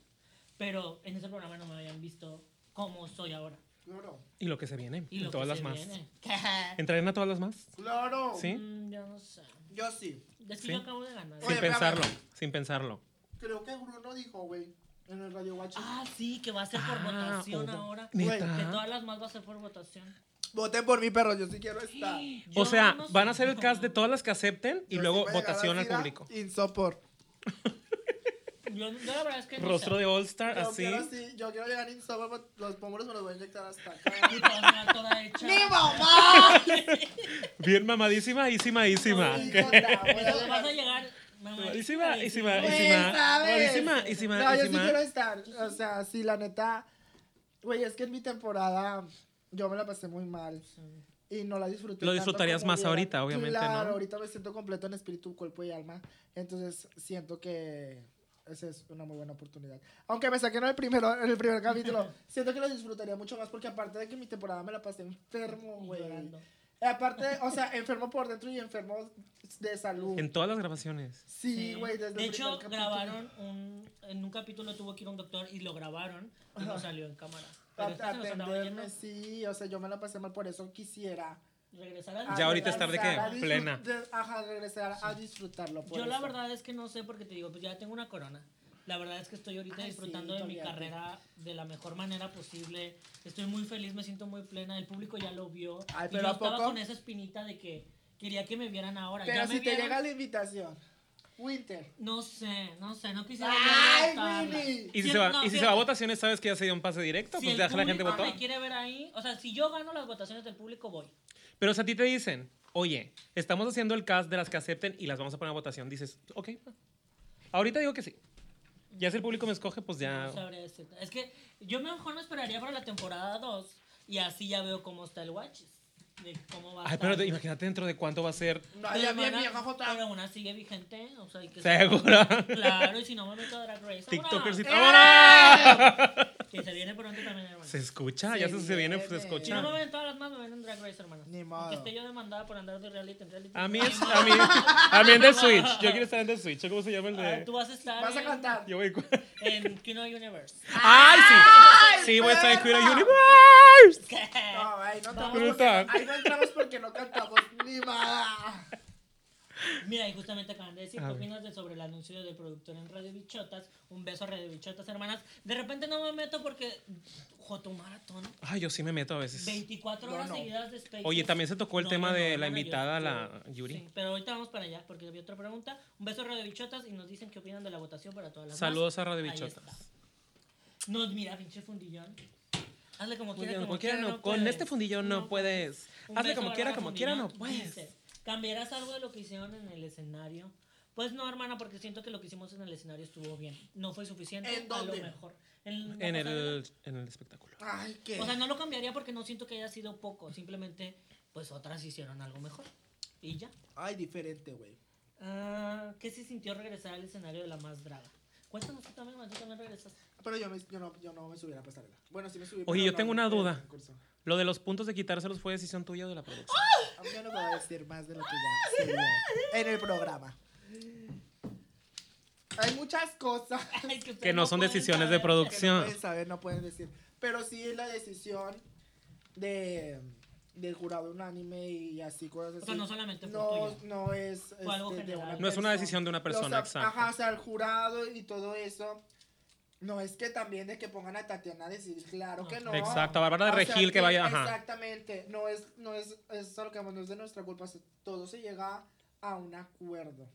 Speaker 2: Pero en ese programa no me habían visto como soy ahora.
Speaker 3: Claro.
Speaker 1: Y lo que se viene,
Speaker 2: Y
Speaker 1: en
Speaker 2: lo
Speaker 1: todas
Speaker 2: que
Speaker 1: las
Speaker 2: se
Speaker 1: más.
Speaker 2: viene.
Speaker 1: ¿Entrarían a todas las más?
Speaker 3: Claro.
Speaker 1: Sí.
Speaker 2: Mm, yo no sé.
Speaker 3: Yo sí.
Speaker 2: Es que
Speaker 1: Sí.
Speaker 2: yo acabo de ganar.
Speaker 1: Sin
Speaker 3: Oye, espérame.
Speaker 1: pensarlo, sin pensarlo.
Speaker 3: Creo que Bruno dijo, güey, en el Radio Watch.
Speaker 2: Ah, sí, que va a ser por
Speaker 1: Ah,
Speaker 2: votación
Speaker 1: hubo-
Speaker 2: ahora.
Speaker 1: ¿Neta?
Speaker 2: Que todas las más va a ser por votación.
Speaker 3: Voten por mí, perro. Yo sí quiero estar.
Speaker 1: O
Speaker 2: Yo
Speaker 1: sea,
Speaker 2: no sé.
Speaker 1: van a hacer el cast de todas las que acepten y
Speaker 3: Yo sí
Speaker 1: luego
Speaker 3: voy a llegar
Speaker 1: votación
Speaker 3: a
Speaker 1: al
Speaker 3: Sida
Speaker 1: público.
Speaker 3: Insopor.
Speaker 2: Yo, yo la verdad es que no
Speaker 1: Rostro
Speaker 2: sé.
Speaker 1: de All Star,
Speaker 3: Yo
Speaker 1: así.
Speaker 3: quiero así. Yo quiero llegar a Insopor. pues, Los pómulos me los voy a inyectar hasta acá.
Speaker 2: Y te vas a quedar toda hecha.
Speaker 3: ¡Mi mamá!
Speaker 1: Bien mamadísima y
Speaker 3: Sí,
Speaker 1: mamadísima.
Speaker 3: con la- voy a
Speaker 2: Pero vas a
Speaker 3: llegar-
Speaker 2: llegar
Speaker 1: Mamadísima, y si ma- y si ma-
Speaker 3: Güey, Pues, ¿sabes?
Speaker 1: mamadísima, y si ma-
Speaker 3: No,
Speaker 1: y
Speaker 3: yo
Speaker 1: si
Speaker 3: sí
Speaker 1: ma-
Speaker 3: quiero estar. O sea, sí, la neta. Güey, es que en mi temporada yo me la pasé muy mal. Y no la disfruté.
Speaker 1: Lo
Speaker 3: tanto
Speaker 1: disfrutarías
Speaker 3: como
Speaker 1: más ahorita, obviamente,
Speaker 3: Claro,
Speaker 1: ¿no?
Speaker 3: ahorita me siento completo en espíritu, cuerpo y alma. Entonces siento que esa es una muy buena oportunidad. Aunque me saquen el primero, en el primer capítulo, siento que lo disfrutaría mucho más porque aparte de que mi temporada me la pasé enfermo, güey.
Speaker 2: Llorando.
Speaker 3: Aparte, o sea, enfermo por dentro y enfermo de salud.
Speaker 1: En todas las grabaciones.
Speaker 3: Sí, güey, desde
Speaker 2: De
Speaker 3: el
Speaker 2: hecho,
Speaker 3: primer capítulo.
Speaker 2: grabaron un. En un capítulo tuvo que ir un doctor y lo grabaron y no salió en cámara.
Speaker 3: A-
Speaker 2: Pero este se nos andaba
Speaker 3: atenderme,
Speaker 2: yendo.
Speaker 3: sí, o sea, yo me la pasé mal, por eso quisiera.
Speaker 2: Regresar al-
Speaker 1: Ya ahorita es tarde que
Speaker 3: regresar a disfrut-
Speaker 1: plena.
Speaker 3: de- ajá, regresar a disfrutarlo. por
Speaker 2: Yo la
Speaker 3: eso.
Speaker 2: verdad es que no sé porque te digo, pues ya tengo una corona. La verdad es que estoy ahorita
Speaker 3: Ay,
Speaker 2: disfrutando
Speaker 3: sí,
Speaker 2: de mi
Speaker 3: todavía.
Speaker 2: carrera de la mejor manera posible. Estoy muy feliz, me siento muy plena. El público ya lo vio.
Speaker 3: Ay,
Speaker 2: y
Speaker 3: pero
Speaker 2: yo
Speaker 3: ¿a
Speaker 2: estaba
Speaker 3: poco?
Speaker 2: con esa espinita de que quería que me vieran ahora.
Speaker 3: Pero
Speaker 2: ya
Speaker 3: si
Speaker 2: me
Speaker 3: te
Speaker 2: vieron.
Speaker 3: llega la invitación, Winter.
Speaker 2: No sé, no sé, no quisiera.
Speaker 3: ¡Ay,
Speaker 2: yo derrotarla.
Speaker 3: Winnie!
Speaker 1: Y si,
Speaker 2: Si
Speaker 1: se
Speaker 2: el-
Speaker 1: va,
Speaker 2: no,
Speaker 1: y si se
Speaker 2: fíjate.
Speaker 1: va a votaciones, sabes que ya se dio un pase directo,
Speaker 2: Si
Speaker 1: pues
Speaker 2: el
Speaker 1: ya la gente
Speaker 2: público
Speaker 1: votó.
Speaker 2: me quiere ver ahí, o sea, si yo gano las votaciones del público, voy.
Speaker 1: Pero o sea, a ti te dicen, oye, estamos haciendo el cast de las que acepten y las vamos a poner a votación. Dices, ok, va. ahorita digo que sí. Ya si el público me escoge, pues ya.
Speaker 2: No sabría decirte. Es que yo mejor no esperaría para la temporada 2 y así ya veo cómo está el Watches. De cómo va a
Speaker 1: Ay,
Speaker 2: estar.
Speaker 1: pero te- imagínate dentro de cuánto va a ser.
Speaker 3: No,
Speaker 2: Pero
Speaker 3: ya
Speaker 2: hermana,
Speaker 3: bien vieja foto.
Speaker 2: Pero una sigue vigente, o sea, hay que
Speaker 1: ¿Segura?
Speaker 2: Claro, y si no me meto a Drag Race.
Speaker 1: TikTokers y
Speaker 2: ahora,
Speaker 1: ¡Vámonos!
Speaker 2: Que se viene pronto también, hermano.
Speaker 1: Se escucha,
Speaker 3: Se
Speaker 1: ya se, se viene, se
Speaker 3: viene.
Speaker 2: Si no me
Speaker 1: escucha.
Speaker 2: ven todas las más, me ven en Drag Race, hermano.
Speaker 3: Ni modo.
Speaker 2: Aunque esté yo demandada por andar de reality en reality.
Speaker 1: A mí es, a mí, a mí en The Switch. Yo quiero estar en The Switch. ¿Cómo se llama el
Speaker 2: Ah, Tú
Speaker 1: de?
Speaker 2: vas a estar
Speaker 3: Vas a
Speaker 2: en-
Speaker 3: cantar.
Speaker 1: Yo voy.
Speaker 2: en Kino Universe.
Speaker 1: ¡Ay, sí! Sí, voy a estar en Queer
Speaker 3: perro!
Speaker 1: Universe.
Speaker 3: No, ahí no
Speaker 1: Pero
Speaker 3: entramos. porque-
Speaker 1: está.
Speaker 3: Ahí no entramos porque no cantamos ni nada.
Speaker 2: Mira, y justamente acaban de decir,
Speaker 1: A
Speaker 2: ¿qué
Speaker 1: ver.
Speaker 2: opinas de- sobre el anuncio del productor en Radio Bichotas? Un beso a Radio Bichotas, hermanas. De repente no me meto porque... Joto Maratón,
Speaker 1: Ay, yo sí me meto a veces.
Speaker 2: 24
Speaker 3: No,
Speaker 2: horas
Speaker 3: no.
Speaker 2: seguidas de Spaces.
Speaker 1: Oye, también se tocó el tema de la
Speaker 2: hermana, yo-
Speaker 1: invitada,
Speaker 2: yo-
Speaker 1: la Yuri.
Speaker 2: sí, pero ahorita vamos para allá porque había otra pregunta. Un beso a Radio Bichotas y nos dicen qué opinan de la votación para todas las
Speaker 1: Saludos a
Speaker 2: más.
Speaker 1: Radio
Speaker 2: Ahí
Speaker 1: Bichotas.
Speaker 2: está. No, mira, pinche fundillón. Hazle como
Speaker 1: Muy
Speaker 2: quiera,
Speaker 1: bien,
Speaker 2: como
Speaker 1: cualquiera
Speaker 2: quiera,
Speaker 1: no. Con
Speaker 2: puedes.
Speaker 1: este fundillo no puedes.
Speaker 2: Un
Speaker 1: Hazle
Speaker 2: beso
Speaker 1: como
Speaker 2: a
Speaker 1: quiera,
Speaker 2: Rafa
Speaker 1: como quiera, no pues.
Speaker 2: Fundillón.
Speaker 1: puedes.
Speaker 2: Dice, ¿Cambiarás algo de lo que hicieron en el escenario? Pues no, hermana, porque siento que lo que hicimos en el escenario estuvo bien. No fue suficiente.
Speaker 3: ¿En
Speaker 2: A
Speaker 3: dónde?
Speaker 2: lo mejor. En, la
Speaker 1: En
Speaker 2: pasarela.
Speaker 1: el, en el espectáculo.
Speaker 3: Ay, qué.
Speaker 2: O sea, no lo cambiaría porque no siento que haya sido poco. Simplemente, pues otras hicieron algo mejor. Y ya.
Speaker 3: Ay, diferente, güey.
Speaker 2: Ah, ¿Qué se sintió regresar al escenario de la más draga? Cuéntanos tú también, man, tú también regresaste.
Speaker 3: Pero yo, me, yo, no, yo no me subí a la pasarela. Bueno, sí me subí.
Speaker 1: Oye,
Speaker 3: pero
Speaker 1: yo
Speaker 3: no
Speaker 1: tengo una
Speaker 3: en el
Speaker 1: duda.
Speaker 3: concurso.
Speaker 1: Lo de los puntos de quitárselos fue decisión tuya o de la producción.
Speaker 3: Yo no voy a decir más de lo que ya se dio en el programa. Hay muchas cosas
Speaker 2: Ay, es ustedes
Speaker 1: Que no son
Speaker 2: pueden
Speaker 1: decisiones de
Speaker 2: saber.
Speaker 3: que no
Speaker 1: producción.
Speaker 3: pueden saber, no pueden decir. Pero sí la decisión de, del jurado unánime y así cosas así.
Speaker 2: O sea, no solamente fue
Speaker 3: no,
Speaker 2: tuya.
Speaker 3: no es este,
Speaker 2: Fue algo
Speaker 3: de
Speaker 2: general.
Speaker 1: No es una decisión de una persona,
Speaker 3: Los ab-
Speaker 1: exacto.
Speaker 3: Ajá, o sea, el jurado y todo eso. No es que también de que pongan a Tatiana a decir, claro que no.
Speaker 1: Exacto, a Bárbara de
Speaker 3: O sea,
Speaker 1: Regil que vaya. Ajá.
Speaker 3: Exactamente. No es, no es, es a lo que vamos, no es de nuestra culpa. se- Todo se llega a un acuerdo.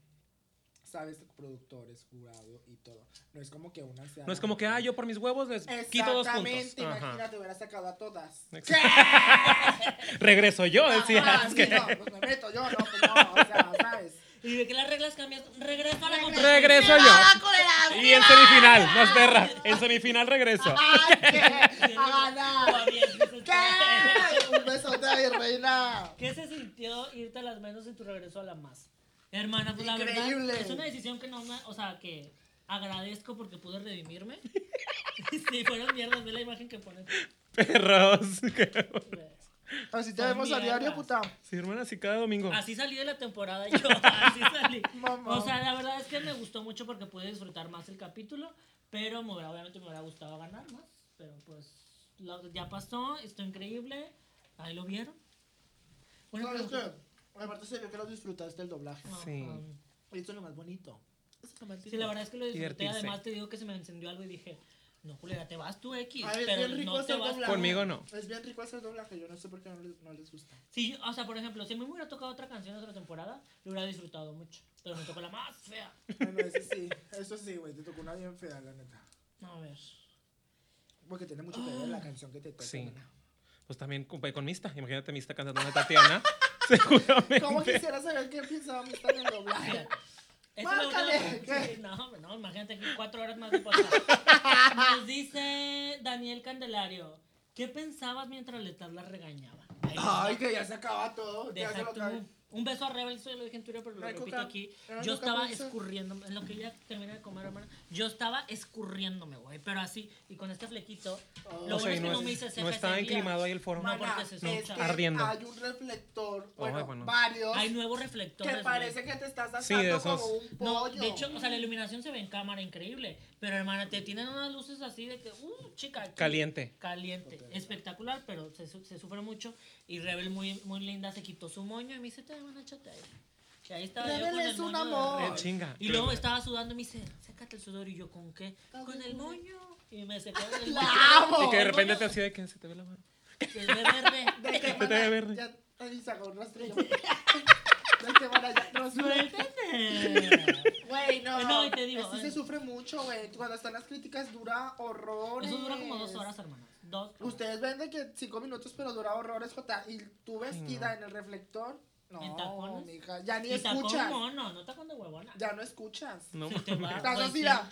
Speaker 3: Sabes, productores, jurado y todo. No es como que una sea.
Speaker 1: No es
Speaker 3: la
Speaker 1: como que,
Speaker 3: mejor.
Speaker 1: ah, yo por mis huevos les quito dos puntos.
Speaker 3: Exactamente,
Speaker 1: Ajá.
Speaker 3: imagínate, hubiera sacado a todas.
Speaker 1: Regreso yo,
Speaker 3: Ajá,
Speaker 1: decías
Speaker 3: sí,
Speaker 1: que.
Speaker 3: no, pues me meto yo, no, pues no, o sea, ¿sabes?
Speaker 2: Y de que las reglas cambian. Regreso a la competencia.
Speaker 1: Regreso yo.
Speaker 5: yo.
Speaker 1: Y en semifinal, no es perra. En semifinal regreso.
Speaker 3: ¡Ay, qué! ¡A ganar!
Speaker 2: Todavía existes.
Speaker 3: ¿Qué? Un besote a mi reina.
Speaker 2: ¿Qué se sintió irte a las menos en tu regreso a la más? Hermana, pues la
Speaker 3: Increíble.
Speaker 2: verdad es una decisión que no me, o sea, que agradezco porque pude redimirme. sí, fueron mierdas, ve la imagen que pones.
Speaker 1: Perros.
Speaker 3: Así te
Speaker 2: Son
Speaker 3: vemos a diario,
Speaker 2: mierdas.
Speaker 3: puta.
Speaker 1: Sí, hermana, sí, cada domingo.
Speaker 2: Así salí de la temporada yo, así salí.
Speaker 3: Mamá.
Speaker 2: O sea, la verdad es que me gustó mucho porque pude disfrutar más el capítulo, pero me hubiera- obviamente me hubiera gustado ganar más, pero pues lo- ya pasó, esto increíble, ahí lo vieron. Una
Speaker 3: ¿Sabes
Speaker 2: pregunta.
Speaker 3: qué? Aparte se vio que lo disfrutaste el doblaje.
Speaker 1: Sí.
Speaker 2: Ajá.
Speaker 3: Y Eso es lo más bonito. Eso es lo más
Speaker 2: Sí, la
Speaker 3: lindo.
Speaker 2: verdad es que lo disfruté.
Speaker 1: Divertirse.
Speaker 2: Además, te digo que se me encendió algo y dije, no, culera, te vas tú X.
Speaker 3: Ay, Ah, es
Speaker 2: pero
Speaker 3: bien rico
Speaker 2: no te
Speaker 3: hacer
Speaker 2: vas
Speaker 3: doblaje.
Speaker 1: Conmigo no.
Speaker 3: Es bien rico hacer doblaje. Yo no sé por qué no les, no les gusta.
Speaker 2: Sí, yo- o sea, por ejemplo, si a mí me hubiera tocado otra canción de otra temporada, lo hubiera disfrutado mucho. Pero me tocó la más fea.
Speaker 3: Bueno, eso sí. Eso sí, güey. Te tocó una bien fea, la neta.
Speaker 2: A ver.
Speaker 3: Porque tiene mucho que ver la canción que te toca.
Speaker 1: Sí.
Speaker 3: mana.
Speaker 1: Pues también compré con Mista. Imagínate Mista cantando de Tatiana. Seguramente.
Speaker 3: ¿Cómo quisiera saber qué pensaba mi padre en doblaje?
Speaker 2: Fíjate. Eso es lo que
Speaker 3: ¡Márcale!
Speaker 2: tengo que- sí, no, hombre, no, imagínate aquí cuatro horas más de podcast. Nos dice Daniel Candelario, ¿qué pensabas mientras Letal la regañaba? Ahí
Speaker 3: Ay,
Speaker 2: está.
Speaker 3: que ya se acaba todo. Ya se
Speaker 2: Deja
Speaker 3: lo
Speaker 2: tú.
Speaker 3: acabé.
Speaker 2: Un beso a Rebel, eso ya lo dije en Twitter, pero lo
Speaker 3: Ay,
Speaker 2: repito
Speaker 3: Cuca.
Speaker 2: aquí.
Speaker 3: Ay,
Speaker 2: Yo
Speaker 3: Cuca,
Speaker 2: estaba
Speaker 3: dulce.
Speaker 2: escurriéndome, en lo que ya terminé de comer, hermano, yo estaba escurriéndome, güey, pero así, y con este flequito, lo
Speaker 1: O sea,
Speaker 2: bueno
Speaker 1: y
Speaker 2: es que
Speaker 1: no
Speaker 2: no
Speaker 1: es-
Speaker 2: me hice
Speaker 1: no
Speaker 2: ceja
Speaker 1: está
Speaker 2: ese día.
Speaker 1: inclinado ahí el foro.
Speaker 2: No,
Speaker 3: Mana,
Speaker 2: porque se
Speaker 3: es
Speaker 2: escucha.
Speaker 1: que- Ardiendo.
Speaker 3: Hay un reflector, bueno,
Speaker 1: bueno.
Speaker 3: varios,
Speaker 2: Hay nuevos reflectores,
Speaker 3: que
Speaker 2: güey.
Speaker 3: parece que te estás
Speaker 1: Sí, de
Speaker 3: asando como
Speaker 1: esos.
Speaker 3: un
Speaker 2: No,
Speaker 3: pollo.
Speaker 2: de hecho, o sea, la iluminación se ve en cámara increíble, pero hermana, te tienen unas luces así de que, uh, chica. aquí.
Speaker 1: Caliente.
Speaker 2: Caliente, espectacular, pero se, su- se sufre mucho. Y Rebel, muy, muy linda, se quitó su moño y me dice: Te van a echarte ahí. Y ahí estaba yo
Speaker 3: Rebel
Speaker 2: con el
Speaker 3: es un
Speaker 2: moño de
Speaker 3: amor.
Speaker 2: Rebel.
Speaker 1: Eh, chinga.
Speaker 2: Y luego estaba sudando y me dice: Sácate el sudor. Y yo, ¿con qué?
Speaker 3: Ay,
Speaker 2: Con el
Speaker 3: güey.
Speaker 2: moño. Y me secó el
Speaker 3: ¡La
Speaker 2: moño.
Speaker 3: amo!
Speaker 1: Y que de
Speaker 2: El
Speaker 1: repente
Speaker 2: moño
Speaker 1: te así de que se te ve la mano.
Speaker 2: se ve verde.
Speaker 3: ¿De qué
Speaker 1: te ve verde.
Speaker 3: Ya ahí se agarró un rastrillo. ¿De qué manera ya no sufre?
Speaker 2: Suéltate.
Speaker 3: Güey, no.
Speaker 2: No, y te digo,
Speaker 3: Así
Speaker 2: eh.
Speaker 3: se sufre mucho, güey. Cuando están las críticas dura horrores.
Speaker 2: Eso dura como dos horas, hermano. Dos.
Speaker 3: Ustedes ven de que cinco minutos, pero dura horrores, Jota. Y tú vestida en el reflector.
Speaker 2: ¿En
Speaker 3: No,
Speaker 2: tacones?
Speaker 3: mija. Ya ni
Speaker 2: Y tacón
Speaker 3: escuchas.
Speaker 2: mono, no tacón de huevona.
Speaker 3: Ya no escuchas.
Speaker 1: No.
Speaker 2: Se te va,
Speaker 3: Estás
Speaker 2: güey,
Speaker 3: así,
Speaker 2: sí.
Speaker 3: ya,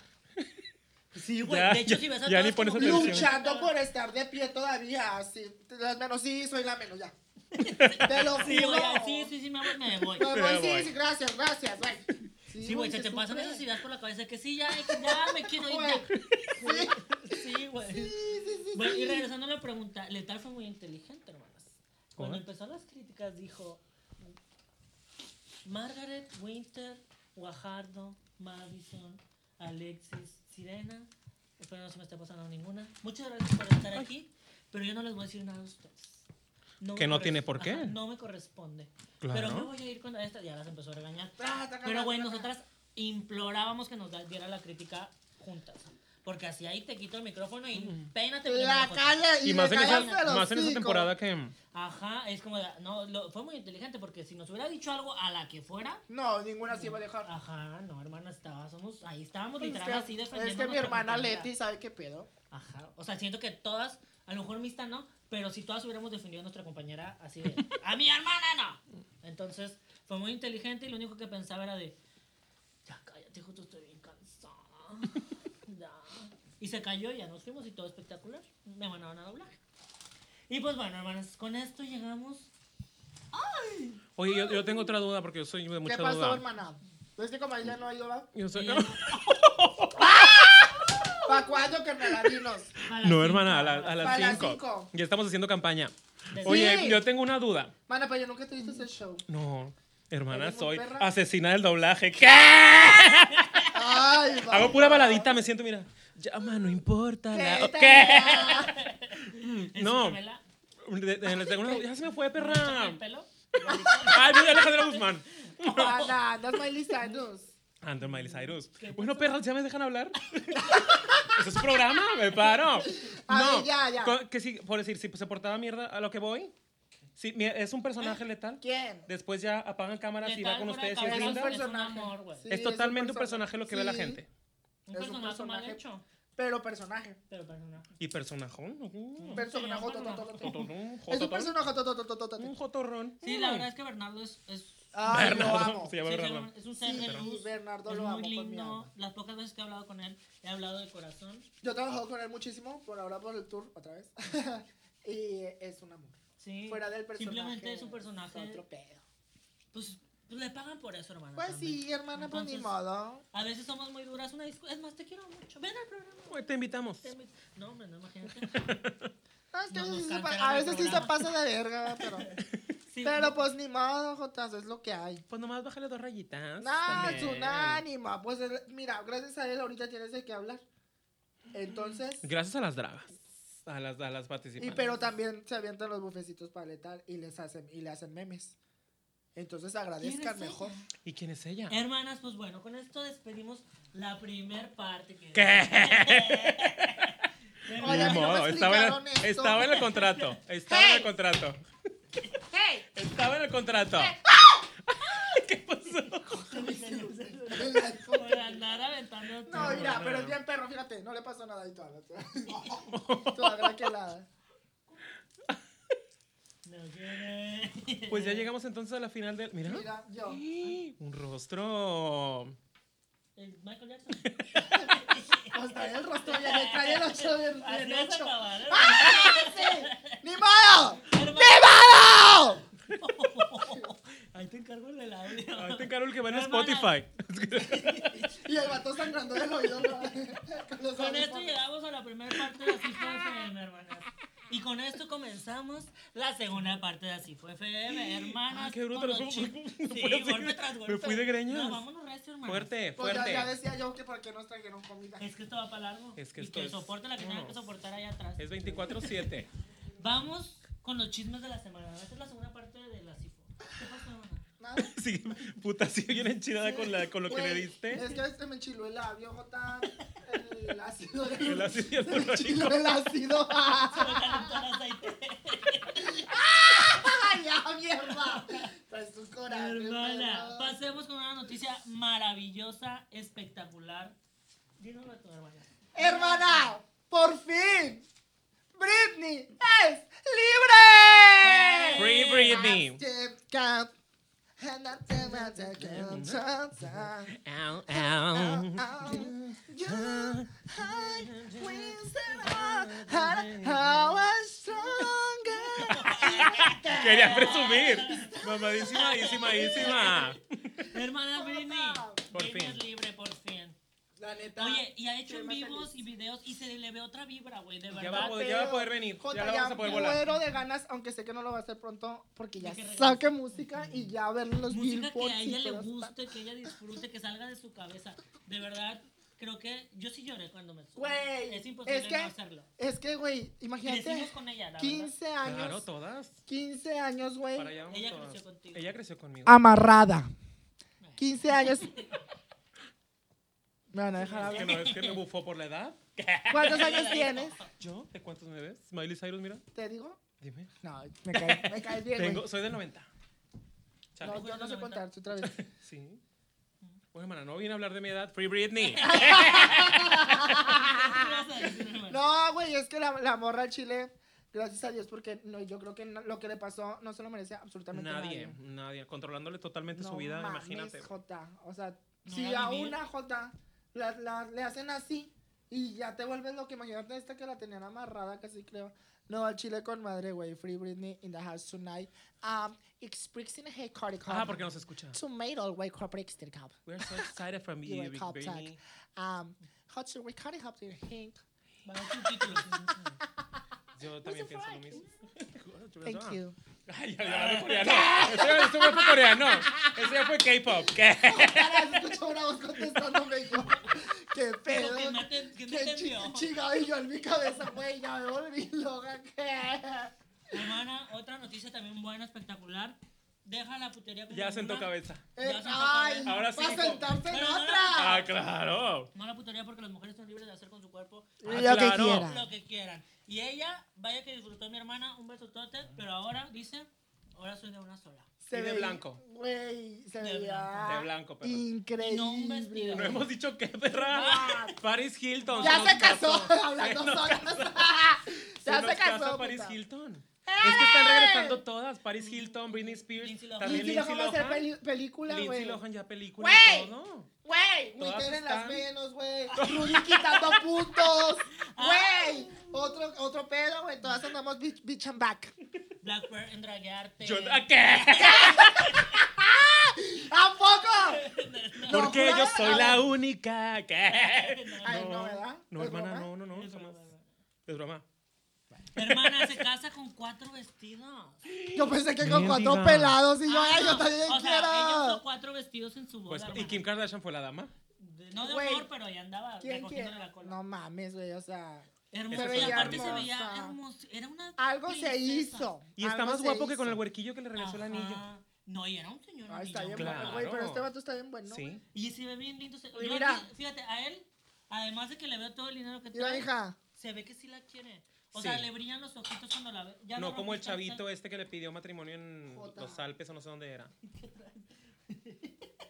Speaker 2: Sí, güey.
Speaker 1: Ya-
Speaker 2: de hecho, si ves a
Speaker 1: ya
Speaker 2: todos
Speaker 1: ni pones
Speaker 2: como-
Speaker 1: atención.
Speaker 3: luchando por estar de pie todavía. Así, las menos, sí, soy la menos, ya. Te lo juro.
Speaker 2: Sí, güey, sí, sí, sí, me voy, me voy.
Speaker 3: Me voy,
Speaker 1: Me voy.
Speaker 3: sí, sí, gracias, gracias, güey.
Speaker 2: Sí, güey, se te pasan
Speaker 3: sufre.
Speaker 2: esas ideas por la cabeza que sí, ya, ya me quiero ir.
Speaker 3: Güey,
Speaker 2: ya.
Speaker 3: sí.
Speaker 2: Sí, güey.
Speaker 3: Sí, sí, sí,
Speaker 2: Bueno, y
Speaker 3: sí.
Speaker 2: regresando a la pregunta, Letal fue muy inteligente, hermanas. Cuando
Speaker 1: Ajá.
Speaker 2: empezó las críticas, dijo: Margaret, Winter, Guajardo, Madison, Alexis, Sirena. Espero no se me esté pasando ninguna. Muchas gracias por estar aquí, pero yo no les voy a decir nada a ustedes. me
Speaker 1: Que no
Speaker 2: corres-
Speaker 1: tiene por qué.
Speaker 2: Ajá, no me corresponde.
Speaker 1: Claro.
Speaker 2: Pero me voy a ir con esta. Ya las empezó a regañar.
Speaker 3: Ah, taca,
Speaker 2: Pero, güey,
Speaker 3: taca,
Speaker 2: nosotras implorábamos que nos da- diera la crítica juntas. Porque así ahí te quito el micrófono y peínate.
Speaker 3: La
Speaker 2: pendejo.
Speaker 3: calla y,
Speaker 1: Y más
Speaker 3: le
Speaker 1: en, esa,
Speaker 3: callas el
Speaker 1: más en esa
Speaker 3: hocico.
Speaker 1: temporada que.
Speaker 2: Ajá, es como. de- No, lo- fue muy inteligente porque si nos hubiera dicho algo a la que fuera.
Speaker 3: No, ninguna se iba a dejar.
Speaker 2: Ajá, no, hermana, estaba, somos, ahí estábamos
Speaker 3: Pues es,
Speaker 2: literal así
Speaker 3: que,
Speaker 2: defendiendo.
Speaker 3: es que mi
Speaker 2: nuestra
Speaker 3: hermana
Speaker 2: compañera.
Speaker 3: Leti sabe qué pedo.
Speaker 2: Ajá, o sea, siento que todas, a lo mejor Mista no, pero si todas hubiéramos defendido a nuestra compañera así de, ¡A mi hermana no! Entonces, fue muy inteligente y lo único que pensaba era de, ya cállate, justo estoy bien cansada. Ya. Y se cayó, ya nos fuimos y todo espectacular. Me mandaron a doblar. Y pues bueno, hermanas, con esto llegamos.
Speaker 1: Oye, yo, yo tengo otra duda porque yo soy de mucha
Speaker 3: ¿Qué pasó,
Speaker 1: duda.
Speaker 3: hermana? ¿Ves que como ella no ha ido, va?
Speaker 1: Yo soy-
Speaker 2: eh,
Speaker 3: ¿Para cuándo, carnaladinos?
Speaker 2: a las
Speaker 1: No,
Speaker 2: cinco,
Speaker 1: hermana, a, la- a
Speaker 3: A las
Speaker 1: las
Speaker 3: cinco.
Speaker 1: 5. Ya estamos haciendo campaña.
Speaker 2: Desde-
Speaker 1: Oye,
Speaker 3: Sí.
Speaker 1: yo tengo una duda.
Speaker 3: Mana, pero yo nunca te he visto ese show.
Speaker 1: No, hermana,
Speaker 3: ¿Eres muy
Speaker 1: soy
Speaker 3: perra?
Speaker 1: asesina del doblaje. ¿Qué?
Speaker 3: Ay, va.
Speaker 1: Hago pura baladita, me siento, mira. Llama, no importa. la-
Speaker 3: ¿Qué?
Speaker 1: ¿Qué?
Speaker 3: tal?
Speaker 2: en
Speaker 1: No. Ah.
Speaker 2: Supervela,
Speaker 1: De- de- les tengo una- Ya se me fue,
Speaker 2: ¿sacan
Speaker 1: perra.
Speaker 2: el pelo?
Speaker 1: Ay, mira, Alejandra Guzmán.
Speaker 3: Mana, andas Miley Cyrus.
Speaker 1: Ando Miley Cyrus. Bueno, perras, ¿ya me dejan hablar? ¿Eso es programa? Me paro.
Speaker 3: A
Speaker 1: no,
Speaker 3: ver, ya, ya.
Speaker 1: co- Que sí, por decir, si se portaba mierda a lo que voy. Sí, mira, es un personaje letal.
Speaker 3: ¿Quién?
Speaker 1: Después ya apagan cámaras y va
Speaker 2: Letal
Speaker 1: con
Speaker 2: fuera de
Speaker 1: ustedes y es
Speaker 2: cabeza,
Speaker 1: linda.
Speaker 3: Es un
Speaker 2: Es un
Speaker 3: personaje.
Speaker 2: amor, güey.
Speaker 3: Sí.
Speaker 1: es
Speaker 3: es un
Speaker 1: totalmente un personaje
Speaker 3: personaje.
Speaker 1: lo que ve la
Speaker 3: Sí.
Speaker 1: gente.
Speaker 2: Un
Speaker 3: Es un
Speaker 2: personaje mal
Speaker 3: personaje.
Speaker 2: hecho.
Speaker 3: Pero personaje.
Speaker 2: Pero personaje.
Speaker 1: Y personajón. ujú.
Speaker 2: Sí,
Speaker 3: Personaje. to, to, to, to, to.
Speaker 1: Jotorrón,
Speaker 3: Es un
Speaker 1: jototón,
Speaker 3: personaje. to, to, to, to, to, to.
Speaker 1: Un jotorrón.
Speaker 2: Sí, la verdad es que Bernardo es, es,
Speaker 3: Ay, lo
Speaker 1: Bernardo,
Speaker 3: amo.
Speaker 1: Se llama
Speaker 2: sí,
Speaker 1: Bernardo.
Speaker 2: es un ser
Speaker 3: Sí,
Speaker 2: de luz.
Speaker 3: Bernardo
Speaker 2: es
Speaker 3: lo
Speaker 2: muy
Speaker 3: amo con mi
Speaker 2: lindo.
Speaker 3: alma.
Speaker 2: Las pocas veces que he hablado con él, he hablado de corazón.
Speaker 3: Yo he trabajado con él muchísimo, por ahora por el tour, otra vez. y es un amor.
Speaker 2: Sí.
Speaker 3: Fuera del personaje.
Speaker 2: Simplemente es un personaje.
Speaker 3: es Otro pedo.
Speaker 2: Pues, pues le pagan por eso, hermana.
Speaker 3: Pues
Speaker 2: también.
Speaker 3: sí, hermana, pues ni
Speaker 2: Entonces,
Speaker 3: modo.
Speaker 2: A veces somos muy duras. Una discu- es más, te quiero mucho. Ven al programa.
Speaker 1: Pues Te invitamos.
Speaker 2: Te invito. No, hombre, no imagínate.
Speaker 3: No, es que
Speaker 2: nos
Speaker 3: a veces, sí se
Speaker 2: cancelan
Speaker 3: pa- a
Speaker 2: el
Speaker 3: veces sí se
Speaker 2: programa.
Speaker 3: pasa de verga, pero.
Speaker 2: Sí,
Speaker 3: pero pues ni modo, Jotas, es lo que hay.
Speaker 1: Pues nomás bájale dos rayitas.
Speaker 3: Nah, Ah, es
Speaker 1: también.
Speaker 3: un ánima. Pues él- mira, gracias a él ahorita tienes de qué hablar. Entonces.
Speaker 1: Gracias a las dragas. A las, a las
Speaker 3: Y
Speaker 1: participantes.
Speaker 3: pero también se avientan los bufecitos para letar y les hacen, y le hacen memes. Entonces agradezcan
Speaker 2: ella?
Speaker 3: mejor.
Speaker 1: ¿Y quién es ella?
Speaker 2: Hermanas, pues bueno, con esto despedimos la primer parte. Que De
Speaker 1: Ni
Speaker 3: Oye, a mí no me
Speaker 1: modo, estaba, en
Speaker 3: explicaron
Speaker 1: el,
Speaker 3: esto.
Speaker 1: estaba en el contrato. Estaba en el
Speaker 5: Hey.
Speaker 1: contrato.
Speaker 5: Hey.
Speaker 1: Estaba en el contrato. ¿Qué pasó?
Speaker 2: Por andar aventando.
Speaker 3: No,
Speaker 2: todo.
Speaker 3: mira, pero es bien perro, fíjate, no le pasó nada y todo. Toda graquelada.
Speaker 2: No quiere.
Speaker 1: Pues ya llegamos entonces a la final del. Mira.
Speaker 3: Mira, yo.
Speaker 1: Un rostro.
Speaker 2: El Michael Jackson.
Speaker 3: Hasta el rostro ya le trae el ocho bien,
Speaker 2: Así
Speaker 3: bien
Speaker 2: vas a
Speaker 3: hecho. ¡Ah!
Speaker 2: acabar. hermano.
Speaker 3: ¡Ni modo!
Speaker 2: Hermano,
Speaker 5: ¡Vado!
Speaker 2: Ahí te encargo el del audio.
Speaker 1: Ahí te encargo el que va en
Speaker 2: Hermana.
Speaker 1: Spotify.
Speaker 3: Y el vato sangrando del oído. ¿no? Con los
Speaker 2: Con esto
Speaker 3: audífonos.
Speaker 2: llegamos a la primera parte de Así fue FM, hermanas. Y con esto comenzamos la segunda parte de Así fue FM, hermanas.
Speaker 1: Ah, qué bruto,
Speaker 2: con
Speaker 1: nos
Speaker 2: los
Speaker 1: fuimos-
Speaker 2: chi-
Speaker 1: me
Speaker 2: Sí,
Speaker 1: fui así,
Speaker 2: golpe tras
Speaker 1: me
Speaker 2: golpe.
Speaker 1: fui de greñas.
Speaker 2: No, vámonos recio, hermanas.
Speaker 1: Fuerte,
Speaker 3: Pues ya, ya
Speaker 1: fuerte.
Speaker 3: decía yo que por qué nos trajeron comida.
Speaker 2: Es que esto va para largo.
Speaker 1: Es que
Speaker 2: y
Speaker 1: esto
Speaker 2: que
Speaker 1: es-
Speaker 2: soporte la que tenga que
Speaker 1: vámonos.
Speaker 2: soportar allá atrás.
Speaker 1: Es 24-7.
Speaker 2: Vamos con los chismes de la semana. Esta es la segunda parte de la CIFO. ¿Qué pasó, hermana?
Speaker 3: Nada.
Speaker 1: Sí, puta, sí, bien enchilada con, la, con lo que le
Speaker 3: Güey,
Speaker 1: diste.
Speaker 3: Es que se me enchiló el labio, Jota. El ácido.
Speaker 1: El ácido
Speaker 3: Se me enchiló el ácido.
Speaker 2: Se me calentó el aceite.
Speaker 3: ¡Ay, ya, mierda! Traes tus corajes.
Speaker 2: Hermana,
Speaker 3: ¿verdad?
Speaker 2: pasemos con una noticia maravillosa, espectacular. Dínoslo a tu hermana.
Speaker 3: Hermana, por fin. Britney es libre.
Speaker 1: Free Britney.
Speaker 3: Step count. And I tell my dad, count, count, count.
Speaker 1: Au, au.
Speaker 3: You're high, wings are high, how I'm stronger.
Speaker 1: Ah, Quería presumir. Mamadísima, ísima, ísima.
Speaker 2: Hermana Britney.
Speaker 1: Por
Speaker 2: Britney
Speaker 1: fin.
Speaker 2: es libre, por fin.
Speaker 3: La neta.
Speaker 2: Oye, y ha hecho
Speaker 3: Soy
Speaker 2: en
Speaker 3: más
Speaker 2: vivos
Speaker 3: feliz.
Speaker 2: y videos y se le ve otra vibra, güey, de
Speaker 1: Ya va, a
Speaker 2: verdad.
Speaker 1: poder- ya va a poder venir. Ya
Speaker 3: Jota,
Speaker 1: la vamos a poder volar.
Speaker 3: muero de ganas, aunque sé que no lo va a hacer pronto, porque ya
Speaker 2: De que
Speaker 3: saque música y ya ver los
Speaker 2: Música que
Speaker 3: billboards
Speaker 2: a
Speaker 3: y
Speaker 2: ella le
Speaker 3: todo está-
Speaker 2: guste, que ella disfrute, que salga de su cabeza. De verdad, creo que yo sí lloré cuando me subo.
Speaker 3: Güey,
Speaker 2: Es imposible
Speaker 3: es que-
Speaker 2: no hacerlo.
Speaker 3: Es que, güey, imagínate,
Speaker 2: Crecimos con ella, la
Speaker 3: 15
Speaker 1: Claro,
Speaker 3: años,
Speaker 1: todas.
Speaker 3: 15 años,
Speaker 1: Para
Speaker 3: güey,
Speaker 1: allá vamos
Speaker 2: Ella
Speaker 1: todas.
Speaker 2: creció contigo.
Speaker 1: Ella creció conmigo.
Speaker 3: amarrada. 15 años. Me van a dejar
Speaker 1: Es que
Speaker 3: hablar.
Speaker 1: no es que me bufó por la edad.
Speaker 3: ¿Cuántos años tienes?
Speaker 1: ¿Yo? ¿De cuántos me ves? Miley Cyrus, mira.
Speaker 3: ¿Te digo?
Speaker 1: Dime.
Speaker 3: No, me caes, me caes bien,
Speaker 1: Tengo,
Speaker 3: güey.
Speaker 1: soy del 90. Chale.
Speaker 3: No, yo no sé contar, tú otra vez.
Speaker 1: Sí. Bueno, hermana, no viene a hablar de mi edad. Free Britney.
Speaker 2: verdad. ¿Qué ibas a decir, hermana?
Speaker 3: No, güey, es que la, la morra al chile, gracias a Dios, porque no, yo creo que no- lo que le pasó no se lo merece absolutamente nadie.
Speaker 1: nadie, nadie. Controlándole totalmente
Speaker 3: No
Speaker 1: su vida,
Speaker 3: mames,
Speaker 1: imagínate.
Speaker 3: Jota. O sea,
Speaker 2: No
Speaker 3: si
Speaker 2: va a
Speaker 3: a
Speaker 2: vivir.
Speaker 3: una Jota la, la- le hacen así y ya te vuelves lo que imagínate esta que la tenían amarrada, casi creo. No, al chile con madre, güey. Free Britney in the house tonight. Um, expressing her card
Speaker 1: Ah, porque nos escucha.
Speaker 3: Tomato, güey, corporate extra cup.
Speaker 1: We're so excited from
Speaker 3: You
Speaker 1: you,
Speaker 3: were
Speaker 1: Big
Speaker 3: top
Speaker 1: Britney.
Speaker 3: Um, hot to record help your hink.
Speaker 2: Va a ser un título.
Speaker 1: Yo también pienso lo mismo.
Speaker 3: Thank you.
Speaker 1: Ay, ya, ya, hablé coreano. Ese ya- ese ya fue coreano. Ese ya fue K-pop. ¿Qué?
Speaker 3: Ahora se escucha una voz contestándome yo. Qué
Speaker 2: Pero
Speaker 3: pedo.
Speaker 2: ¿quién me aten- quién me
Speaker 3: Qué
Speaker 2: atendió?
Speaker 3: chi- chingado y yo en mi cabeza, güey, ya me volví loca. ¿qué?
Speaker 2: Hermana, otra noticia también buena, espectacular. Deja la putería como
Speaker 1: Ya sentó
Speaker 2: una-
Speaker 1: cabeza.
Speaker 3: Eh,
Speaker 2: Ya se
Speaker 3: ay,
Speaker 2: acabó.
Speaker 1: Ahora
Speaker 3: va
Speaker 1: sí,
Speaker 3: a sentarse en
Speaker 2: pero no, no,
Speaker 1: Ah,
Speaker 3: otra.
Speaker 1: claro.
Speaker 2: No la putería porque las mujeres son libres de hacer con su cuerpo
Speaker 1: Ah,
Speaker 5: Lo que
Speaker 1: claro.
Speaker 5: quiera.
Speaker 2: lo que quieran. Y ella, vaya que disfrutó mi hermana, un beso tote, pero ahora dice, ahora soy de una sola.
Speaker 1: Y de
Speaker 3: veía-
Speaker 1: blanco.
Speaker 3: Güey, se
Speaker 2: De
Speaker 3: veía.
Speaker 1: blanco. De blanco, pero-
Speaker 3: Increíble.
Speaker 2: No, un vestido.
Speaker 1: No hemos dicho qué, perra. Paris Hilton.
Speaker 3: Ya
Speaker 1: nos
Speaker 3: se casó,
Speaker 1: Se
Speaker 3: hablando
Speaker 1: nos
Speaker 3: solas. ya
Speaker 1: nos
Speaker 3: se casó.
Speaker 1: casa Paris
Speaker 3: puta.
Speaker 1: Hilton. Es que están regresando todas. Paris Hilton, Britney Spears.
Speaker 2: Lindsay Lohan.
Speaker 1: También
Speaker 3: Lindsay Lohan va a hacer
Speaker 1: Lohan.
Speaker 3: peli- película, güey.
Speaker 1: Lindsay Lohan ya película
Speaker 5: Güey.
Speaker 1: y todo.
Speaker 5: ¡Güey!
Speaker 3: Güey,
Speaker 1: Todas
Speaker 3: tienen las
Speaker 1: están-
Speaker 3: menos, güey. Rudy quitando puntos. Güey. Otro, otro pedo, güey. Todas andamos bitch, bitch and back.
Speaker 2: Black Bear en draguearte.
Speaker 1: Yo, ¿a qué?
Speaker 3: ¡A poco!
Speaker 1: Porque
Speaker 3: No,
Speaker 1: yo
Speaker 3: claro.
Speaker 1: soy la única. ¿Qué?
Speaker 3: Ay, no, ¿verdad?
Speaker 1: No,
Speaker 3: ¿Es
Speaker 1: hermana,
Speaker 3: broma?
Speaker 1: no, no, no.
Speaker 2: Es
Speaker 1: jamás.
Speaker 2: broma, hermana.
Speaker 1: Es broma.
Speaker 2: Hermana, se casa con cuatro vestidos.
Speaker 3: Yo pensé que con cuatro
Speaker 1: Mendiga.
Speaker 3: pelados y yo,
Speaker 2: Ah,
Speaker 3: ay, yo
Speaker 2: no,
Speaker 3: también
Speaker 2: o sea, ella usó
Speaker 3: quiero.
Speaker 2: cuatro vestidos en su boda.
Speaker 1: Pues, y
Speaker 2: hermana.
Speaker 1: Kim Kardashian fue la dama.
Speaker 2: De- No de
Speaker 3: Güey,
Speaker 2: amor, pero ahí andaba
Speaker 3: ¿Quién
Speaker 2: recogiendo
Speaker 3: quiere?
Speaker 2: la cola.
Speaker 3: No mames, güey, o sea.
Speaker 1: Se
Speaker 2: Hermosa, y
Speaker 1: veía
Speaker 2: aparte se
Speaker 3: hermosa.
Speaker 2: veía hermosa. Era una
Speaker 3: Algo se
Speaker 2: princesa.
Speaker 3: hizo.
Speaker 1: Y está
Speaker 3: algo
Speaker 1: más
Speaker 3: se
Speaker 1: guapo que con
Speaker 3: hizo.
Speaker 1: el huerquillo que le regresó el anillo.
Speaker 2: Ajá. No, y era un señor
Speaker 3: Ay, está bien
Speaker 2: anillo.
Speaker 1: Claro.
Speaker 3: bueno, güey, pero este vato está bien bueno.
Speaker 1: Sí.
Speaker 3: Sí.
Speaker 2: Y se ve bien lindo. se-
Speaker 3: Oye,
Speaker 2: yo
Speaker 3: mira.
Speaker 2: aquí, fíjate, a él, además de que le veo todo el dinero que
Speaker 3: Mira,
Speaker 2: trae,
Speaker 3: hija.
Speaker 2: se ve que sí la quiere. O
Speaker 1: Sí.
Speaker 2: sea, le brillan los ojitos cuando la ve. Ya
Speaker 1: No, como el
Speaker 2: rompiste el
Speaker 1: chavito este que le pidió matrimonio en
Speaker 3: Jota.
Speaker 1: los Alpes o no sé dónde era.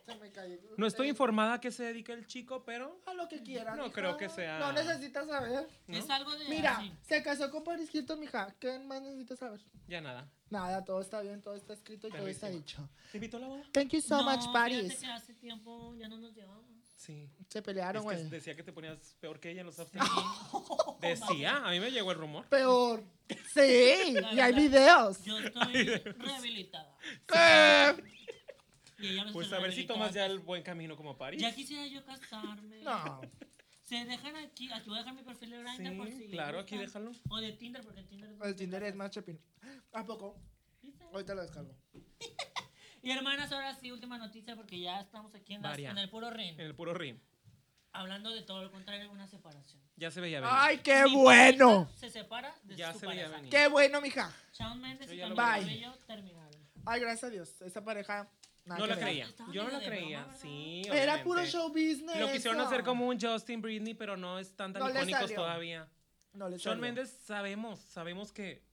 Speaker 3: Se me cayó.
Speaker 1: No estoy
Speaker 3: Eh,
Speaker 1: informada a qué se dedica el chico, pero
Speaker 3: A lo que quieran.
Speaker 1: No
Speaker 3: hija.
Speaker 1: creo que sea-
Speaker 3: No necesitas saber.
Speaker 1: ¿no?
Speaker 2: Es algo de.
Speaker 3: Mira,
Speaker 2: así.
Speaker 3: se casó con Paris Hilton, mija. ¿Qué más necesitas saber?
Speaker 1: ya nada.
Speaker 3: Nada, todo está bien, todo está escrito y todo está
Speaker 1: Perrísimo.
Speaker 3: dicho.
Speaker 1: ¿Te invitó a la boda?
Speaker 3: Thank you so
Speaker 2: No,
Speaker 3: much,
Speaker 2: fíjate
Speaker 3: Paris.
Speaker 2: que hace tiempo ya no nos llevamos.
Speaker 1: Sí.
Speaker 3: Se
Speaker 1: Es
Speaker 3: pelearon,
Speaker 1: que
Speaker 3: güey.
Speaker 1: decía que te ponías peor que ella en los after. decía, a mí me llegó el rumor.
Speaker 3: Peor. Sí,
Speaker 2: La
Speaker 3: y hay
Speaker 2: verdad.
Speaker 3: videos.
Speaker 2: Yo estoy rehabilitada.
Speaker 3: ¿Qué?
Speaker 2: Y ella no
Speaker 1: Pues
Speaker 2: está
Speaker 1: a ver si
Speaker 2: rehabilitada.
Speaker 1: tomas ya el buen camino como a París.
Speaker 2: Ya quisiera yo casarme.
Speaker 3: No.
Speaker 2: Se dejan aquí. Aquí voy a dejar mi perfil de Grindr
Speaker 1: Sí,
Speaker 2: por si.
Speaker 1: claro, aquí
Speaker 2: gustan.
Speaker 1: déjalo.
Speaker 2: O de Tinder, porque en Tinder.
Speaker 3: El Tinder es más chapín. ¿A poco? Ahorita lo descargo.
Speaker 2: Y hermanas, ahora sí, última noticia, porque ya estamos aquí en, las-
Speaker 1: Varia.
Speaker 2: en el puro ring.
Speaker 1: En el puro rim.
Speaker 2: Hablando de todo lo contrario, una separación.
Speaker 1: Ya se veía venir.
Speaker 3: ¡Ay, qué
Speaker 2: Mi
Speaker 3: bueno!
Speaker 2: pareja Se separa de
Speaker 1: ya
Speaker 2: su
Speaker 1: se veía
Speaker 2: pareja.
Speaker 1: venir.
Speaker 3: ¡Qué bueno, mija!
Speaker 2: Shawn Mendes
Speaker 1: Yo
Speaker 2: y
Speaker 1: ya lo
Speaker 2: Camila
Speaker 3: vi.
Speaker 2: Cabello terminaron.
Speaker 3: Ay, gracias a Dios. Esa pareja. nada
Speaker 1: No
Speaker 3: que
Speaker 1: la
Speaker 3: ver.
Speaker 1: creía.
Speaker 2: Estaba
Speaker 1: Yo no
Speaker 2: medio
Speaker 1: la
Speaker 2: de broma,
Speaker 1: creía.
Speaker 2: ¿verdad?
Speaker 1: Sí.
Speaker 3: Era
Speaker 1: obviamente.
Speaker 3: puro show business.
Speaker 1: Lo quisieron
Speaker 3: eso.
Speaker 1: hacer como un Justin Britney, pero no están tan
Speaker 3: No le
Speaker 1: icónicos
Speaker 3: salió.
Speaker 1: todavía.
Speaker 3: No le
Speaker 1: Shawn
Speaker 3: salió.
Speaker 1: Mendes sabemos, sabemos que.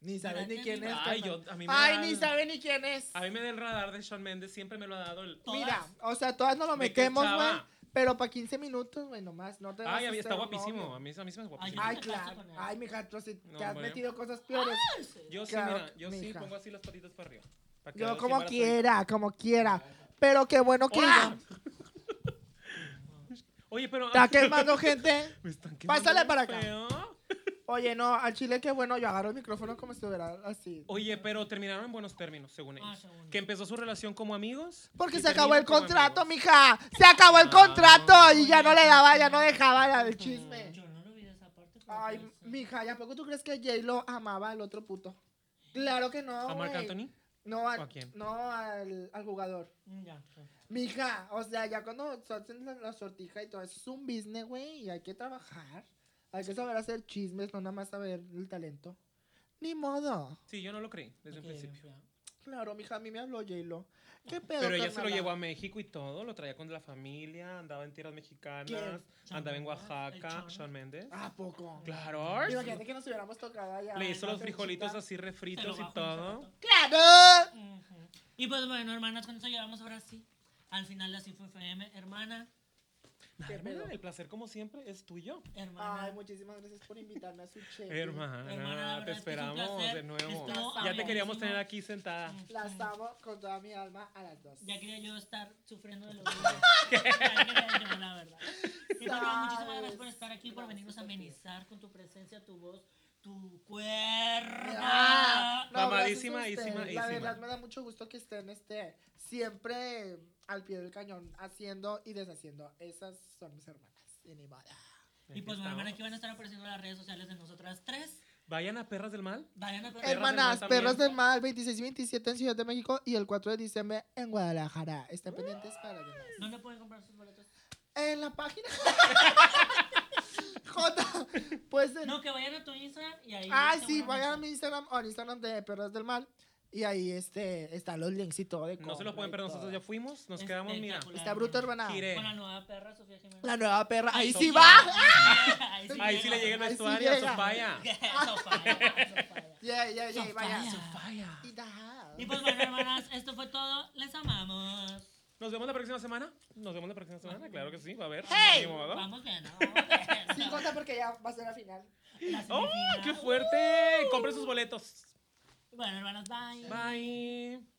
Speaker 3: Ni sabe ni quién es.
Speaker 1: Ay,
Speaker 3: carnal.
Speaker 1: yo- a mí me
Speaker 3: Ay,
Speaker 1: da-
Speaker 3: ni sabe ni quién es.
Speaker 1: A mí me da el radar de Shawn Mendes, siempre me lo ha dado el.
Speaker 2: Todas.
Speaker 3: Mira, o sea, todas nos lo
Speaker 1: ¿De qué
Speaker 3: metemos, güey.
Speaker 1: chava?
Speaker 3: Pero para 15 minutos, güey, nomás. No te vas
Speaker 1: Ay,
Speaker 3: a
Speaker 1: a mí está
Speaker 3: hacer un
Speaker 1: guapísimo.
Speaker 3: novio.
Speaker 1: A mí, a mí se me es guapísimo.
Speaker 3: Ay,
Speaker 2: Yo no me caso
Speaker 3: claro.
Speaker 2: con él.
Speaker 3: Ay, mija, tú sí
Speaker 1: No, Ah,
Speaker 3: te has
Speaker 1: hombre.
Speaker 3: metido cosas peores.
Speaker 1: yo sí,
Speaker 3: claro,
Speaker 1: mira, yo sí
Speaker 3: mija.
Speaker 1: pongo así las patitas para arriba. para que
Speaker 3: Yo
Speaker 1: veas
Speaker 3: como
Speaker 1: embarazo-
Speaker 3: quiera, como quiera. Pero qué bueno que
Speaker 1: ¡Hola!
Speaker 3: ya.
Speaker 1: Oye, pero.
Speaker 3: Está quemando gente.
Speaker 1: Me están quemando
Speaker 3: Pásale
Speaker 1: bien
Speaker 3: para acá.
Speaker 1: feo.
Speaker 3: Oye, no, al chile qué bueno. Yo agarro el micrófono como si estuviera así.
Speaker 1: Oye, pero terminaron en buenos términos, según
Speaker 2: Ah,
Speaker 1: ellos.
Speaker 2: según
Speaker 1: que empezó su relación como amigos.
Speaker 3: Porque
Speaker 1: y
Speaker 3: se acabó
Speaker 1: terminan
Speaker 3: el
Speaker 1: como
Speaker 3: contrato,
Speaker 1: amigos.
Speaker 3: mija. Se acabó el
Speaker 1: Ah,
Speaker 3: contrato y ya no le daba, ya no dejaba la del chisme.
Speaker 2: Yo no lo vi de esa parte. pero
Speaker 3: Ay,
Speaker 2: puede ser.
Speaker 3: mija, ¿y a poco tú crees que Jay lo amaba al otro puto? Claro que no.
Speaker 1: ¿A Marc
Speaker 3: güey.
Speaker 1: Anthony?
Speaker 3: No, al,
Speaker 1: ¿O a quién?
Speaker 3: no al, al jugador.
Speaker 2: Ya. ya.
Speaker 3: Mija, o sea, ya cuando se hacen la, la sortija y todo eso es un business, güey, y hay que trabajar. Hay que saber hacer chismes, no nada más saber el talento. Ni modo.
Speaker 1: Sí, yo no lo creí desde
Speaker 2: Ok,
Speaker 1: un principio.
Speaker 2: ya.
Speaker 3: Claro, mija, a mí me habló J-Lo. ¿Qué pedo,
Speaker 1: Pero ella se lo
Speaker 3: carnala?
Speaker 1: llevó a México y todo, lo traía con la familia, andaba en tierras mexicanas,
Speaker 2: ¿Quién?
Speaker 1: andaba en
Speaker 2: Shawn Mendes, Ah, el
Speaker 1: Oaxaca,
Speaker 2: Shawn.
Speaker 1: Shawn Mendes.
Speaker 3: ¿A poco?
Speaker 1: Claro.
Speaker 3: Imagínate que nos hubiéramos tocado allá.
Speaker 1: Le hizo
Speaker 3: una
Speaker 1: los frijolitos
Speaker 3: canchita.
Speaker 1: así
Speaker 2: Se lo
Speaker 1: refritos
Speaker 2: bajo
Speaker 1: y
Speaker 2: un
Speaker 1: todo.
Speaker 2: zapato.
Speaker 3: ¡Claro!
Speaker 2: Ujú. Y pues bueno, hermanas, con eso llegamos ahora sí. Al final de Así fue FM. Hermana,
Speaker 1: Ay,
Speaker 3: ¿Qué
Speaker 1: hermana,
Speaker 3: pedo?
Speaker 1: el placer, como siempre, es tuyo.
Speaker 2: hermana.
Speaker 3: Ay, muchísimas gracias por invitarme a su che.
Speaker 1: Hermana,
Speaker 2: Hermana,
Speaker 1: te
Speaker 2: la verdad es que es un
Speaker 1: esperamos
Speaker 2: placer.
Speaker 1: de nuevo.
Speaker 2: Estuvo
Speaker 1: Ya te queríamos
Speaker 2: famosísimo.
Speaker 1: tener aquí sentada.
Speaker 3: Las amo con toda mi alma a las dos.
Speaker 2: Ya quería yo estar sufriendo de los Ya quería yo, la verdad. Y bueno, muchísimas
Speaker 3: Sabes.
Speaker 2: gracias por estar aquí, por venirnos a
Speaker 3: Gracias a ti.
Speaker 2: amenizar con tu presencia, tu voz, tu cuerpo.
Speaker 3: Ah, no,
Speaker 1: Mamadísima,
Speaker 3: gracias a ustedes.
Speaker 1: ísima,
Speaker 3: La
Speaker 1: ísima.
Speaker 3: verdad me da mucho gusto que estén este, siempre al pie del cañón, haciendo y deshaciendo. Esas son mis hermanas. Y ni modo.
Speaker 2: Y pues,
Speaker 1: Aquí
Speaker 2: bueno, hermana,
Speaker 1: estamos.
Speaker 2: aquí van a estar apareciendo las redes sociales de nosotras tres.
Speaker 1: Vayan a Perras del Mal.
Speaker 2: Vayan a
Speaker 1: Perras del Mal
Speaker 3: Hermanas,
Speaker 1: también.
Speaker 3: Perras del Mal, 26 y 27 en Ciudad de México y el 4 de diciembre en Guadalajara. Estén pendientes para demás.
Speaker 2: ¿Dónde pueden comprar sus boletos?
Speaker 3: En la página. Jota, pues en-
Speaker 2: No, que vayan a tu Instagram y ahí.
Speaker 3: Ay,
Speaker 2: seguramente-
Speaker 3: sí, vayan a mi Instagram o al Instagram de Perras del Mal. Y ahí este, están los links y todo. De
Speaker 1: No se lo
Speaker 3: compra
Speaker 1: pueden
Speaker 3: y
Speaker 1: perder,
Speaker 3: todo.
Speaker 1: nosotros ya Ah, fuimos. Nos quedamos, mira.
Speaker 2: Espectacular.
Speaker 3: Está bruto, hermana.
Speaker 1: Giré.
Speaker 2: Con la nueva perra, Sofía Jiménez.
Speaker 3: La nueva perra. Ahí sí
Speaker 2: Sofía.
Speaker 3: va.
Speaker 2: Ahí sí,
Speaker 1: Ahí sí le llega el
Speaker 3: Ahí sí
Speaker 1: vestuario a
Speaker 3: llega.
Speaker 1: Sofía.
Speaker 2: Sofía.
Speaker 3: Ya, ya, ya, vaya.
Speaker 2: Iya.
Speaker 1: Sofía.
Speaker 3: Y da.
Speaker 2: Y pues bueno, hermanas, esto fue todo. Les amamos.
Speaker 1: Nos vemos la próxima semana. Nos vemos la próxima semana, claro que sí, va a haber. Ni modo.
Speaker 2: Vamos bien, ¿no? vamos
Speaker 3: Sí,
Speaker 2: bien.
Speaker 3: Jota, porque ya va a ser la final.
Speaker 2: La
Speaker 1: ¡Oh,
Speaker 2: semifinal.
Speaker 1: qué fuerte! Compren sus boletos.
Speaker 2: Bueno, hermanas, bye.
Speaker 1: Bye.